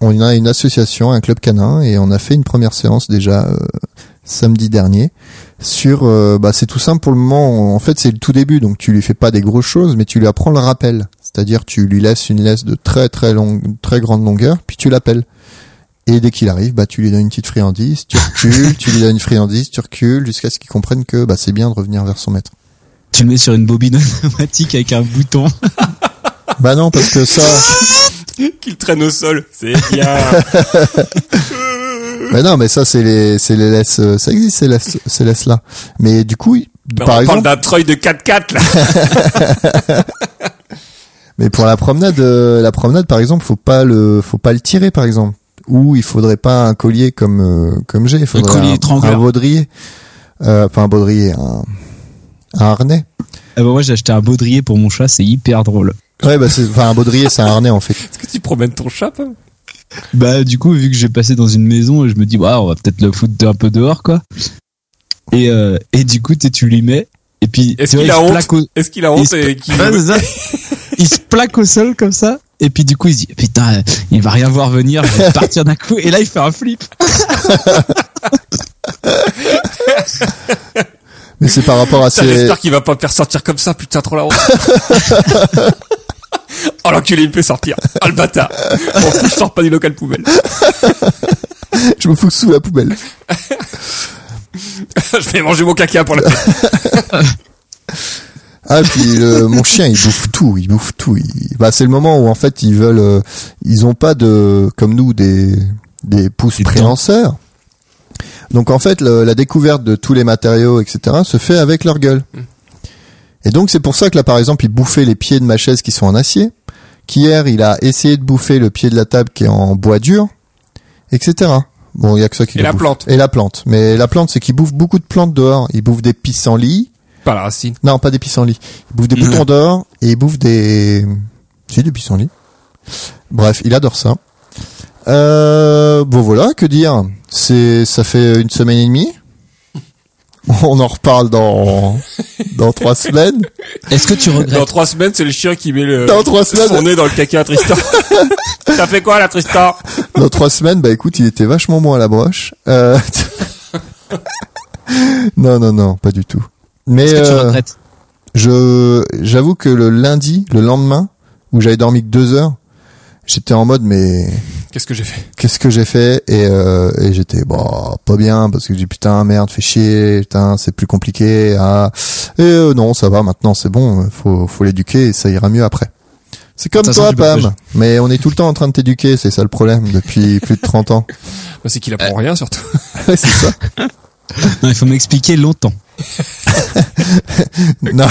A: On a une association, un club canin, et on a fait une première séance déjà euh, samedi dernier. Sur, euh, bah c'est tout simple pour le moment. En fait, c'est le tout début, donc tu lui fais pas des grosses choses, mais tu lui apprends le rappel. C'est-à-dire, tu lui laisses une laisse de très très longue, très grande longueur, puis tu l'appelles. Et dès qu'il arrive, bah tu lui donnes une petite friandise, tu recules, tu lui donnes une friandise, tu recules, jusqu'à ce qu'il comprenne que bah c'est bien de revenir vers son maître.
E: Tu le mets sur une bobine (laughs) automatique avec un bouton.
A: Bah non, parce que ça.
D: Qu'il traîne au sol. C'est bien.
A: Mais non, mais ça, c'est les, c'est les laisses, euh, ça existe, ces laisses, ces laisses-là. Mais du coup,
D: Mais on
A: par
D: parle
A: exemple,
D: d'un treuil de 4x4 là.
A: mais pour la promenade, euh, la promenade, par exemple, faut pas le, faut pas le tirer, par exemple. Ou il faudrait pas un collier comme, euh, comme j'ai, il faudrait
E: collier
A: un,
E: étrangleur.
A: un baudrier. Euh, enfin, un baudrier, un, un harnais.
E: Ah bah moi j'ai acheté un baudrier pour mon chat, c'est hyper drôle.
A: Ouais, bah, c'est, enfin, un baudrier, c'est un harnais, en fait.
D: Est-ce que tu promènes ton chat pas
E: Bah du coup vu que j'ai passé dans une maison, je me dis bah on va peut-être le foutre un peu dehors quoi. Et euh, et du coup tu- tu lui mets et puis
D: Est-ce
E: tu vois,
D: qu'il a
E: il se
D: honte
E: plaque au-
D: Est-ce qu'il a
E: il
D: honte
E: se-
D: et qu'il
A: Ben,
E: Ouais, c'est ça. il se plaque au sol comme ça. Et puis du coup il se dit putain euh, il va rien voir venir, je
D: (laughs)
E: vais partir d'un coup. Et là il fait un flip.
A: Mais c'est
D: (laughs)
A: par rapport à
D: Putain,
A: ces,
D: J'espère qu'il va pas me faire sortir comme ça, putain, trop la honte. oh l'enculé, il me fait sortir. Oh le bâtard. Bon, je sors pas du local poubelle.
A: (laughs)
D: (laughs)
A: je me fous sous la poubelle.
D: je vais manger mon caca pour la
A: Ah puis le- (laughs) mon chien il bouffe tout, il bouffe tout. Il- Bah c'est le moment où en fait ils veulent, euh, ils ont pas de comme nous des des pouces préhenseurs. Donc en fait le- la découverte de tous les matériaux etc se fait avec leur gueule.
D: Mm.
A: Et donc c'est pour ça que là par exemple il bouffait les pieds de ma chaise qui sont en acier. Qu'hier il a essayé de bouffer le pied de la table qui est en bois dur, etc. Bon il y a que ça qui
D: Et
A: le
D: la
A: bouffe.
D: plante.
A: Et la plante. Mais la plante c'est qu'il bouffe beaucoup de plantes dehors. Il bouffe des pissenlits.
D: Pas la racine.
A: Non, pas des pissenlits. Il bouffe des
E: Mmh.
A: boutons d'or et il bouffe des... Si, des pissenlits. Bref, il adore ça. Euh, bon voilà, que dire C'est Ça fait une semaine et demie (laughs) On en reparle dans
E: (laughs)
A: dans trois semaines.
E: Est-ce que tu regrettes
D: Dans trois semaines, c'est le chien qui met le,
A: Dans
E: Euh,
A: trois
D: son
A: semaines,
D: nez dans le caca à Tristan.
A: (laughs)
D: T'as fait quoi là, Tristan
A: dans trois semaines, bah écoute, il était vachement moins à la broche.
E: (laughs)
A: Euh... (laughs) non, non, non, pas du tout. Mais
E: Est-ce que tu
A: euh,
E: regrettes
A: Je, j'avoue que le lundi, le lendemain, où j'avais dormi que deux heures, j'étais en mode mais
D: Qu'est-ce que j'ai fait
A: qu'est-ce que j'ai fait et, euh, et j'étais bon pas bien parce que j'ai dit, putain merde fais chier putain c'est plus compliqué ah et euh, non ça va maintenant c'est bon faut faut l'éduquer et ça ira mieux après. C'est comme
E: De toute façon,
A: toi
E: tu peux
A: Pam,
E: pas-
A: mais on est tout le temps en train de t'éduquer, c'est ça le problème depuis plus de
E: (laughs)
A: 30 ans.
D: bah, C'est qu'il apprend
A: Euh.
D: rien surtout.
A: Ouais, c'est ça.
E: Non, il faut m'expliquer longtemps.
A: (laughs) Non.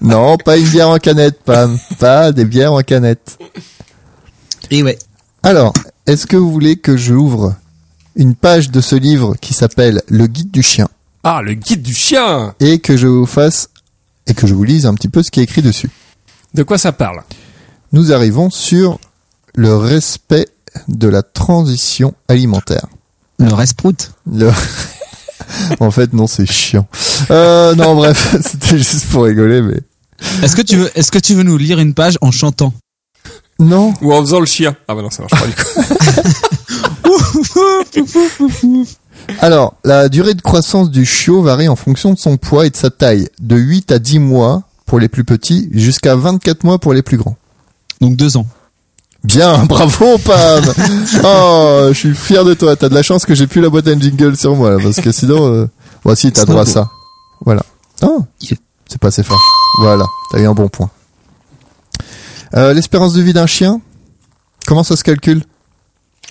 A: non, pas une bière en canette Pam, pas des bières en canette.
E: Et ouais.
A: Alors, est-ce que vous voulez que j'ouvre une page de ce livre qui s'appelle Le guide du chien
D: Ah, le guide du chien
A: et que je vous fasse et que je vous lise un petit peu ce qui est écrit dessus
D: De quoi ça parle
A: Nous arrivons sur le respect de la transition alimentaire.
E: Le resprout.
A: Le- (laughs) en fait, non, c'est chiant. Euh, non, bref, (laughs) c'était juste pour rigoler, mais
E: Est-ce que tu veux est-ce que tu veux nous lire une page en (laughs) chantant
A: non.
D: Ou en faisant le chien Ah bah non, ça marche pas du coup.
A: Alors, la durée de croissance du chiot varie en fonction de son poids et de sa taille, de 8 à 10 mois pour les plus petits, jusqu'à 24 mois pour les plus grands.
E: Donc deux ans.
A: Bien, (laughs) bravo Pam Oh, je suis fier de toi, t'as de la chance que j'ai plus la boîte à jingle sur moi, là, parce que sinon... Euh... Bon, si, t'as
E: C'est
A: droit à
E: pas
A: ça. Voilà. Oh, c'est pas assez fort. Voilà, t'as eu un bon point. Euh, L'espérance de vie d'un chien, comment ça se calcule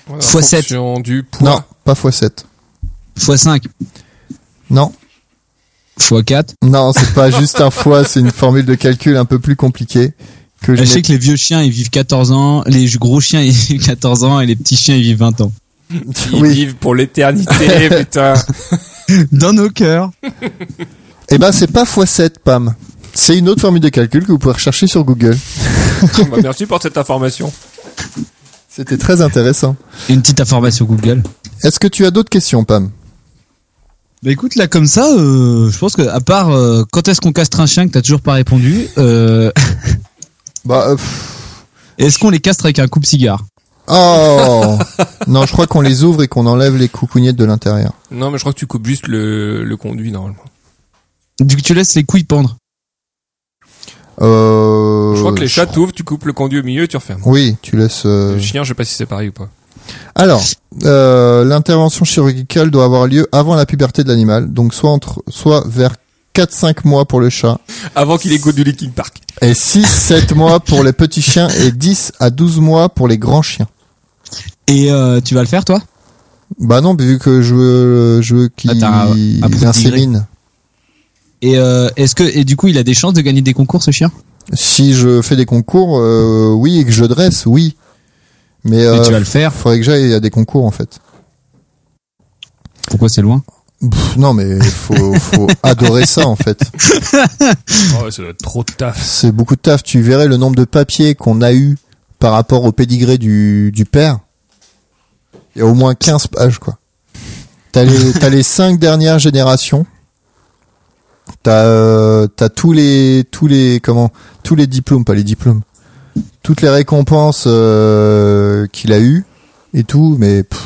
D: Ouais,
E: Fois
D: en
E: sept.
D: fonction du poids.
A: Non, pas x7.
E: x5,
A: Non,
E: x4.
A: non, c'est pas juste un fois, c'est une formule de calcul un peu plus compliquée que je
E: Je
A: n'ai
E: sais que les vieux chiens, ils vivent 14 ans, les gros chiens, ils vivent 14 ans, et les petits chiens, ils vivent 20 ans.
D: Ils
A: Oui.
D: vivent pour
A: (laughs)
D: l'éternité, putain.
E: Dans nos cœurs.
A: Eh ben, c'est pas x7, Pam. C'est une autre formule de calcul que vous pouvez rechercher sur Google.
D: Bah, merci pour cette information.
A: C'était très intéressant.
E: Une petite information Google.
A: Est-ce que tu as d'autres questions, Pam
E: Bah écoute, là, comme ça, euh, je pense que, à part, euh, quand est-ce qu'on castre un chien que t'as toujours pas répondu, euh,
A: Bah, euh, pff.
E: est-ce qu'on les castre avec un coupe cigare?
D: (laughs)
A: oh Non, je crois qu'on les ouvre et qu'on enlève les coucougnettes de l'intérieur.
D: Non, mais je crois que tu coupes juste le, le conduit, normalement.
E: Du coup, tu laisses les couilles pendre.
A: Euh,
D: je crois que les chats
A: je-
D: t'ouvrent, tu coupes le conduit au milieu et tu refermes.
A: Oui, tu laisses. euh,
D: Le chien, je sais pas si c'est pareil ou pas.
A: Alors, euh, l'intervention chirurgicale doit avoir lieu avant la puberté de l'animal, donc soit entre, soit vers 4-5 mois pour le chat,
D: Avant qu'il écoute du Linkin Park.
A: et 6-7 mois pour les petits chiens, et 10 à 12 mois pour les grands chiens.
E: Et, euh, tu vas le faire, toi?
A: Bah non, vu que je veux, je veux qu'il
E: Ah, t'as un- un produit
A: insémine.
E: Et, euh, est-ce que, et du coup, il a des chances de gagner des concours, ce chien?
A: Si je fais des concours, euh, oui, et que je dresse, oui. Mais,
E: Mais
A: euh,
E: tu vas le faire.
A: faudrait que j'aille à des concours en fait.
E: Pourquoi c'est loin?
A: Pff, non mais faut, faut adorer ça en fait.
D: Oh, ça doit être trop de taf.
A: C'est beaucoup de taf. Tu verrais le nombre de papiers qu'on a eu par rapport au pédigré du, du père. Il y a au moins 15 pages, quoi. T'as les, t'as les 5 dernières générations. T'as, euh, t'as tous les, tous les, comment, tous les diplômes, pas les diplômes. Toutes les récompenses, euh, qu'il a eues et tout, mais, pff.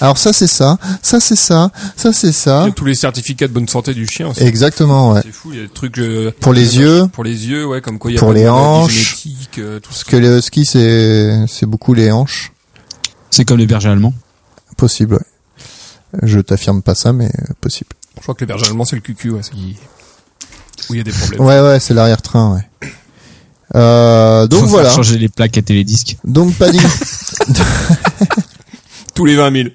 A: Alors ça c'est ça, ça c'est ça, ça c'est ça.
D: Il y a tous les certificats de bonne santé du chien. aussi.
A: Exactement, ouais.
D: C'est fou, il y a des trucs euh,
A: Pour les yeux,
D: pour les yeux, ouais, comme quoi il y a
A: Pour
D: pas de
A: les
D: maladies
A: hanches.
D: génétiques, euh, tout ce
A: parce que les huskies c'est, c'est beaucoup les hanches.
E: C'est comme les bergers allemands.
A: Possible, ouais. Je t'affirme pas ça, mais euh, possible.
D: Je crois que les bergers allemands, c'est le cucu, ouais, c'est qui- où il y a des problèmes.
A: Ouais, ouais, c'est l'arrière-train, ouais. Euh, donc
E: Faut faire
A: voilà.
E: changer les plaques à télédisque.
A: Donc
D: (laughs)
A: Paddington,
D: Tous les 20 000.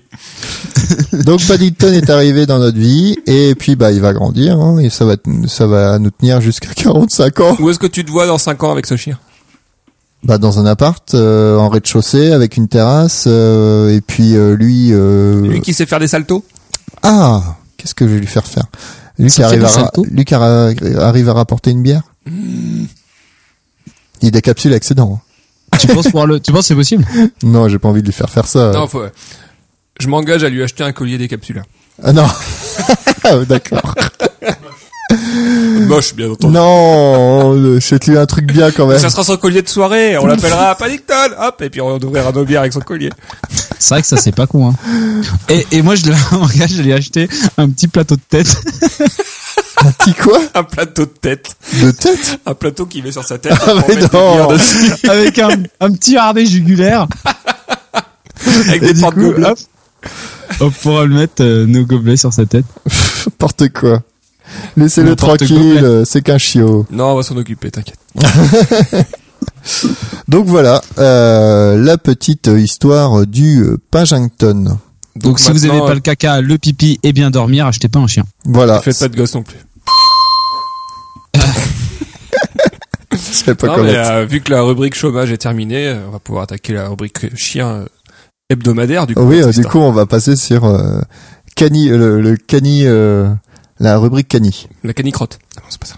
A: donc Paddington est arrivé dans notre vie et puis bah il va grandir hein, et ça va t- ça va nous tenir jusqu'à (laughs) 45 ans.
D: Où est-ce que tu te vois dans 5 ans avec ce chien
A: Bah dans un appart euh, en rez-de-chaussée avec une terrasse euh, et puis euh, lui, euh,
D: Lui qui sait faire des saltos
A: ah qu'est-ce que je vais lui faire faire Lui qui
E: Ça fait
A: arrive
E: des
A: à ra-
E: saltos
A: lui qui ra- arrive à rapporter une bière.
D: Hmm.
A: Il décapsule avec ses dents. hein.
E: tu penses pouvoir le, tu penses que c'est possible?
A: Non, j'ai pas envie de lui faire faire ça.
D: Non, faut... euh, Je m'engage à lui acheter un collier décapsulaire.
A: Ah non. (laughs) D'accord.
D: Moche, bien entendu.
A: Non, euh, faites-lui un truc bien quand même.
D: Ça sera son collier de soirée, on l'appellera Paddington, hop, et puis on ouvrira nos bières avec son collier.
E: C'est vrai que ça c'est pas con. Hein. Et, et moi je (laughs) l'engage, je lui ai acheté un petit plateau de tête. (laughs)
A: Un petit quoi
D: Un plateau de tête.
A: De tête
D: Un plateau qu'il met sur sa tête.
A: Ah
D: pour
A: mais
D: mettre des
A: non.
D: bières dessus,
E: avec un, un petit harnais jugulaire.
D: avec
E: Et
D: des
E: du
D: portes
E: coup,
D: gobelets.
E: hop, on pourra le mettre euh, nos gobelets sur sa tête.
A: N'importe quoi. Laissez-le
E: N'importe
A: tranquille,
E: quoi,
A: euh, c'est qu'un chiot.
D: Non, on va s'en occuper, t'inquiète.
A: Donc voilà, euh, la petite histoire du euh, Paddington.
E: Donc, si vous aimez
D: maintenant,
E: pas le caca, le pipi et bien dormir, achetez pas un chien.
A: Voilà,
D: Faites pas
A: (laughs)
D: de gosse non plus.
A: je savais pas
D: Non,
A: comment
D: mais,
A: dire.
D: euh, vu que la rubrique chômage est terminée, euh, on va pouvoir attaquer la rubrique euh, chien euh, hebdomadaire du coup.
A: Oui, euh, du
D: Tristan.
A: coup, on va passer sur euh, Cani, euh, le, le Cani, euh, la rubrique Cani.
D: La canicrotte. Ah non, c'est pas ça.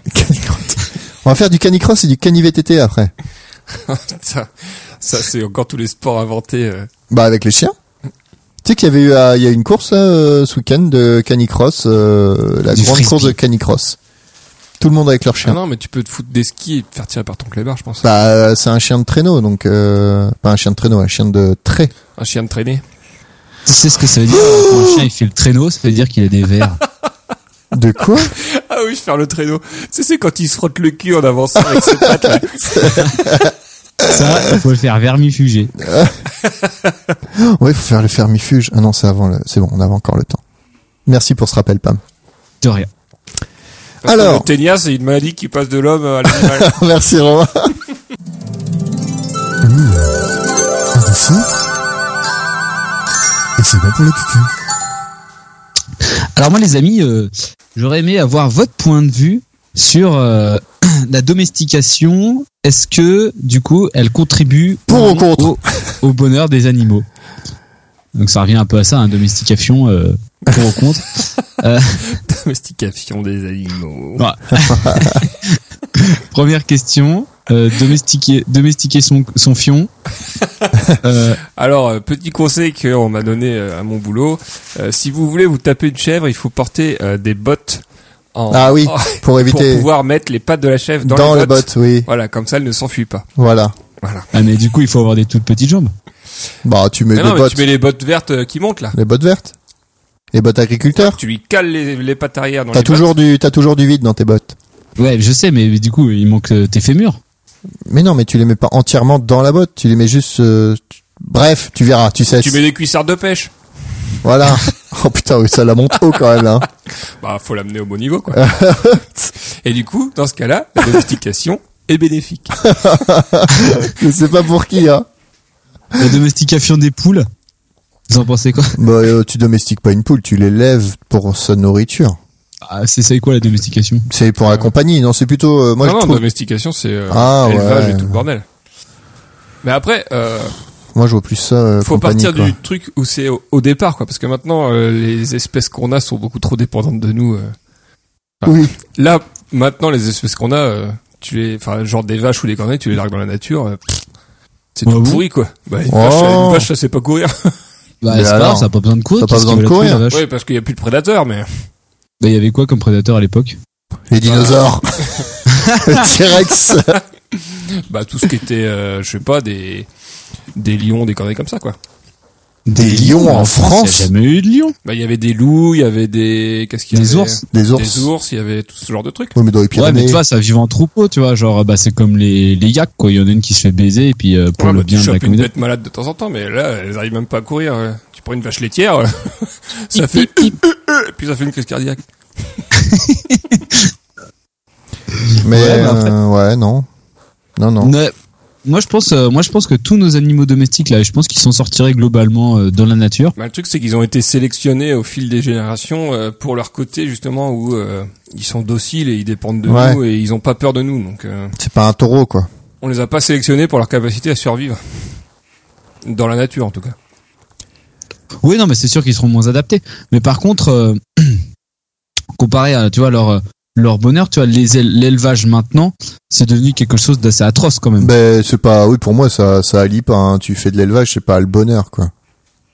A: On va faire du Canicross et du Cani VTT après.
D: (laughs) ça, ça, c'est encore tous les sports inventés. euh.
A: Bah avec les chiens. Tu sais qu'il y avait eu, euh, il y a eu une course euh, ce week-end de canicross, euh, la
E: Du
A: grande
E: frisbee.
A: course de canicross. Tout le monde avec leur
D: Ah
A: chien.
D: non, mais tu peux te foutre des skis et te faire tirer par ton clébard, je pense.
A: bah euh, c'est un chien de traîneau, donc euh, pas un chien de traîneau, un chien de trait.
D: Un chien de traînée.
E: Tu sais ce que ça veut dire quand un chien il fait le traîneau, ça veut dire qu'il a des vers.
A: De quoi
D: (laughs) Ah oui, faire le traîneau. Tu sais, c'est quand il se frotte le cul en avançant (laughs) avec ses pattes. Là.
E: Ça, faut le faire vermifugé.
A: Ouais, faut faire le fermifuge. Ah non, c'est avant le, c'est bon, on avait encore le temps. Merci pour ce rappel, Pam.
E: De rien.
D: Parce que
A: Alors.
D: le ténia, c'est une maladie qui passe de l'homme à l'animal. (laughs)
A: Merci Romain.
G: C'est bon pour le cul.
E: Alors moi les amis, euh, j'aurais aimé avoir votre point de vue sur euh, (clears throat) la domestication. Est-ce que du coup elle contribue
A: Pour ou
E: au-
A: contre
E: au, au bonheur des animaux Donc ça revient un peu à ça, hein, domestication euh, pour ou
A: (laughs)
E: contre.
D: Domestication des animaux.
E: Ouais. Première question, euh, domestiquer, domestiquer son, son
A: (laughs)
E: fion. Euh,
D: Alors, euh, petit conseil qu'on m'a donné euh, à mon boulot, euh, si vous voulez vous taper une chèvre, il faut porter euh, des bottes en,
A: Ah oui, pour
D: pour
A: éviter
D: pouvoir mettre les pattes de la chèvre dans,
A: dans,
D: les,
A: le
D: bottes.
A: bot, oui.
D: Voilà, comme ça, elle ne s'enfuit pas.
A: Voilà.
E: ah, mais du coup il faut avoir des toutes petites jambes.
A: Bah, tu mets
D: Mais
A: des
D: non, mais
A: bottes,
D: tu mets les bottes vertes euh, qui montent là.
A: les bottes vertes, les bottes agriculteurs.
D: Tu lui cales les, les pattes arrière dans
A: T'as
D: les bottes.
A: toujours du, t'as toujours du vide dans tes bottes.
E: Ouais, je sais, mais du coup il manque euh, tes fémurs.
A: Mais non, mais tu les mets pas entièrement dans la botte, tu les mets juste. euh, tu- Bref, tu verras, tu sais.
D: Tu mets des cuissards de pêche.
A: Voilà. (laughs) Oh putain, oui, ça la monte haut quand même. hein. Là.
D: Bah, faut l'amener au bon niveau,
A: (laughs)
D: quoi. Et du coup, dans ce cas-là, la domestication est bénéfique.
A: Je sais pas pour qui. Hein.
E: La domestication des poules. Vous en pensez quoi
A: Bah, euh, tu domestiques pas une poule, tu l'élèves pour sa nourriture.
E: Ah, c'est ça quoi la domestication
A: C'est pour la compagnie. Non, c'est plutôt. euh, moi,
D: non,
A: je
D: non,
A: trouve.
D: domestication, c'est euh,
A: Ah,
D: élevage
A: ouais.
D: et tout le bordel. Mais après, euh,
A: Moi, je vois plus ça. euh,
D: faut
A: compagnie,
D: partir
A: quoi.
D: du truc où c'est au, au départ, quoi, parce que maintenant, euh, les espèces qu'on a sont beaucoup trop dépendantes de nous. euh. Enfin,
A: Oui.
D: Là, maintenant, les espèces qu'on a, euh, tu les, enfin, genre des vaches ou des corneilles, tu les largues dans la nature. euh, pff, c'est
E: Ah
D: tout
E: bon
D: pourri, quoi. Bah, une,
A: Oh.
D: vache, une vache, ça sait pas courir.
E: Bah
A: Mais
E: c'est pas
A: alors,
E: grave, ça a pas besoin de courir.
A: ça a pas
E: qu'est-ce
A: besoin
E: qu'elle
A: de
E: va tuer,
A: courir.
E: la vache
D: oui, parce qu'il y a plus de prédateurs, mais.
E: Bah, il y avait quoi comme prédateur à l'époque
A: Les dinosaures. (laughs)
D: (laughs)
A: Le T-Rex.
D: bah tout ce qui était euh, je sais pas des des lions des corneilles comme ça quoi
A: Des lions en
E: Il y a
A: France.
E: jamais eu de lions.
D: bah il y avait des loups il y avait des qu'est-ce qu'il y
E: Des
D: avait
E: ours.
A: Des ours.
D: des ours il y avait tout ce genre de trucs
A: Oui, mais dans les
E: Ouais,
A: Pyrénées.
E: mais tu vois, ça vit en troupeau, tu vois. Genre, bah, c'est comme les, les yaks, quoi. Il y en a une qui se fait baiser, et puis euh, pour
D: Ouais,
E: le
D: bah, tu
E: bien de la
D: chopes une
E: communauté.
D: bête malade de temps en temps mais là elles arrivent même pas à courir euh. tu prends une vache laitière euh, (laughs) ça fait euh, et puis ça fait une crise cardiaque
A: Mais
E: Ouais, mais après-
A: euh, ouais, non, non, non.
E: Ouais. Moi, je pense, euh, moi, je pense que tous nos animaux domestiques, là, je pense qu'ils sont sortiraient globalement euh, dans la nature.
D: bah, le truc c'est qu'ils ont été sélectionnés au fil des générations euh, pour leur côté justement où euh, ils sont dociles et ils dépendent de
A: Ouais.
D: nous et ils ont pas peur de nous donc euh,
A: C'est pas un taureau, quoi.
D: on les a pas sélectionnés pour leur capacité à survivre dans la nature en tout cas
E: Oui, non, mais c'est sûr qu'ils seront moins adaptés. Mais par contre, euh, (clears throat) comparé à, tu vois, leur, euh, leur bonheur, tu vois, les éle- l'élevage maintenant, c'est devenu quelque chose d'assez atroce quand
D: Mm.
E: même.
A: Ben c'est pas, oui, pour moi, ça, ça allie pas. hein. Tu fais de l'élevage, c'est pas le bonheur, quoi.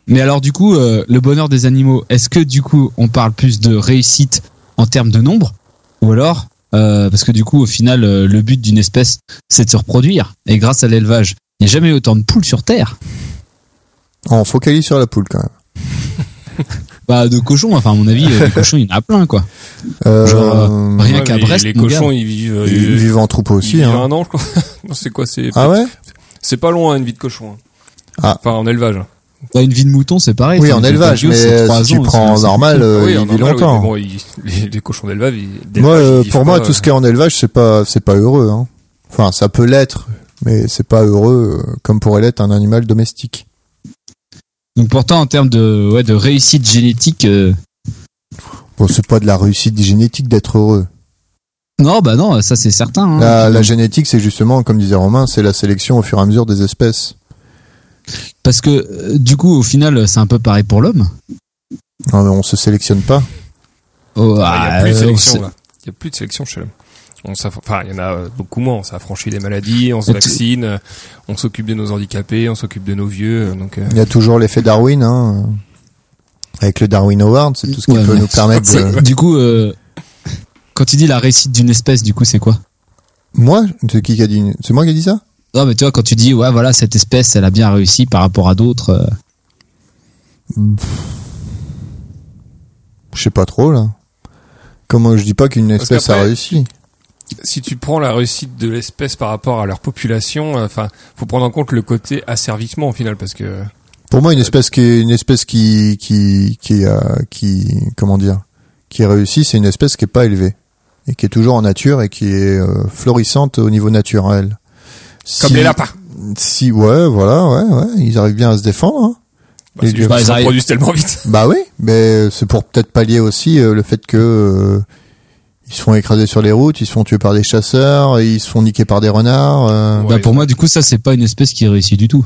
E: Mais alors, du coup, euh, le bonheur des animaux, est-ce que du coup, on parle plus de réussite en termes de nombre Ou alors, euh, parce que du coup, au final, euh, le but d'une espèce, c'est de se reproduire. Et grâce à l'élevage, il n'y a jamais eu autant de poules sur Terre.
A: On focalise sur la poule, quand même.
E: Bah, de cochons, enfin, à mon avis, euh, des cochons, il y en a plein, quoi.
A: Euh,
E: Genre, euh, rien
D: Ouais,
E: qu'à
D: mais
E: Brest,
D: les
E: mon
D: cochons,
E: gars.
D: ils vivent, euh,
A: ils
D: ils-
A: vivent en troupeau
D: ils
A: aussi.
D: vivent
A: Hein.
D: un an, je crois. (laughs) non, c'est quoi C'est
A: Ah ouais
D: c'est pas long, hein, une vie de cochon. hein.
A: Ah.
D: Enfin, en élevage. hein.
E: Bah, une vie de mouton, c'est pareil.
A: Oui,
E: c'est
A: en
E: une vie
A: élevage,
E: de vieux,
A: mais
E: c'est
A: euh,
E: trois
A: si tu
E: ans,
A: prends en
E: c'est-
A: normal, euh,
D: Ah oui,
A: il
D: en
A: vit
D: normal, oui,
A: longtemps.
D: mais bon, ils- (laughs) les, les cochons d'élevage, ils-
A: moi,
D: d'élevage,
A: euh,
D: ils vivent
A: pour moi,
D: pas,
A: tout ce qui est en élevage, c'est pas, c'est pas heureux. Hein. Enfin, ça peut l'être, mais c'est pas heureux euh, comme pourrait l'être un animal domestique.
E: Donc, pourtant, en termes de, ouais, de réussite génétique, euh,
A: Bon, c'est pas de la réussite génétique d'être heureux.
E: non, bah non, ça, c'est certain.
D: Mm.
E: hein.
A: La, la génétique, c'est justement, comme disait Romain, c'est la sélection au fur et à mesure des espèces.
E: Parce que, euh, du coup, au final, c'est un peu pareil pour l'homme.
A: Non, mais on se sélectionne pas.
E: Oh,
D: euh, Il y a
E: ah,
D: plus de
E: euh,
D: sélection,
E: c'est-
D: là. Il y a plus de sélection chez l'homme. On s'aff- enfin, il y en a euh, beaucoup moins. On s'affranchit des maladies, on se
E: Et tu-
D: vaccine, euh, on s'occupe de nos handicapés, on s'occupe de nos vieux. euh, Donc, euh,
A: Il y a toujours l'effet Darwin, hein. Avec le Darwin Award, c'est tout ce qui
E: Ouais,
A: peut
E: mais-
A: nous permettre
E: C'est-
A: de...
E: Du coup, euh, quand tu dis la réussite d'une espèce, du coup, c'est quoi
A: Moi, c'est qui qui a dit, une- c'est moi qui ai dit ça?
E: Non, mais tu vois, quand tu dis, ouais, voilà, cette espèce, elle a bien réussi par rapport à d'autres. euh,
A: Je sais pas trop, là. Comment je dis pas qu'une
D: Parce
A: espèce a
D: qu'après-
A: réussi?
D: si tu prends la réussite de l'espèce par rapport à leur population, euh, enfin, faut prendre en compte le côté asservissement au final, parce que euh,
A: Pour moi, une espèce qui est, une espèce qui, qui, qui, a- qui, comment dire, qui réussit, c'est une espèce qui est pas élevée. Et qui est toujours en nature et qui est euh, florissante au niveau naturel.
D: comme
A: Si-
D: les lapins.
A: Si, ouais, voilà, ouais, ouais, ils arrivent bien à se défendre, hein.
D: Bah, c'est
A: Les
D: juste
A: dieux.
D: qu'ils se
C: Bah, ils
D: reproduisent tellement vite.
A: Bah oui, mais c'est pour peut-être pallier aussi euh, le fait que euh, ils se font écraser sur les routes, ils se font tuer par des chasseurs, ils se font niquer par des renards. euh,
D: Ouais,
E: Bah, pour
D: ils-
E: moi, du coup, ça, c'est pas une espèce qui réussit du tout.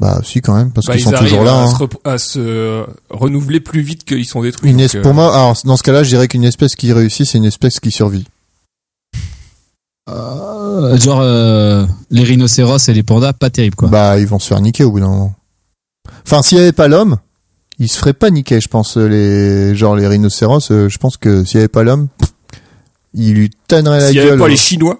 A: Bah si quand même, parce
D: bah,
A: qu'ils sont
D: ils arrivent
A: toujours là.
D: à,
A: hein.
D: se rep- à se euh, renouveler plus vite qu'ils sont détruits.
A: Une
D: donc,
A: es-
D: euh,
A: Pour moi, alors dans ce cas-là, je dirais qu'une espèce qui réussit, c'est une espèce qui survit.
E: Euh, genre, euh, les rhinocéros et les pandas, pas terrible, quoi.
A: Bah ils vont se faire niquer au bout d'un moment. Enfin, s'il n'y avait pas l'homme, ils se feraient pas niquer, je pense. euh, Les genre les rhinocéros, euh, je pense que s'il n'y avait pas l'homme, pff, il lui tannerait la
D: S'il n'y
A: gueule.
D: avait pas les Chinois,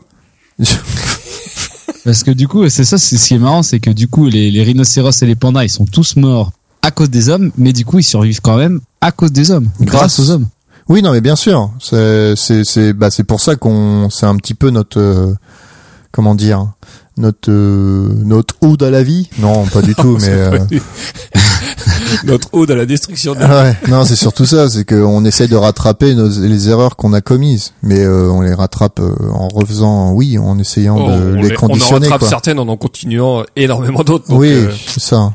E: Parce que du coup, c'est ça, c'est ce qui est marrant, c'est que du coup, les, les rhinocéros et les pandas, ils sont tous morts à cause des hommes, mais du coup, ils survivent quand même à cause des hommes, grâce,
A: Grâce.
E: aux hommes.
A: Oui, non, mais bien sûr. C'est, c'est, c'est, bah, c'est pour ça qu'on, c'est un petit peu notre, euh, comment dire, notre, euh, notre ode à la vie. Non,
D: (laughs)
A: pas du tout, mais. euh,
D: notre ode à la destruction. De...
A: (laughs) ouais, non, c'est surtout ça, c'est qu'on essaie de rattraper nos, les erreurs qu'on a commises, mais euh, on les rattrape euh, en refaisant, oui, en essayant
D: Oh,
A: Ah de
D: on,
A: les
D: les- on en
A: conditionner.
D: rattrape
A: quoi.
D: certaines en en continuant énormément d'autres. donc,
A: oui,
D: euh,
A: c'est ça.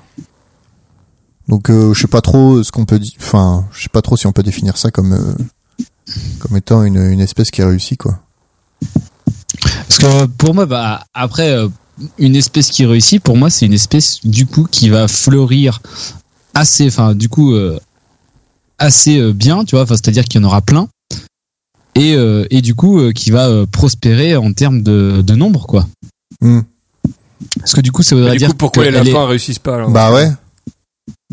A: Donc euh, je sais pas trop ce qu'on peut dire. Enfin, je sais pas trop si on peut définir ça comme euh, comme étant une, une espèce qui a réussi quoi.
E: Parce que euh, pour moi, bah, après, euh, une espèce qui réussit, pour moi, c'est une espèce, du coup, qui va fleurir assez, enfin, du coup, euh, assez euh, bien, tu vois, enfin, c'est-à-dire qu'il y en aura plein. Et, euh, et du coup, euh, qui va euh, prospérer en termes de, de nombre, quoi.
A: Hmm.
E: Parce que du coup, ça
D: mais
E: voudrait
D: du
E: dire
D: coup, pourquoi les
E: qu'elle est-
D: lapins réussissent pas alors
A: Bah ouais.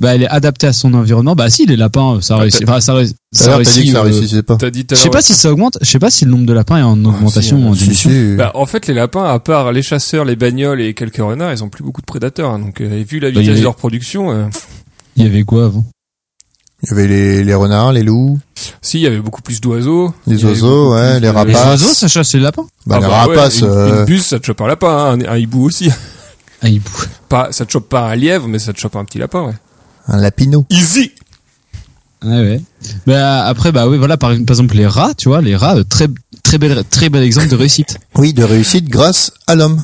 E: bah, elle est adaptée à son environnement. Bah si, les lapins, ça
D: Ah,
E: réussit.
D: t'as-
E: Enfin, ça réussit.
A: Tout à
E: ça
A: l'heure, t'as
E: réussit,
A: dit que ça
E: euh,
A: réussissait pas.
D: T'as dit tout à
E: Je sais
D: l'heure,
E: pas si ça augmente. Je sais pas si le nombre de lapins est en augmentation.
D: Ah, si,
E: ou en
A: Ah, Si,
E: diminution.
A: si.
D: Bah, en fait, les lapins, à part les chasseurs, les bagnoles et quelques renards, ils ont plus beaucoup de prédateurs. hein. donc, euh, et vu la
E: Bah, il y
D: vitesse
E: avait-
D: de leur production, euh,
E: Il y avait quoi avant
A: Il y avait les, les renards, les loups,
D: si, il y avait beaucoup plus d'oiseaux.
A: Les
D: il y avait
A: oiseaux,
D: beaucoup
A: ouais,
D: plus
A: les
D: de-
A: rapaces.
E: Les oiseaux, ça chasse les lapins.
A: bah,
D: Ah
A: les
D: bah ouais,
A: rapaces.
D: une,
A: euh,
D: une puce, ça te chope un lapin, hein, un, un hibou aussi. (laughs)
E: Ah, ils bouffent.
D: Pas, ça te chope pas un lièvre, mais ça te chope un petit lapin, ouais.
A: un lapino.
D: Easy!
E: Ouais, ouais. Bah après, bah oui, voilà. Par, par exemple, les rats, tu vois, les rats, euh, très très bel très bel exemple de réussite.
A: Oui, de réussite grâce à l'homme.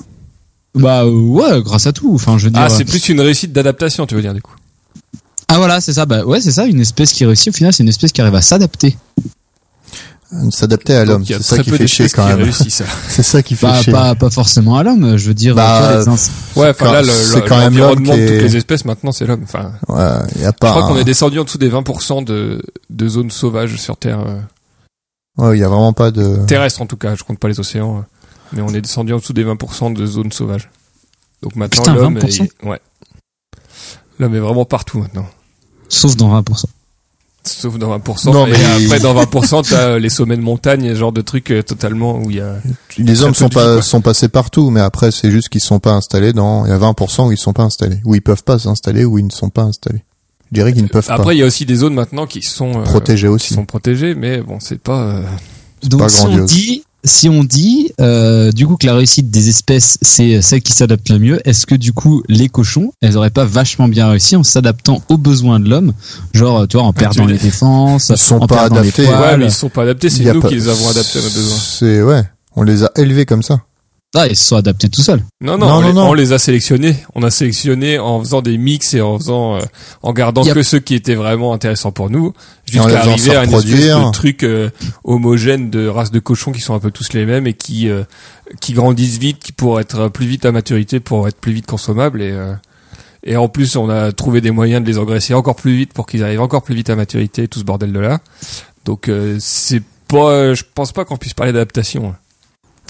E: bah euh, ouais, grâce à tout. Enfin, je veux dire.
D: Ah,
E: euh,
D: c'est plus une réussite d'adaptation, tu veux dire, du coup.
E: ah, voilà, c'est ça. Bah ouais, c'est ça. Une espèce qui réussit. Au final, c'est une espèce qui arrive à s'adapter.
A: Euh, S'adapter à l'homme.
D: Donc, il y a
A: C'est ça
D: très
A: qui
D: peu
A: fait chier
D: d'espèces
A: quand
D: qui
A: même.
D: réussissent ça.
A: (laughs) C'est ça qui fait
E: Bah,
A: chier.
E: pas pas forcément à l'homme. Je veux dire. euh,
A: Bah,
E: tu vois, les ins-
D: Ouais, enfin, là, le-
A: c'est
D: le-
A: quand même
D: l'environnement
A: l'homme qui
D: de toutes
A: est- Ah.
D: les espèces, maintenant, c'est l'homme. Enfin,
A: Ouais, y a
D: je
A: pas.
D: crois qu'on
A: un-
D: est descendu en dessous des 20% de, de zones sauvages sur Terre. euh,
A: Ouais, y a vraiment pas de.
D: terrestre en tout cas, je compte pas les océans, euh, mais on est descendu en dessous des 20% de zones sauvages. Donc maintenant
E: Putain,
D: l'homme
E: 20%?
D: est ouais. L'homme est vraiment partout maintenant.
E: Sauf dans 20%.
D: Sauf dans 20%.
A: Non,
D: et
A: mais-
D: après dans 20% t'as euh, les sommets de montagne, ce genre de trucs euh, totalement où il y a
A: Les hommes
D: peu
A: sont
D: de vie, quoi.
A: pas sont passés partout, mais après c'est juste qu'ils sont pas installés dans. Il y a 20% où ils sont pas installés, où ils peuvent pas s'installer, où ils ne sont pas installés. Je dirais qu'ils ne peuvent
D: Après il y a aussi des zones maintenant qui sont euh,
A: pas protéger
D: qui
A: aussi.
D: sont protégées mais bon, c'est pas euh,
E: Donc
A: pas
E: si on
A: grandiose.
E: dit, si on dit euh, du coup que la réussite des espèces c'est celle qui s'adapte le mieux, est-ce que du coup les cochons, elles auraient pas vachement bien réussi en s'adaptant aux besoins de l'homme, genre euh, tu vois en perdant
D: veux
E: les défenses,
A: Ils sont
E: en
A: pas
E: perdant
A: adaptés.
E: les
A: Ouais,
D: ouais,
E: poils.
D: mais ils sont pas adaptés,
A: Y
D: c'est
A: a
D: nous
A: pas-
D: qui les avons adaptés à nos besoins.
A: C'est ouais, on les a élevés comme ça.
E: Ah, ils se sont adaptés tout seuls.
D: Non non,
A: Non,
D: on,
A: non,
D: les,
A: non.
D: on les a sélectionnés, on a sélectionné en faisant des mix et en faisant euh, en gardant
E: Y a-
D: que ceux qui étaient vraiment intéressants pour nous
A: en les hein.
D: jusqu'à
A: faisant
D: arriver
A: se
D: à une espèce
A: reproduire.
D: de truc euh, homogène de races de cochons qui sont un peu tous les mêmes et qui euh, qui grandissent vite, qui pour être plus vite à maturité, pour être plus vite consommables et euh, et en plus on a trouvé des moyens de les engraisser encore plus vite pour qu'ils arrivent encore plus vite à maturité, tout ce bordel de là. Donc euh, c'est pas je pense pas qu'on puisse parler d'adaptation.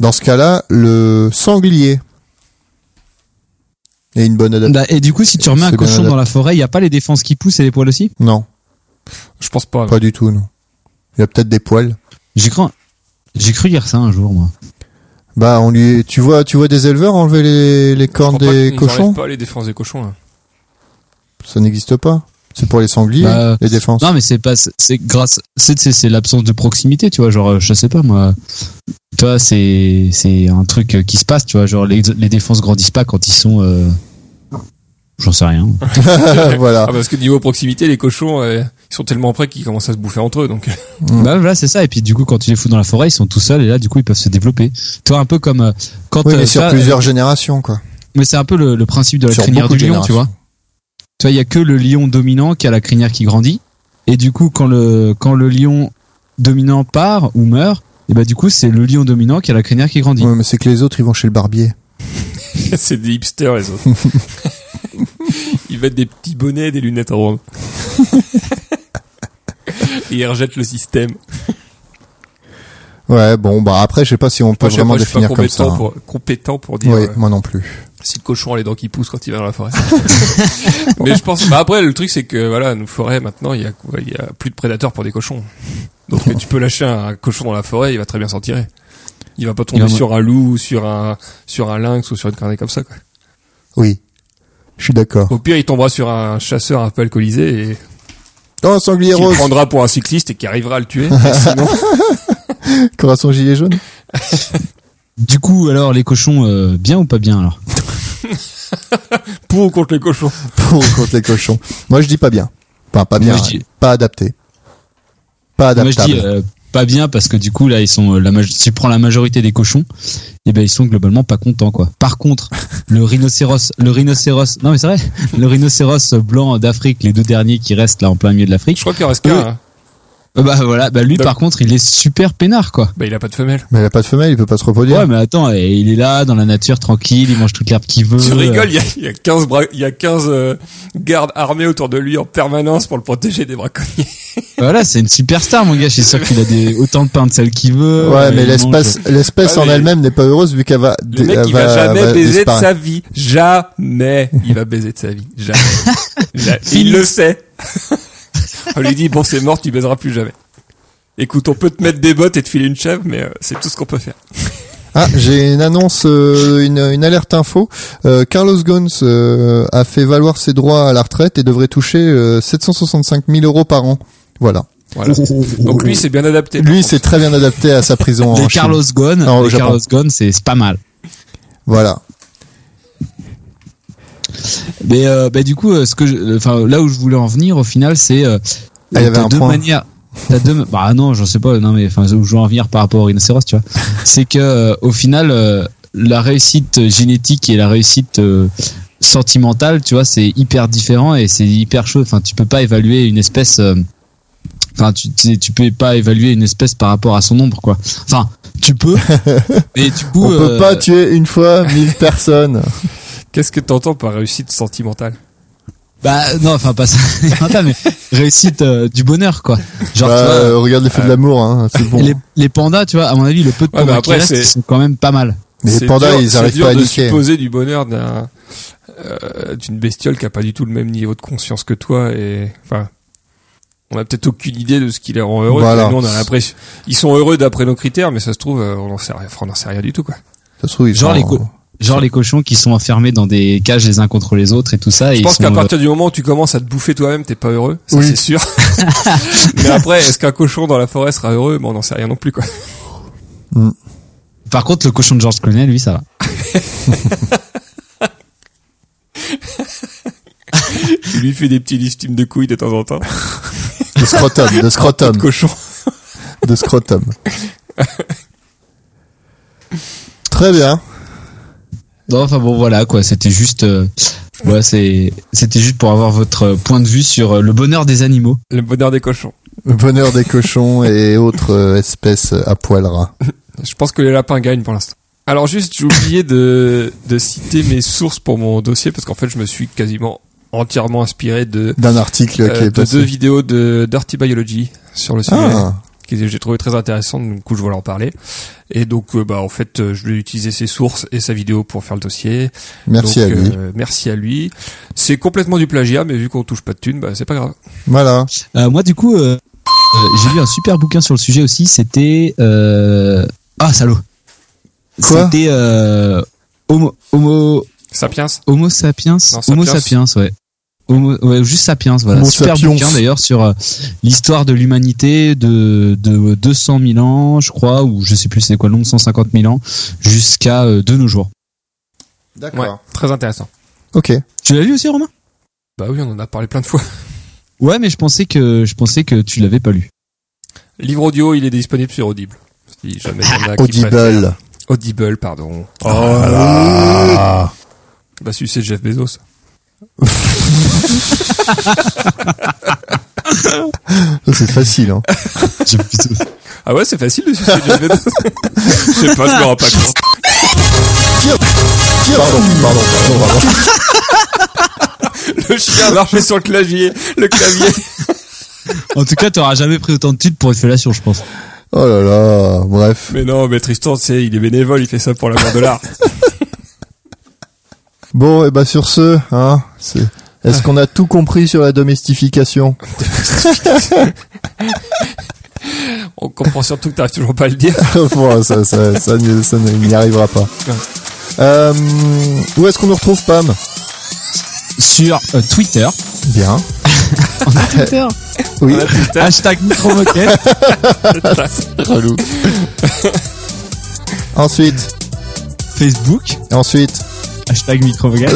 A: Dans ce cas-là, le sanglier est une bonne adaptation.
E: Bah, et du coup, si tu remets un
A: C'est bien
E: cochon dans la forêt, il y a pas les défenses qui poussent et les poils aussi
A: Non,
D: Je pense pas.
A: pas du tout, non. Il y a peut-être des poils.
E: J'ai cru, j'ai cru lire ça un jour moi.
A: Bah, on lui, tu vois, tu vois des éleveurs enlever les, les
D: Je
A: cornes
D: crois pas
A: des
D: qu'on nous enlève
A: cochons.
D: pas les défenses des cochons. hein.
A: Ça n'existe pas. C'est pour les sangliers,
E: Bah,
A: les défenses.
E: Non, mais c'est pas, c'est grâce, c'est c'est c'est l'absence de proximité, tu vois. Genre, euh, je sais pas moi. Toi, c'est c'est un truc euh, qui se passe, tu vois. Genre, les, les défenses grandissent pas quand ils sont. euh, J'en sais
A: (laughs)
E: rien.
A: voilà.
D: Ah,
E: bah,
D: parce que niveau proximité, les cochons, euh, ils sont tellement près qu'ils commencent à se bouffer entre eux. Donc, (laughs)
E: bah voilà, c'est ça. Et puis du coup, quand tu les fous dans la forêt, ils sont tout seuls et là, du coup, ils peuvent se développer. Toi, un peu comme euh, quand.
A: Oui,
E: euh,
A: mais sur
E: ça-
A: plusieurs générations, quoi.
E: Mais c'est un peu le, le principe de la
A: Sur
E: crinière
A: beaucoup
E: du
A: de
E: lion, tu vois. Tu vois, il y a que le lion dominant qui a la crinière qui grandit. Et du coup, quand le, quand le lion dominant part ou meurt, et bah du coup, c'est le lion dominant qui a la crinière qui grandit.
A: Ouais, mais c'est que les autres, ils vont chez le barbier.
D: C'est des hipsters, les
A: (laughs)
D: autres. ils mettent des petits bonnets et des lunettes
A: (laughs)
D: rondes. et ils rejettent le système.
A: Ouais, bon, bah après, je sais pas si on peut
D: Moi, je sais
A: vraiment
D: pas, je suis pas
A: définir comme ça.
D: compétent
A: hein.
D: pour, compétent pour dire
A: Oui,
D: euh,
A: moi non plus.
D: si le cochon a les dents qui poussent quand il va dans la forêt. (laughs) Mais je pense. Bah après, le truc c'est que voilà, nos forêts maintenant, il y a quoi il y a plus de prédateurs pour des cochons. Donc tu peux lâcher un cochon dans la forêt, il va très bien s'en tirer. Il va pas tomber
E: Il va-
D: sur un loup, ou sur un sur un lynx ou sur une carnet comme ça. Quoi.
A: Oui. Je suis d'accord.
D: Au pire, il tombera sur un chasseur un peu alcoolisé et
A: Oh, sanglier
D: qui le
A: rose (laughs)
D: prendra pour un cycliste et qui arrivera à le (laughs) tuer.
A: qui aura son gilet jaune
E: Du coup, alors, les cochons, euh, bien ou pas bien alors
D: pour ou contre les cochons.
A: pour ou contre les cochons. Moi, je dis pas bien. Enfin, pas bien.
E: Moi, je dis-
A: Pas adapté. Pas
E: Moi, je
A: adaptable.
E: dis euh, pas bien parce que du coup, là, ils sont euh, la maj- si tu prends la majorité des cochons, et ben ils sont globalement pas contents quoi. Par
A: (laughs)
E: contre, le rhinocéros, le rhinocéros, non mais c'est vrai, le rhinocéros blanc d'Afrique, les deux derniers qui restent là en plein milieu de
D: Je
E: l'Afrique,
D: crois qu'il en reste qu'un. hein.
E: euh, bah voilà, bah lui
D: Donc-
E: par contre, il est super peinard quoi.
D: Bah il a pas de femelle.
A: Mais il a pas de femelle, il peut pas se reproduire.
E: Ouais, mais attends, et il est là, dans la nature, tranquille, il mange toute l'herbe qu'il veut.
D: Tu rigoles,
E: Euh,
D: il y a, il y a 15, bra- il y a 15 euh, gardes armés autour de lui en permanence pour le protéger des braconniers.
E: Voilà, c'est une superstar, mon gars. Je suis sûr qu'il a des, autant de pain de sel qu'il veut.
A: Ouais,
E: Euh,
A: mais
E: il
A: l'espèce, l'espèce
D: Ouais,
A: en
D: Ah, mais-
A: elle-même n'est pas heureuse vu qu'elle va,
D: Le mec,
A: elle
D: il va jamais
A: elle
D: baiser de
A: disparaître.
D: sa vie. Jamais. Il va baiser de sa vie. Jamais. Ja-
E: Fini.
D: Il le sait. (laughs) On lui dit, bon, c'est mort, tu baiseras plus jamais. Écoute, on peut te mettre des bottes et te filer une chèvre, mais euh, c'est tout ce qu'on peut faire.
A: Ah, j'ai une annonce, euh, une, une alerte info. Euh, Carlos Ghosn euh, a fait valoir ses droits à la retraite et devrait toucher euh, 765 000 euros par an. Voilà.
D: (laughs) Voilà. Donc lui, c'est bien adapté. par
A: Lui,
D: contre.
A: c'est très bien adapté à sa prison
E: mange- (laughs)
A: en
E: Les
A: Chine.
E: Carlos Ghosn,
A: Non, au
E: les
A: Japon.
E: Carlos Ghosn, c'est c'est pas mal.
A: Voilà.
E: Mais euh, bah, du coup, euh, ce que, je- enfin, là où je voulais en venir, au final, c'est euh,
A: Ah, il y avait
E: t'as
A: un
E: deux
A: point.
E: manières. T'as deux. Bah non, j'en sais pas. Non, mais enfin, où je veux en venir par rapport au rhinocéros, tu vois, c'est que euh, au final, euh, la réussite génétique et la réussite euh, sentimentale, tu vois, c'est hyper différent et c'est hyper chaud. Enfin, tu peux pas évaluer une espèce. euh, Enfin, tu, tu tu peux pas évaluer une espèce par rapport à son nombre, quoi. Enfin, tu
A: (laughs)
E: peux. mais du coup,
A: On peut
E: euh,
A: pas tuer une fois 1000 personnes.
D: Qu'est-ce que t'entends par réussite sentimentale
E: Bah non, enfin pas ça, (laughs) Attends, mais réussite euh, du bonheur quoi. (laughs) Genre
A: Bah,
E: tu vois,
A: euh, regarde l'effet de l'amour, hein, c'est bon.
E: et les, les pandas, tu vois, à mon avis, le peu de
D: Ouais, mais
E: pandas
D: après,
E: qui restent
D: c'est-
E: ils sont quand même pas mal.
A: Mais
D: C'est
A: les pandas,
D: dur-
A: ils arrivent pas à
D: C'est dur de
A: niquer.
D: supposer du bonheur d'un euh, d'une bestiole qui a pas du tout le même niveau de conscience que toi et enfin on a peut-être aucune idée de ce qui les rend heureux.
A: Voilà.
D: mais Nous, on a l'impression ils sont heureux d'après nos critères, mais ça se trouve euh, on n'en sait rien, enfin, on n'en sait rien du tout quoi.
A: Ça se trouve, ils
E: Genre
A: sont-
E: les co- Genre les cochons qui sont enfermés dans des cages les uns contre les autres et tout ça. et
D: Je
E: ils
D: pense
E: sont,
D: qu'à
E: euh,
D: partir du moment où tu commences à te bouffer toi-même, t'es pas heureux, ça
A: Oui.
D: c'est
A: (laughs)
D: sûr. mais après, est-ce qu'un cochon dans la forêt sera heureux Bon, on n'en sait rien non plus quoi.
E: euh, Par contre, le cochon de Georges Clooney, lui, ça va.
D: Tu lui fais des petits listings de couilles de temps
A: (laughs)
D: en temps.
A: de scrotum,
D: (laughs)
A: de
D: Le
A: scrotum,
D: cochon.
A: de scrotum. Très bien.
E: Non, enfin bon, voilà quoi. C'était juste, euh, ouais, c'est, c'était juste pour avoir votre euh, point de vue sur euh, le bonheur des animaux.
D: Le bonheur des cochons.
A: Le bonheur des cochons et autres euh, espèces à poil ras.
D: Je pense que les lapins gagnent pour l'instant. Alors juste, j'ai oublié de, de citer mes sources pour mon dossier parce qu'en fait, je me suis quasiment entièrement inspiré de,
A: D'un article
D: euh,
A: qui
D: de
A: est passé.
D: deux vidéos de Dirty Biology sur le sujet
A: Ah,
D: que j'ai trouvé très intéressantes. Du coup, je voulais en parler. Et donc, euh, bah, en fait, euh, je vais utiliser ses sources et sa vidéo pour faire le dossier.
A: merci
D: Donc,
A: à lui.
D: euh, merci à lui. C'est complètement du plagiat, mais vu qu'on touche pas de thunes, bah, c'est pas grave.
A: Voilà.
E: Euh, moi, du coup, euh, euh, j'ai lu un super bouquin sur le sujet aussi. C'était euh... ah salaud.
A: Quoi
E: C'était euh... Homo Homo
D: Sapiens.
E: Homo sapiens.
D: Non,
E: Homo
D: Sapiens.
E: sapiens, ouais. Homo, ouais, juste sapiens, voilà.
A: Homo
E: super
A: sapiens.
E: bouquin d'ailleurs sur euh, l'histoire de l'humanité de, de 200 000 ans, je crois, ou je sais plus c'est quoi le nombre, 150 000 ans, jusqu'à euh, de nos jours.
D: Ouais, très intéressant.
A: Ok.
E: Tu l'as lu aussi, Romain
D: Bah oui, on en a parlé plein de fois. (laughs)
E: Ouais, mais je pensais que je pensais que tu l'avais pas lu. (laughs)
D: Livre audio, il est disponible sur Audible. Si jamais il y en a qui préfèrent. Oh. Ah,
A: Audible. Ah.
D: Audible, pardon. Bah, sucer Jeff Bezos.
A: Ça, C'est
D: (laughs)
A: facile. Hein.
E: J'ai plutôt-
D: Ah ouais, c'est facile de sucer Jeff Bezos. (laughs) Je sais pas, je me rends pas compte.
A: Pardon, pardon, pardon, pardon.
D: Le chien a marché sur le clavier. Le clavier.
E: En tout cas, t'auras jamais pris autant de titres pour une fellation, je pense.
A: Oh là là, bref.
D: Mais non, mais Tristan, c'est, il est bénévole, il fait ça pour l'amour de l'art.
A: Bon, et bah sur ce, hein, c'est- est-ce
D: Ah.
A: qu'on a tout compris sur la domestification
D: On comprend surtout que t'arrives toujours pas à le (laughs) dire.
A: Bon, ça, ça, ça, n'y- ça n'y arrivera pas. Euh, où est-ce qu'on nous retrouve, Pam
E: Sur euh, Twitter.
A: Bien.
E: Twitter.
A: Oui,
E: Hashtag micro-moquette.
A: relou. ensuite,
E: Facebook.
A: ensuite.
E: Hashtag micro-moquette.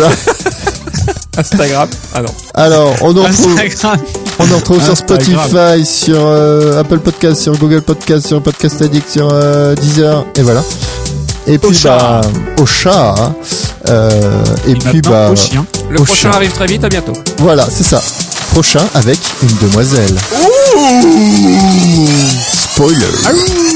D: Instagram. Ah non.
A: Alors, on nous retrouve,
E: Instagram.
A: on nous retrouve sur
E: Instagram.
A: Spotify, sur euh, Apple Podcast, sur Google Podcast, sur Podcast Addict, sur euh, Deezer, et voilà. Et puis,
E: chat.
A: bah, au chat. hein. Euh, et, puis,
E: Maintenant,
A: bah,
E: au chien.
D: Le
A: Au
D: prochain
A: chien.
D: arrive très vite, à bientôt.
A: voilà, c'est ça. Prochain avec une demoiselle. Spoiler.